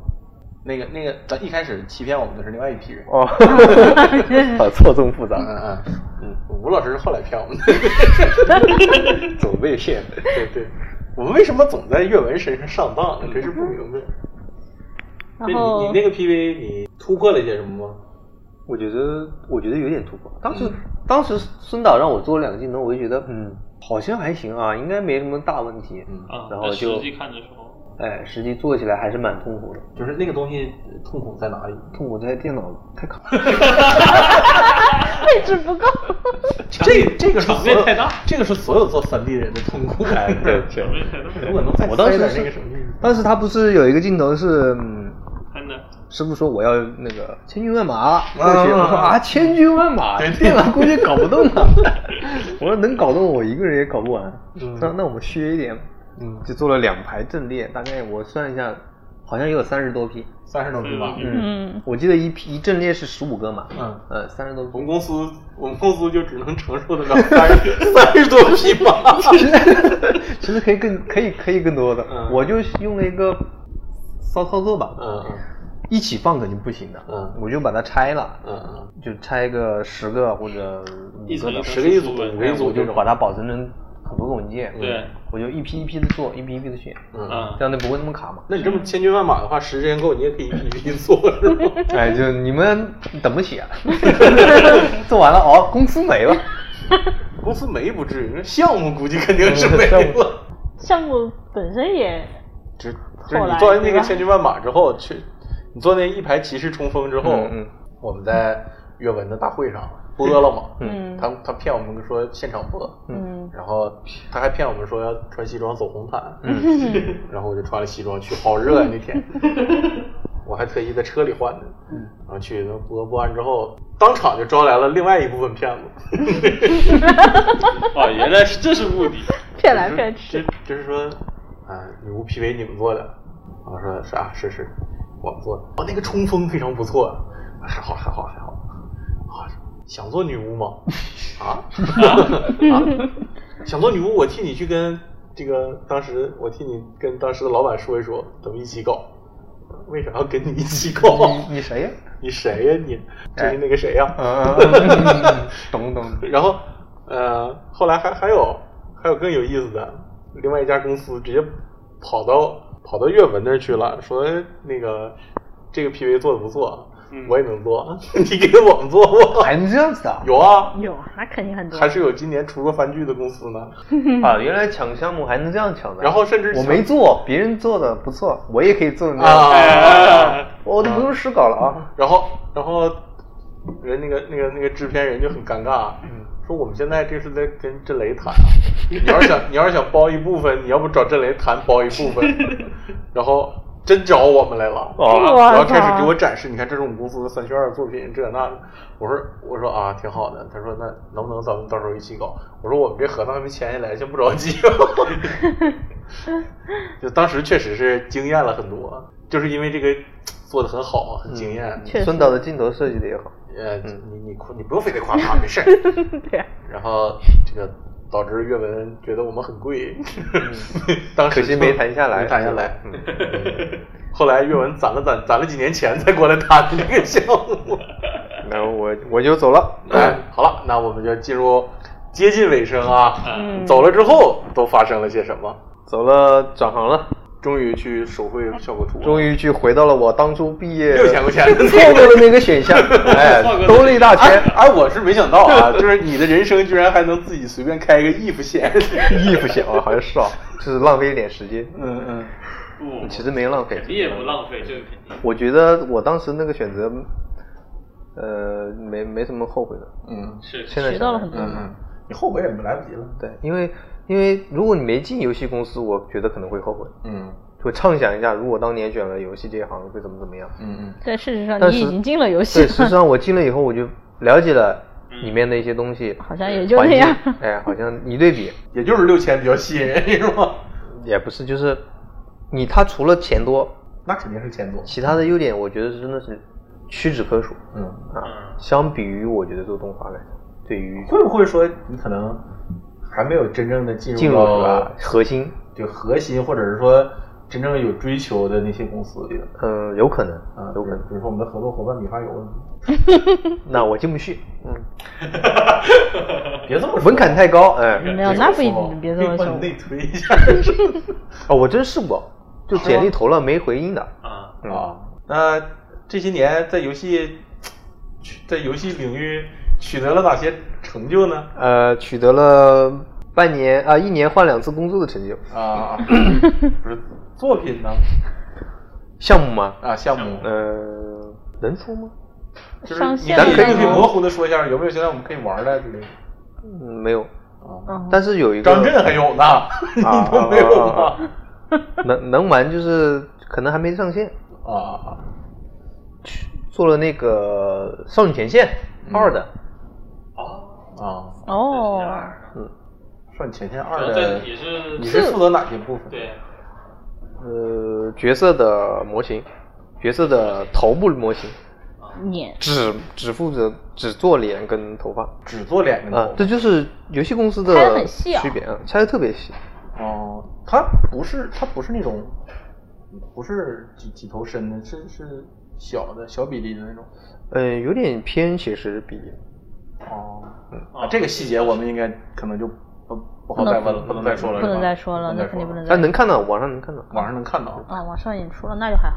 A: 那个那个，咱一开始欺骗我们的是另外一批人。
D: 哦，啊，错综复杂，
A: 嗯嗯嗯，吴老师是后来骗我们的。
D: 总被骗。
A: 对对，我们为什么总在阅文身上上当呢？真是不明白。
C: 嗯然后
E: 那个 PV 你突破了一些什么吗？
D: 我觉得，我觉得有点突破。当时，当时孙导让我做两个镜头，我就觉得，嗯，好像还行啊，应该没什么大问题。
A: 嗯
B: 啊，
D: 然后
B: 在
D: 就
B: 实际看的时候，
D: 哎，实际做起来还是蛮痛苦的，
A: 就是那个东西呃痛苦在哪里？
D: 痛苦在电脑 太卡。
C: 配置不够，
A: 这这个是
B: 场
A: 所
B: 面
A: 有
B: 太大，
A: 这个是所有做三 D 人的痛苦。哎，
D: 对对
B: 场面太大，
A: 如果能再
D: 我当
A: 塞
D: 时
A: 点
D: 是
A: 那个什么意思？
D: 当时他不是有一个镜头是，嗯，
B: 真的。
D: 师傅说我要那个千军万马过去，
A: 啊
D: 我说啊千军万马，电脑估计搞不动啊。我说能搞动我一个人也搞不完。他说那我们削一点，
A: 嗯，
D: 就做了两排阵列，大概我算一下，好像也有三十多批。
A: 三十多度吧。
B: 嗯
C: 嗯，
D: 我记得一批一阵列是十五个嘛，
A: 嗯，
D: 呃，三十多
E: 我
D: 批
E: 们。公司，我们公司就只能承受得了三十三十多 匹马。
D: 其实其实可以更可以可以更多的，
E: 嗯
D: 我就用了一个骚操作吧，
E: 嗯嗯
D: 一起放肯定不行的，
E: 嗯
D: 我就把它拆了，
E: 嗯
D: 就拆个十个或者五
B: 一
D: 个
B: 层
D: 的
B: 一，层
E: 十个一组
B: 出
E: 五个一
B: 来
E: 组
D: 我就把它保存成很多个文件。嗯
B: 对，
D: 我就一批一批的做，一批一批的选，
E: 嗯嗯。。
B: 啊
D: 这，样就不会那么卡嘛
E: 那你这么千军万马的话，时间够，你也可以一批一批做，是吗？
D: 哎，就你们等不起 啊！做完了哦，公司没 了。
E: 公司没不至于，那项目估计肯定是没
D: 项目
E: 了。
C: 项目本身也
A: 只就
C: 后
A: 是
C: 来
A: 你做完那
C: 对
A: 个
C: 吧
A: 千军万马之后，去你做那一排骑士冲锋之后，
D: 嗯嗯
A: 我们在阅文的大会上播了嘛，
C: 嗯
A: 他他骗我们说现场播，
C: 嗯
A: 然后他还骗我们说要穿西装走红毯，
D: 嗯
C: 嗯
A: 然后我就穿了西装去，好热呀、啊那 天，我还特意在车里换的，
D: 嗯
A: 然后去那播播完之后，当场就招来了另外一部分骗子，
B: 哦，原来是这是目的。
C: 骗来骗
A: 就
C: 去，
A: 就是说，啊，女巫 PV 你们做的，然后说是啊是是，我们做的，哦那个冲锋非常不错，啊还好还好还好，啊想做女巫吗？啊 啊，想做女巫，我替你去跟这个当时我替你跟当时的老板说一说，咱们一起搞。为啥要跟你一起搞？
D: 你你谁呀？
A: 你谁呀、你？就是那个谁呀、
D: 啊， 懂懂。
A: 然后呃，后来还还有还有更有意思的，另外一家公司直接跑到跑到阅文那儿去了，说那个这个 PV 做的不错，我也能做， 你给我们做过？
D: 还能这样子啊？
A: 有啊，
C: 有啊，那肯定很多，
A: 还是有今年出过番剧的公司呢。
D: 啊，原来抢项目还能这样抢的。啊
A: 然后甚至
D: 我没做，别人做的不错，我也可以做那样。 哦
A: 啊，
D: 我都不用试稿了啊。
A: 然后然后人那个那个那个制片人就很尴尬，说我们现在这是在跟震雷谈啊，你要是想 你要是想包一部分，你要不找震雷谈包一部分，然后真找我们来了，
D: 哦
A: 然后开始啊给我展示，你看这是我们公司的三选二作品，这那的。我说我说啊，挺好的。他说那能不能咱们到时候一起搞？我说我们这合同还没签下来，先不着急。 就当时确实是惊艳了很多，就是因为这个做的很好，啊很惊艳。
C: 确实
D: 孙导的镜头设计的也好，
A: 呃，
D: 嗯
A: 你你夸你不用非得夸他，没事儿。
C: 对啊呀、
A: 然后这个导致阅文觉得我们很贵，嗯 当时
D: 可惜没谈下来，
A: 没谈下来。
D: 嗯，
A: 后来阅文攒了攒攒了几年钱才过来谈这个项目。
D: 然后我我就走了。
B: 嗯
A: 哎，好了，那我们就进入接近尾声啊。
C: 嗯，
A: 走了之后都发生了些什么？
D: 走了，转行了，
A: 终于去手绘效果图啊了，
D: 终于去回到了我当初毕业
A: 六千块钱
D: 错过的那 个选项，哎，兜了一大
A: 哎
D: 圈。
A: 哎，我是没想到啊， 就是你的人生居然还能自己随便开一个 if 线，
D: 衣服小啊，好像是啊，就是浪费一点时间。
A: 嗯嗯，
B: 不，
D: 其实没浪费
B: 肯，定也不浪费，这个肯定。
D: 我觉得我当时那个选择，呃，没没什么后悔的。
F: 嗯
B: 是
D: 现在
C: 学
D: 想
C: 到了
D: 来
C: 很多。
F: 嗯嗯，你后悔也来不及了。
D: 对，因为因为如果你没进游戏公司，我觉得可能会后悔，
F: 嗯
D: 会畅想一下，如果当年选了游戏这一行会怎么怎么样。
F: 嗯嗯，
C: 但事实上
D: 但
C: 你
D: 是
C: 已经进了游戏
D: 对，实际
C: 了，
D: 上我进了以后，我就了解了
F: 嗯
D: 里面的一些东西，
C: 好像也就
D: 环
C: 那
D: 境
C: 样。
D: 哎，好像一对比，
A: 也就是六千比较吸引人是吗？
D: 也不是，就是你他除了钱多，
F: 那肯定是钱多。
D: 其他的优点我觉得是真的是屈指可数。
F: 嗯，
D: 啊， 相比于我觉得做动画来讲，对于
F: 会不会说你可能还没有真正的进
D: 进
F: 入
D: 入是
F: 到
D: 吧核心，
F: 就核心，或者是说真正有追求的那些公司里了
D: 嗯，有可能
F: 啊？，
D: 有
F: 比如
D: 可能。
F: 比如说我们的合作伙伴米哈游，
D: 那我进不去，嗯，
F: 别这么说，
D: 门槛太高，哎，
C: 没有，那不一定，别这么
A: 帮
C: 说
A: 你。内推一下。
D: 哦，我真试过，就简历投了没回音的，
B: 啊，
D: 嗯
A: 啊，那这些年在游戏，取在游戏领域取得了哪些成就呢？
D: 呃，取得了半年啊、一年换两次工作的成就，
A: 啊，不是作品呢？
D: 项目吗？
A: 啊，项目，
D: 呃，能说吗？
A: 就是
C: 上
A: 你
C: 线
A: 咱可以
C: 了
A: 可以
C: 吗
A: 模糊的说一下，有没有现在我们可以玩的之类的？
D: 嗯，没有，
A: 啊，
C: 嗯，
D: 但是有一个
A: 张震还有呢，你
D: 啊
A: 都没有
D: 啊啊
A: 吗？
D: 能能玩，就是可能还没上线，
A: 啊啊，
D: 做了那个《少女前线二》的，
A: 啊啊
C: 哦，
A: 说你前线二
B: 可能在
A: 的，
B: 也是
A: 你是负责哪些部分？
B: 对，啊
D: 呃，角色的模型，角色的头部模型，
C: 你
D: 只只负责只做脸跟头发
A: 只做脸跟
D: 啊
A: 头，
D: 这就是游戏公司
C: 拆得
D: 的
C: 很细啊
D: 区别啊，拆的特别细。
A: 哦，它不是它不是那种，不是几几头身的，是是小的小比例的那种。
D: 嗯、有点偏写实比，
A: 哦，
B: 啊
A: 这个细节我们应该可能就不不好再问了，不能再说了，
C: 不能
A: 是吧
C: 再说了，那肯定不。能再
D: 但。能看到，网上能看到。
A: 网上能看到，
C: 啊，网上演出了，那就还好。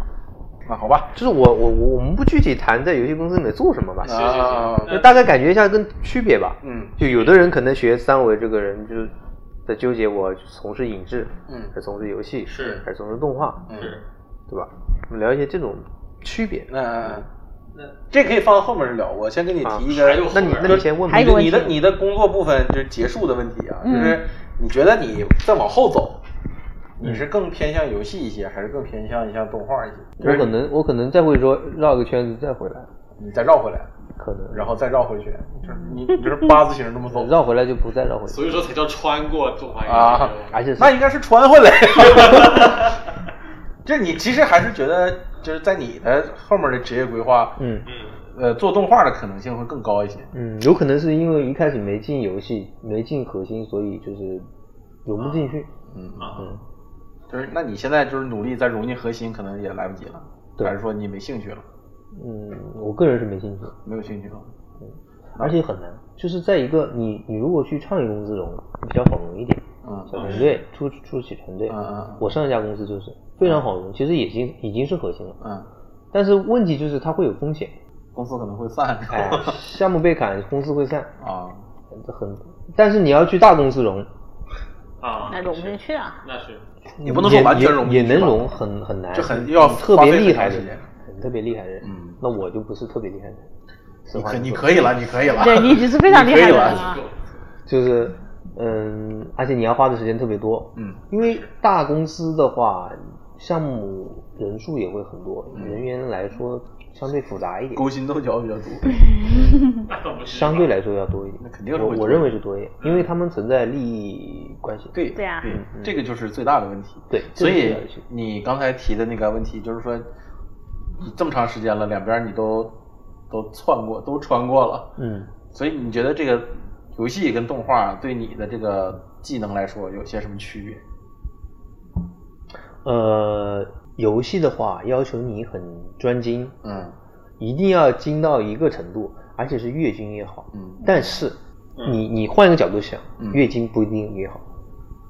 A: 那好吧。
D: 就是我我我我们不具体谈在游戏公司里面做什么吧，
B: 行行
A: 啊
B: 行，
D: 就大概感觉一下跟区别吧。
A: 嗯
D: 就有的人可能学三维，这个人就是在纠结我从事影制，
A: 嗯
D: 还是从事游戏，
B: 是
D: 还是从事动画，
B: 那是
D: 对吧？我们聊一些这种区别。
A: 那那这可以放后面聊，我先给你提一个。
B: 啊还有
D: 那你那你先问吧
C: 还有一个问
A: 你的
C: 题
A: 你的工作部分就是结束的问题啊，
C: 嗯
A: 就是你觉得你再往后走，
B: 嗯
A: 你是更偏向游戏一些，还是更偏向像动画一些？就
D: 我
A: 是
D: 可能我可能再会说绕个圈子再回来，
A: 你再绕回来，
D: 可能
A: 然后再绕回去，就是你你就是八字形这么走
D: 绕回来就不再绕回去。
B: 所以说才叫穿过中华
A: 啊
B: 一，
D: 而且是
A: 那应该是穿回来。 就是你其实还是觉得，就是在你的后面的职业规划，
D: 嗯
B: 嗯，
A: 呃，做动画的可能性会更高一些。
D: 嗯，有可能是因为一开始没进游戏，没进核心，所以就是融不进去。
A: 嗯，
D: 嗯，
A: 就是那你现在就是努力再融进核心，可能也来不及了，
D: 对
A: 还是说你没兴趣了？
D: 嗯，我个人是没兴趣，
A: 没有兴趣了？
D: 而且很难，就是在一个你你如果去创业公司融，比较好融一点，
A: 嗯
D: 小团队初初期团队，
A: 嗯嗯
D: 我上一家公司就是非常好融，其实已经已经是核心了，
A: 嗯，
D: 但是问题就是它会有 风险，
A: 公司可能会散，是
D: 哎
A: 吧？，
D: 项目被砍，公司会散，
A: 啊，
D: 这很，但是你要去大公司融，
B: 啊，
C: 那融不进去啊。
B: 那是
A: 你不能说完全融不
D: 也
A: 进去吧
D: 也能融，很很难，
A: 这很要
D: 特
A: 花费
D: 别
A: 很
D: 厉害的
A: 长时间
D: 人，很特别厉害的人，
A: 嗯
D: 那我就不是特别厉害的人，
A: 你可你可以了，你可以了，
C: 对你已经是非常厉害
A: 你可以
C: 的
A: 了
C: 了。
D: 就是嗯，而且你要花的时间特别多，
A: 嗯，
D: 因为大公司的话，项目人数也会很多，人员来说相对复杂一点，
A: 勾心斗角比较多。
B: 那倒不是
D: 相对来说要多一点，
A: 那肯定是
D: 我
A: 会
D: 我
A: 多嗯
D: 认为是多一点，因为他们存在利益关系，
A: 对
C: 对啊
A: 这个就是最大的问题。
D: 对
A: 所
D: 这
A: 以
D: 个是最大的问题
A: 你刚才提的那个问题，就是说，你这么长时间了，两边你都都窜过，都穿过了，
D: 嗯，
A: 所以你觉得这个游戏跟动画对你的这个技能来说有些什么区别？
D: 呃，游戏的话要求你很专精，
A: 嗯
D: 一定要精到一个程度，而且是越精越好。
A: 嗯
D: 但是你你换一个角度想，
A: 嗯
D: 越精不一定越好。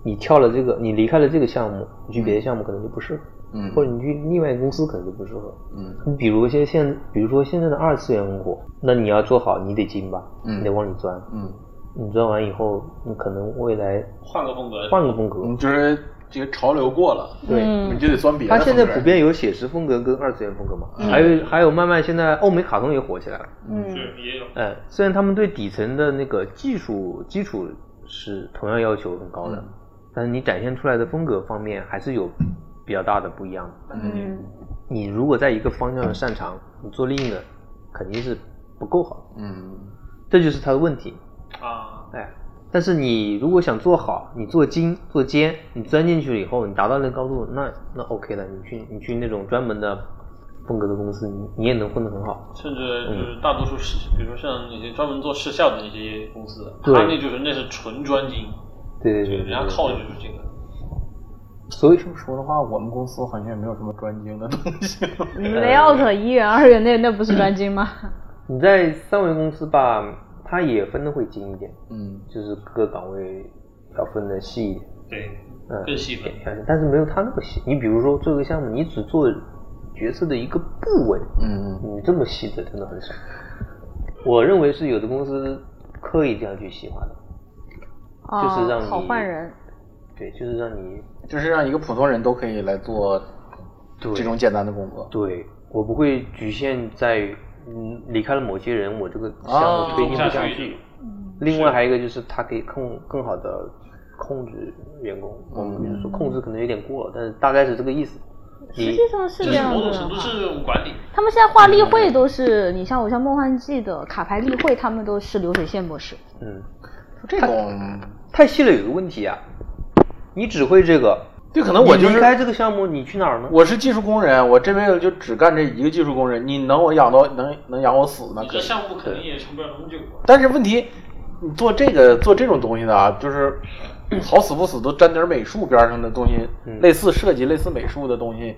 D: 你跳了这个，你离开了这个项目，你去别的项目可能就不适合，
A: 嗯
D: 或者你去另外一个公司可能就不适合。
A: 嗯
D: 你比如现现，比如说现在的二次元文化，那你要做好，你得精吧，
A: 嗯
D: 你得往里钻。
A: 嗯
D: 你钻完以后，你可能未来
B: 换个风格，
D: 换个风格。
A: 嗯，就是这个潮流过了，
D: 对
A: 你
C: 嗯，
A: 就得钻别的嗯
D: 它
A: 风格。
D: 现在普遍有写实风格跟二次元风格嘛，还有还有慢慢现在欧美卡通也火起来了。
C: 嗯，
B: 是也有
D: 哎，虽然他们对底层的那个技术基础是同样要求很高
B: 嗯
D: 的，但是你展现出来的风格方面还是有比较大的不一样的。
C: 嗯，
D: 你如果在一个方向擅长，你做另一个肯定是不够好，
A: 嗯
D: 这就是它的问题。
B: 啊，
D: 哎，但是你如果想做好，你做精做尖，你钻进去了以后，你达到那个高度，那那 OK 了。你去你去那种专门的风格的公司，你你也能混得很好。
B: 甚至就是大多数是，比如说像那些专门做视效的那些公司，
D: 对
B: 他那就是那是纯专精，
D: 对对
B: 对，
D: 对对
B: 人家靠的就是这个。
D: 所以
A: 这么说的话，我们公司好像也没有什么专精的东西。
C: 雷奥特嗯一元二元那那不是专精吗？
D: 你在三维公司吧，它也分的会精一点，
A: 嗯
D: 就是各个岗位要分的细一点。
B: 对，
D: 嗯，
B: 更细分
D: 嗯但是没有它那么细。你比如说做一个项目，你只做角色的一个部位，
A: 嗯
D: 你这么细的真的很少。我认为是有的公司刻意这样去细化的，就是让
C: 哦
D: 你，
C: 好换人，
D: 对，就是让你
A: 就是让一个普通人都可以来做
D: 对
A: 这种简单的工作。
D: 对我不会局限在于嗯离开了某些人，我这个项
A: 啊
D: 目推进
B: 下
D: 不下去。
B: 去，
D: 另外还有一个就是它可以控更好的控制员工，
A: 嗯
D: 我们就是说控制可能有点过了，但是大概是这个意思。
C: 实
D: 你
C: 际上是
B: 这
C: 这
B: 是
C: 样
B: 某
C: 子
B: 种程
C: 的
B: 度
C: 哈。
B: 是这种管理。
C: 他们现在画例会都是，你像我像《梦幻季》的卡牌例会，他们都是流水线模式。
D: 嗯，
A: 这种
D: 太细了有个问题啊，你只会这个，
A: 对，可能我就是
D: 你离开这个项目，你去哪儿呢？
A: 我是技术工人，我这辈子就只干这一个技术工人，你能我养到能能养我死那
B: 你
A: 可
B: 这
A: 以。
B: 项目肯定也撑不了那么久啊。
A: 但是问题，你做这个做这种东西的啊，就是 好死不死都沾点美术边上的东西，
D: 嗯
A: 类似设计、类似美术的东西，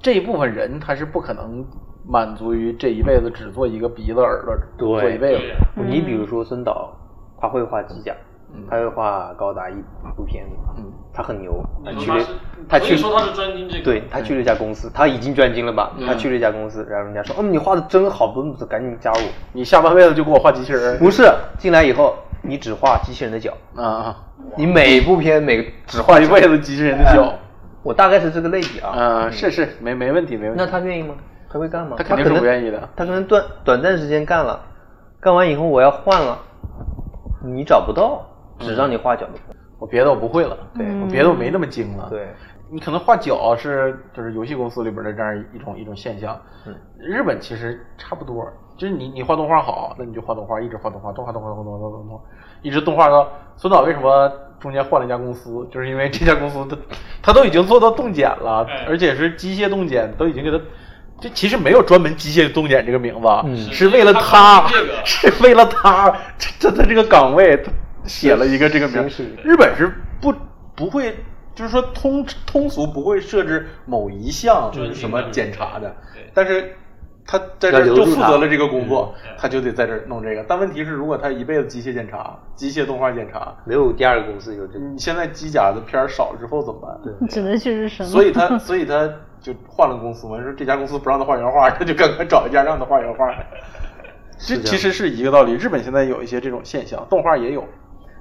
A: 这一部分人他是不可能满足于这一辈子只做一个鼻子、耳朵，
D: 对
A: 做一辈
B: 对啊
A: 子
B: 呀。，
D: 你比如说森岛，他会画机甲，
A: 嗯
D: 他会画高达一部片子，
A: 嗯
D: 他很牛，他
B: 你
D: 去
B: 说他
D: 了
B: 是，
D: 他
B: 所
D: 去
B: 以说他是专精这个。嗯
D: 对他去了一家公司，他已经专精了吧？
A: 嗯
D: 他去了一家公司，然后人家说，嗯，你画的真好，不不，赶紧加入。
A: 你下半辈子就给我画机器人
D: 不是，进来以后你只画机器人的脚，
A: 啊啊！
D: 你每部片每个只画
A: 画
D: 一
A: 一
D: 位
A: 辈。子机器人的脚。
D: 我大概是这个类比啊。
A: 嗯，是是，没没问题，没问题。
D: 那他愿意吗？他会干吗？
A: 他肯定是不愿意的。
D: 他可能短短暂时间干了，干完以后我要换了，你找不到，只让你画脚的。
A: 我别的我不会了，
D: 对
A: 我别的我没那么精了。，
D: 对，
A: 你可能画脚是就是游戏公司里边的这样一种一种现象。
D: 嗯
A: 日本其实差不多，就是你你画动画好，那你就画动画，一直画动画，动画动画动画动画动画动画，一直动画到孙导为什么中间换了一家公司，就是因为这家公司它它都已经做到冻检 了
B: 哎，
A: 而且是机械冻检，都已经给它。嗯这其实没有专门机械冻检这个名字，
D: 嗯
A: 是为了
B: 他
A: 他
B: 这个，
A: 是为了他，这他这个岗位，他写了一个这个名儿
D: 形式。
A: 日本是不不会，就是说通通俗不会设置某一项
B: 专精
A: 什么
B: 的
A: 检查的
B: 对，
A: 但是他在这
D: 要
A: 儿
D: 留
A: 就
D: 住
A: 负
D: 他
A: 责了这个工作
B: 嗯，
A: 他就得在这儿弄这个。但问题是，如果他一辈子机械检查、机械动画检查，
D: 没有第二个公司有这个。
A: 你现在机甲的片儿少之后怎么办？对。
C: 只能去日神 了。
A: 所以他，所以他就换了公司嘛。说这家公司不让他画原画，他就赶快找一家让他画原画。这其实是一个道理。日本现在有一些这种现象，动画也有，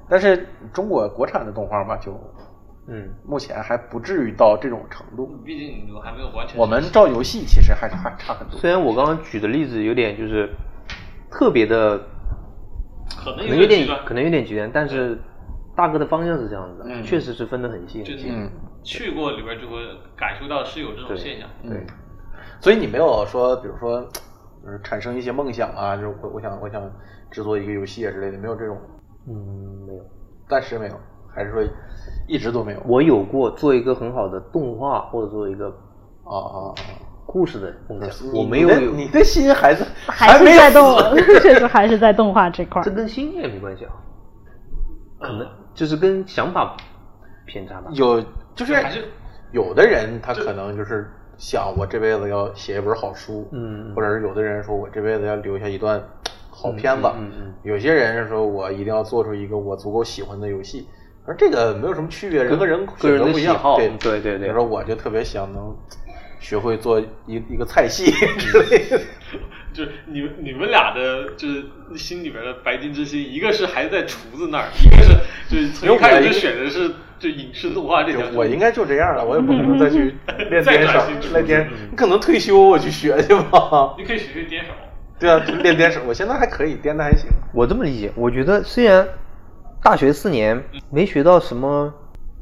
A: 但是中国国产的动画嘛，就
D: 嗯，
A: 目前还不至于到这种程度。
B: 毕竟我还没有完全。
A: 我们照游戏其实还是还差很多。
D: 虽然我刚刚举的例子有点就是特别的
B: 可能
D: 可能有
B: 点
D: 点
B: 极端
D: 可能有点局限，但是大哥的方向是这样子的，
G: 嗯
D: 确实是分得很细
B: 就
D: 很细。
B: 你
A: 嗯
B: 去过里边就会感受到是有这种现象。
D: 嗯
A: 对，所以你没有说，比如说，就是产生一些梦想啊，就是我我想我想制作一个游戏啊之类的，没有这种，
D: 嗯，没有，
A: 暂时没有，还是说一直都没有？
D: 我有过做一个很好的动画或者做一个
A: 啊啊啊！
D: 故事的梦
A: 你
D: 想，我没有
A: 你的你的心还是
C: 还是
A: 没有
C: 在动
A: 死，
C: 确实还是在动画这块儿
D: 这。跟心愿没关系啊，可能就是跟想法偏差吧。
A: 有就是
B: 还是
A: 有的人他可能就是想我这辈子要写一本好书，
D: 嗯
A: 或者是有的人说我这辈子要留下一段好片子，
D: 嗯嗯嗯嗯
A: 有些人是说我一定要做出一个我足够喜欢的游戏。而这个没有什么区别，人和人
D: 个
A: 选
D: 人
A: 择
D: 的
A: 不一样
D: 喜好
A: 对
D: 对对对
A: 比如说，我就特别想能学会做一一个菜系
D: 嗯
A: 之类的。
B: 就是你们你们俩的，就是心里边的白金之心，一个是还在厨子那 儿，一个是就是从一开始就选的是就影视动画这条
A: 就
D: 嗯
B: 路。
A: 我应该就这样了，我也不可能再去练
B: 嗯再
A: 颠
B: 转
A: 勺
B: 型嗯厨，
A: 练
B: 子
A: 颠，你可能退休我去学去吧。
B: 你可以学学颠勺，
A: 对啊，就练颠勺，我现在还可以颠的还行。
D: 我这么理解，我觉得虽然大学四年没学到什么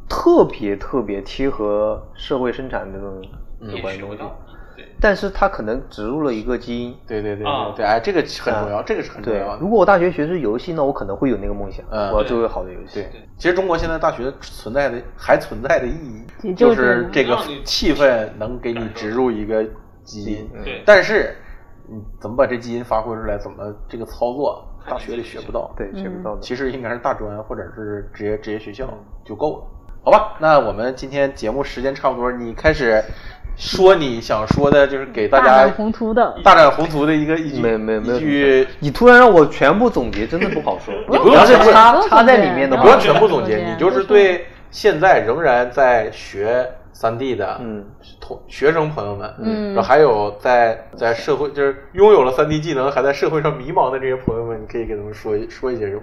D: 特别特别贴合社会生产这种
A: 嗯
D: 有
B: 也
D: 关
B: 学
D: 的东
B: 不
D: 西，
B: 到。对，
D: 但是它可能植入了一个基因。
A: 对对对
B: 啊
A: 对对，哎，这个很重要，这个是很重
D: 啊对
A: 要，的
D: 如。果我大学学的是游戏，那我可能会有那个梦想，
A: 嗯
D: 我要做一个好的游戏
A: 对。，其实中国现在大学存在的 还存在的意义，
C: 也就
A: 就是是这个
B: 让你
A: 气氛能给你植入一个基因，
B: 对
A: 但是你怎么把这基因发挥出来，怎么这个操作，大学里学不到。
D: 对，学不到的。
A: 其实应该是大专或者是职业职业学校
C: 嗯
A: 就够了，好吧？那我们今天节目时间差不多，你开始说你想说的，就是给大
C: 大
A: 家
C: 展宏图的
A: 大展宏图的一个一句
D: 没没没有
A: 一句，
D: 你突然让我全部总结，真的不好说。
A: 你不
D: 主
A: 用嗯
D: 要是
A: 全部
D: 插
C: 总结
D: 插在里面的
C: 不
D: 话，
A: 不要全部总
C: 总
A: 结，
C: 结
A: 你就是对现在仍然在学三 D 的
D: 嗯
A: 同学生朋友们，
C: 嗯
A: 然后还有在在社会就是拥有了三 D 技能还在社会上迷茫的这些朋友们，你可以给他们说一说一些什么？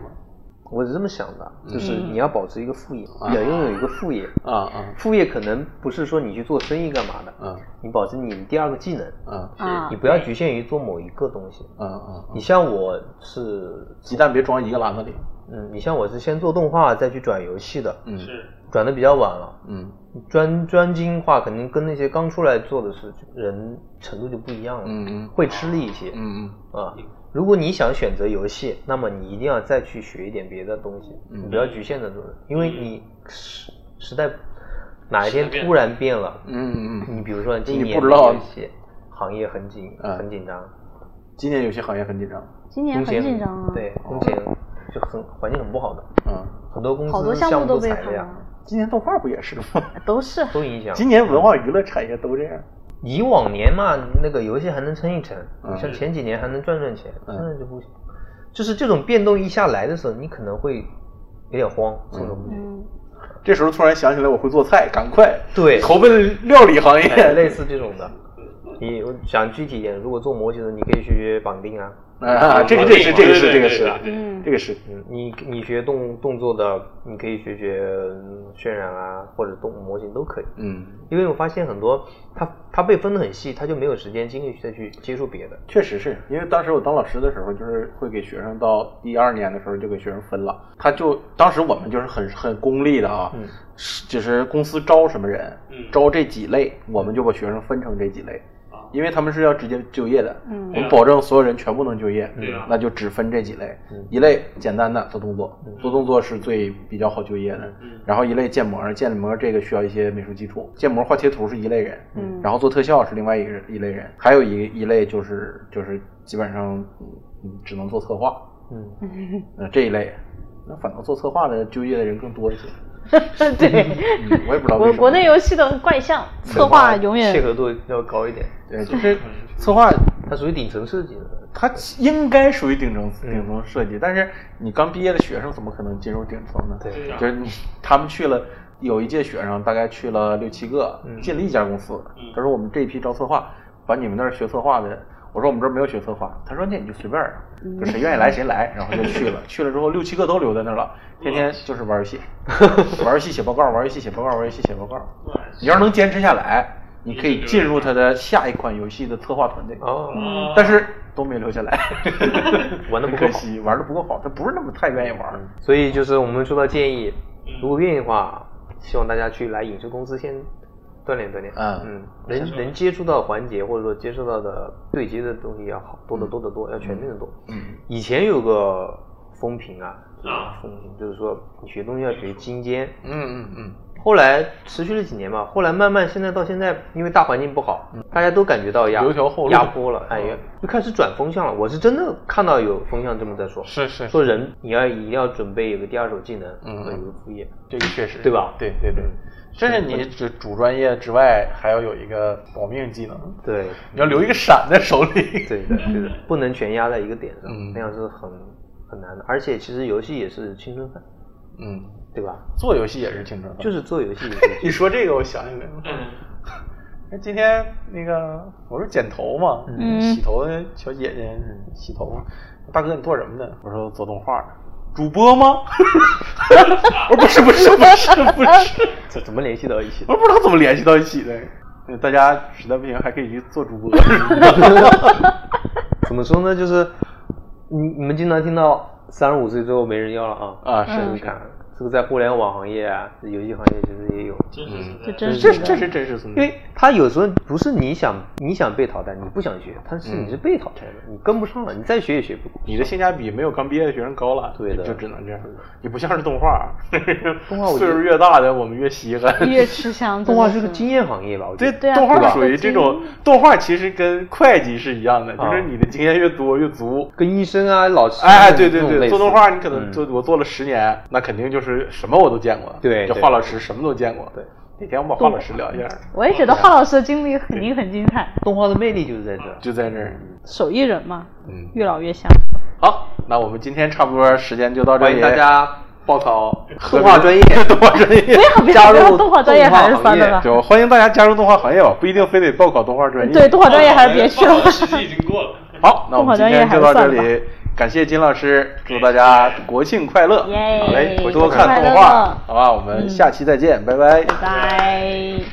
D: 我是这么想的，就是
C: 嗯
D: 你要保持一个副业，
A: 啊
D: 你要拥有一个副业。
A: 啊啊
D: 副业可能不是说你去做生意干嘛的，
A: 嗯
D: 你保持你的第二个技能，
A: 嗯
C: 啊
D: 你，不要局限于做某一个东西。
A: 嗯嗯，
D: 你像我是，
A: 鸡蛋别装一个篮子里。
D: 嗯，你像我是先做动画，再去转游戏的，
A: 嗯
B: 是
D: 转的比较晚了。
A: 嗯
D: 专专精化，肯定跟那些刚出来做的事人程度就不一样了，
A: 嗯嗯
D: 会吃力一些，
A: 嗯
D: 啊。如果你想选择游戏，那么你一定要再去学一点别的东西，
A: 嗯
D: 你不要局限着做，因为你时时代哪一天
B: 时代变了
D: 突然变了，
A: 嗯嗯嗯，
D: 你比如说今
A: 你
D: 年
A: 不知道
D: 游戏行业很紧、
A: 嗯
D: 很紧张，
A: 今年游戏行业很紧张。
C: 今年
D: 风险
C: 很紧张啊，
D: 对，
A: 哦
D: 风险就很环境很不好的，
A: 嗯，
D: 很多公司
C: 好多项
D: 项
C: 目都被
D: 裁
C: 砍
D: 了呀，
C: 了，
A: 今年动画不也是吗？
C: 都是
D: 都影响。
A: 今年文化娱乐产业都这样。
D: 以往年嘛，那个游戏还能撑一撑，
A: 嗯
D: 像前几年还能赚赚钱，
A: 嗯
D: 现在就不行。就是这种变动一下来的时候，你可能会有点慌，措手不及。
C: 嗯，
A: 这时候突然想起来我会做菜，赶快
D: 对
A: 投奔料理行
D: 哎
A: 业。
D: 类似这种的，你我想具体一点，如果做模型的，你可以学绑定啊，
A: 啊，这个这个是这个是这个是啊
B: 嗯对对对
C: 嗯
A: 这个是
D: 嗯，你你学动动作的，你可以学学嗯渲染啊，或者动模型都可以。
A: 嗯，
D: 因为我发现很多，它它被分得很细，它就没有时间精力再去接触别的。
A: 确实是因为当时我当老师的时候，就是会给学生到第二年的时候就给学生分了，他就当时我们就是很很功利的啊，
D: 嗯
A: 是就是公司招什么人
B: 嗯，
A: 招这几类，我们就把学生分成这几类，
B: 啊，
A: 因为他们是要直接就业的，
C: 嗯
A: 我们保证所有人全部能就业，
B: 对啊
A: 那就只分这几类
D: 嗯，
A: 一类简单的做动作，做动作是最比较好就业的
B: 嗯，
A: 然后一类建模，建模这个需要一些美术基础，建模画贴图是一类人
C: 嗯，
A: 然后做特效是另外一个人一类人，还有一一类就是就是基本上嗯嗯只能做策划，
D: 嗯，
A: 那这一类，那反倒做策划的就业的人更多一些，
C: 对，
A: 嗯我也不知道为
C: 国
A: 什么
C: 国内游戏的怪象，策划永
D: 契
C: 远
D: 合度要高 一点，
A: 对就是策划
D: 它属于顶层设计的。
A: 它应该属于顶层顶层设计，但是你刚毕业的学生怎么可能进入顶层呢？
D: 对
A: 就是你他们去了。有一届学生大概去了六七个，进了一家公司。他说我们这一批招策划，把你们那儿学策划的，我说我们这儿没有学策划。他说那你就随便儿，就谁愿意来谁来，然后就去了。去了之后六七个都留在那儿了，天天就是玩游戏，玩游戏写报告，玩游戏写报告，玩游戏写报告。你要是能坚持下来，你可以进入他的下一款游戏的策划团队。
D: 哦，，
B: 啊
A: 但是 都没留下来
D: 玩得不够好
A: 很可惜，玩的不够好，他不是那么太愿意玩。
D: 所以就是我们收到建议，如果愿意的话，希望大家去来影视公司先锻炼锻炼。
A: 嗯
D: 嗯，能能接触到环节或者说接触到的对接的东西要好多得多得多，要全面的多。
A: 嗯，
D: 以前有个风评啊，就是
B: 啊
D: 风评就是说你学东西要学精尖。
A: 嗯嗯嗯，
D: 后来持续了几年嘛，后来慢慢现在到现在，因为大环境不好，大家都感觉到压
A: 嗯留条后路嗯
D: 压迫了，哎呀，就开始转风向了。我是真的看到有风向这么在说，
A: 是是，
D: 说人你要一定要准备有个第二手技能
A: 嗯
D: 和有个副业，
A: 这个确实，
D: 对吧
A: 对对对
D: 嗯，
A: 这是你主主专业之外还要有一个保命技能，
D: 对
A: 你要留一个闪在手里。
D: 对的，对的，不能全压在一个点上，
A: 嗯
D: 那样是很很难的。而且其实游戏也是青春饭，
A: 嗯，
D: 对吧？
A: 做游戏也是青春饭，
D: 就是做游戏也是青春
H: 你说这个，我想起来了。
B: 嗯，
A: 那今天那个我说剪头嘛，
C: 嗯
A: 洗头的小姐姐洗头，大哥你做什么的？我说做动画的。
H: 主播吗？
A: 我说不是不是不是不是，
D: 这怎么联系到一起的
A: 我？不知道怎么联系到一起的。嗯大家实在不行还可以去做主播。
D: 怎么说呢？就是你你们经常听到三十五岁之后没人要了啊
A: 啊是
D: 你看这个在互联网行业啊、游戏行业其实也有，
B: 真
A: 嗯
B: 实
C: 这
B: 存在。
C: 真是
D: 这是
C: 的
A: 这是真实存
D: 因
A: 在，
D: 为他有时候不是你想你想被淘汰，你不想学，他是你是被淘汰的，你跟不上了，你再学也学不过。
A: 你的性价比没有刚毕业的学生高了，
D: 对的
A: 就只能这样。你不像是动画，
D: 动画 我觉
A: 岁
D: 得
A: 数越大的我们越稀罕。
C: 越吃香，
D: 动画是
C: 真
D: 个
C: 的
D: 经验行业吧？我觉
A: 对
D: 得
C: 对啊
A: 动
C: 对
A: 画
C: 吧
A: 属于这种动画，其实跟会计是一样的，就
D: 啊
A: 是你的经验越多越足。
D: 跟医生啊、老师啊
A: 哎，对对
D: 那种类
A: 对，
D: 似
A: 做动画你可能
D: 嗯
A: 做我做了十年，那肯定就是什么我都见过。
D: 对
A: 就
D: 对
A: 华老师什么都见过。
D: 对，
A: 哪天我们把华老师聊一下，
C: 我也觉得浩老师的经历肯定很精彩，
D: 动画的魅力就是在这儿。
A: 就在这儿。
C: 手艺人嘛，
A: 嗯，
C: 越老越香。
A: 好，那我们今天差不多时间就到这
D: 欢
A: 里，
D: 迎大家报考
A: 和 平
D: 动画专业，
A: 动画 专业
C: 不。要不
D: 加
C: 要不
D: 入
C: 要，动画专业还是
D: 动画
C: 算
D: 行业
C: 了吧。
A: 就欢迎大家加入动画行业吧，不一定非得报考动画专业。
C: 对，动画专业还是别去了
B: 我
C: 吧
B: 哎的。时机已经过了。
A: 好，那我们今天就到这
C: 动画专业
A: 里，感谢金老师，祝大家国庆快乐！
C: 耶
A: 好嘞，
C: 国庆
A: 多看
C: 快乐哦嗯
A: 动画，好吧？我们下期再见，拜拜。
C: 拜拜。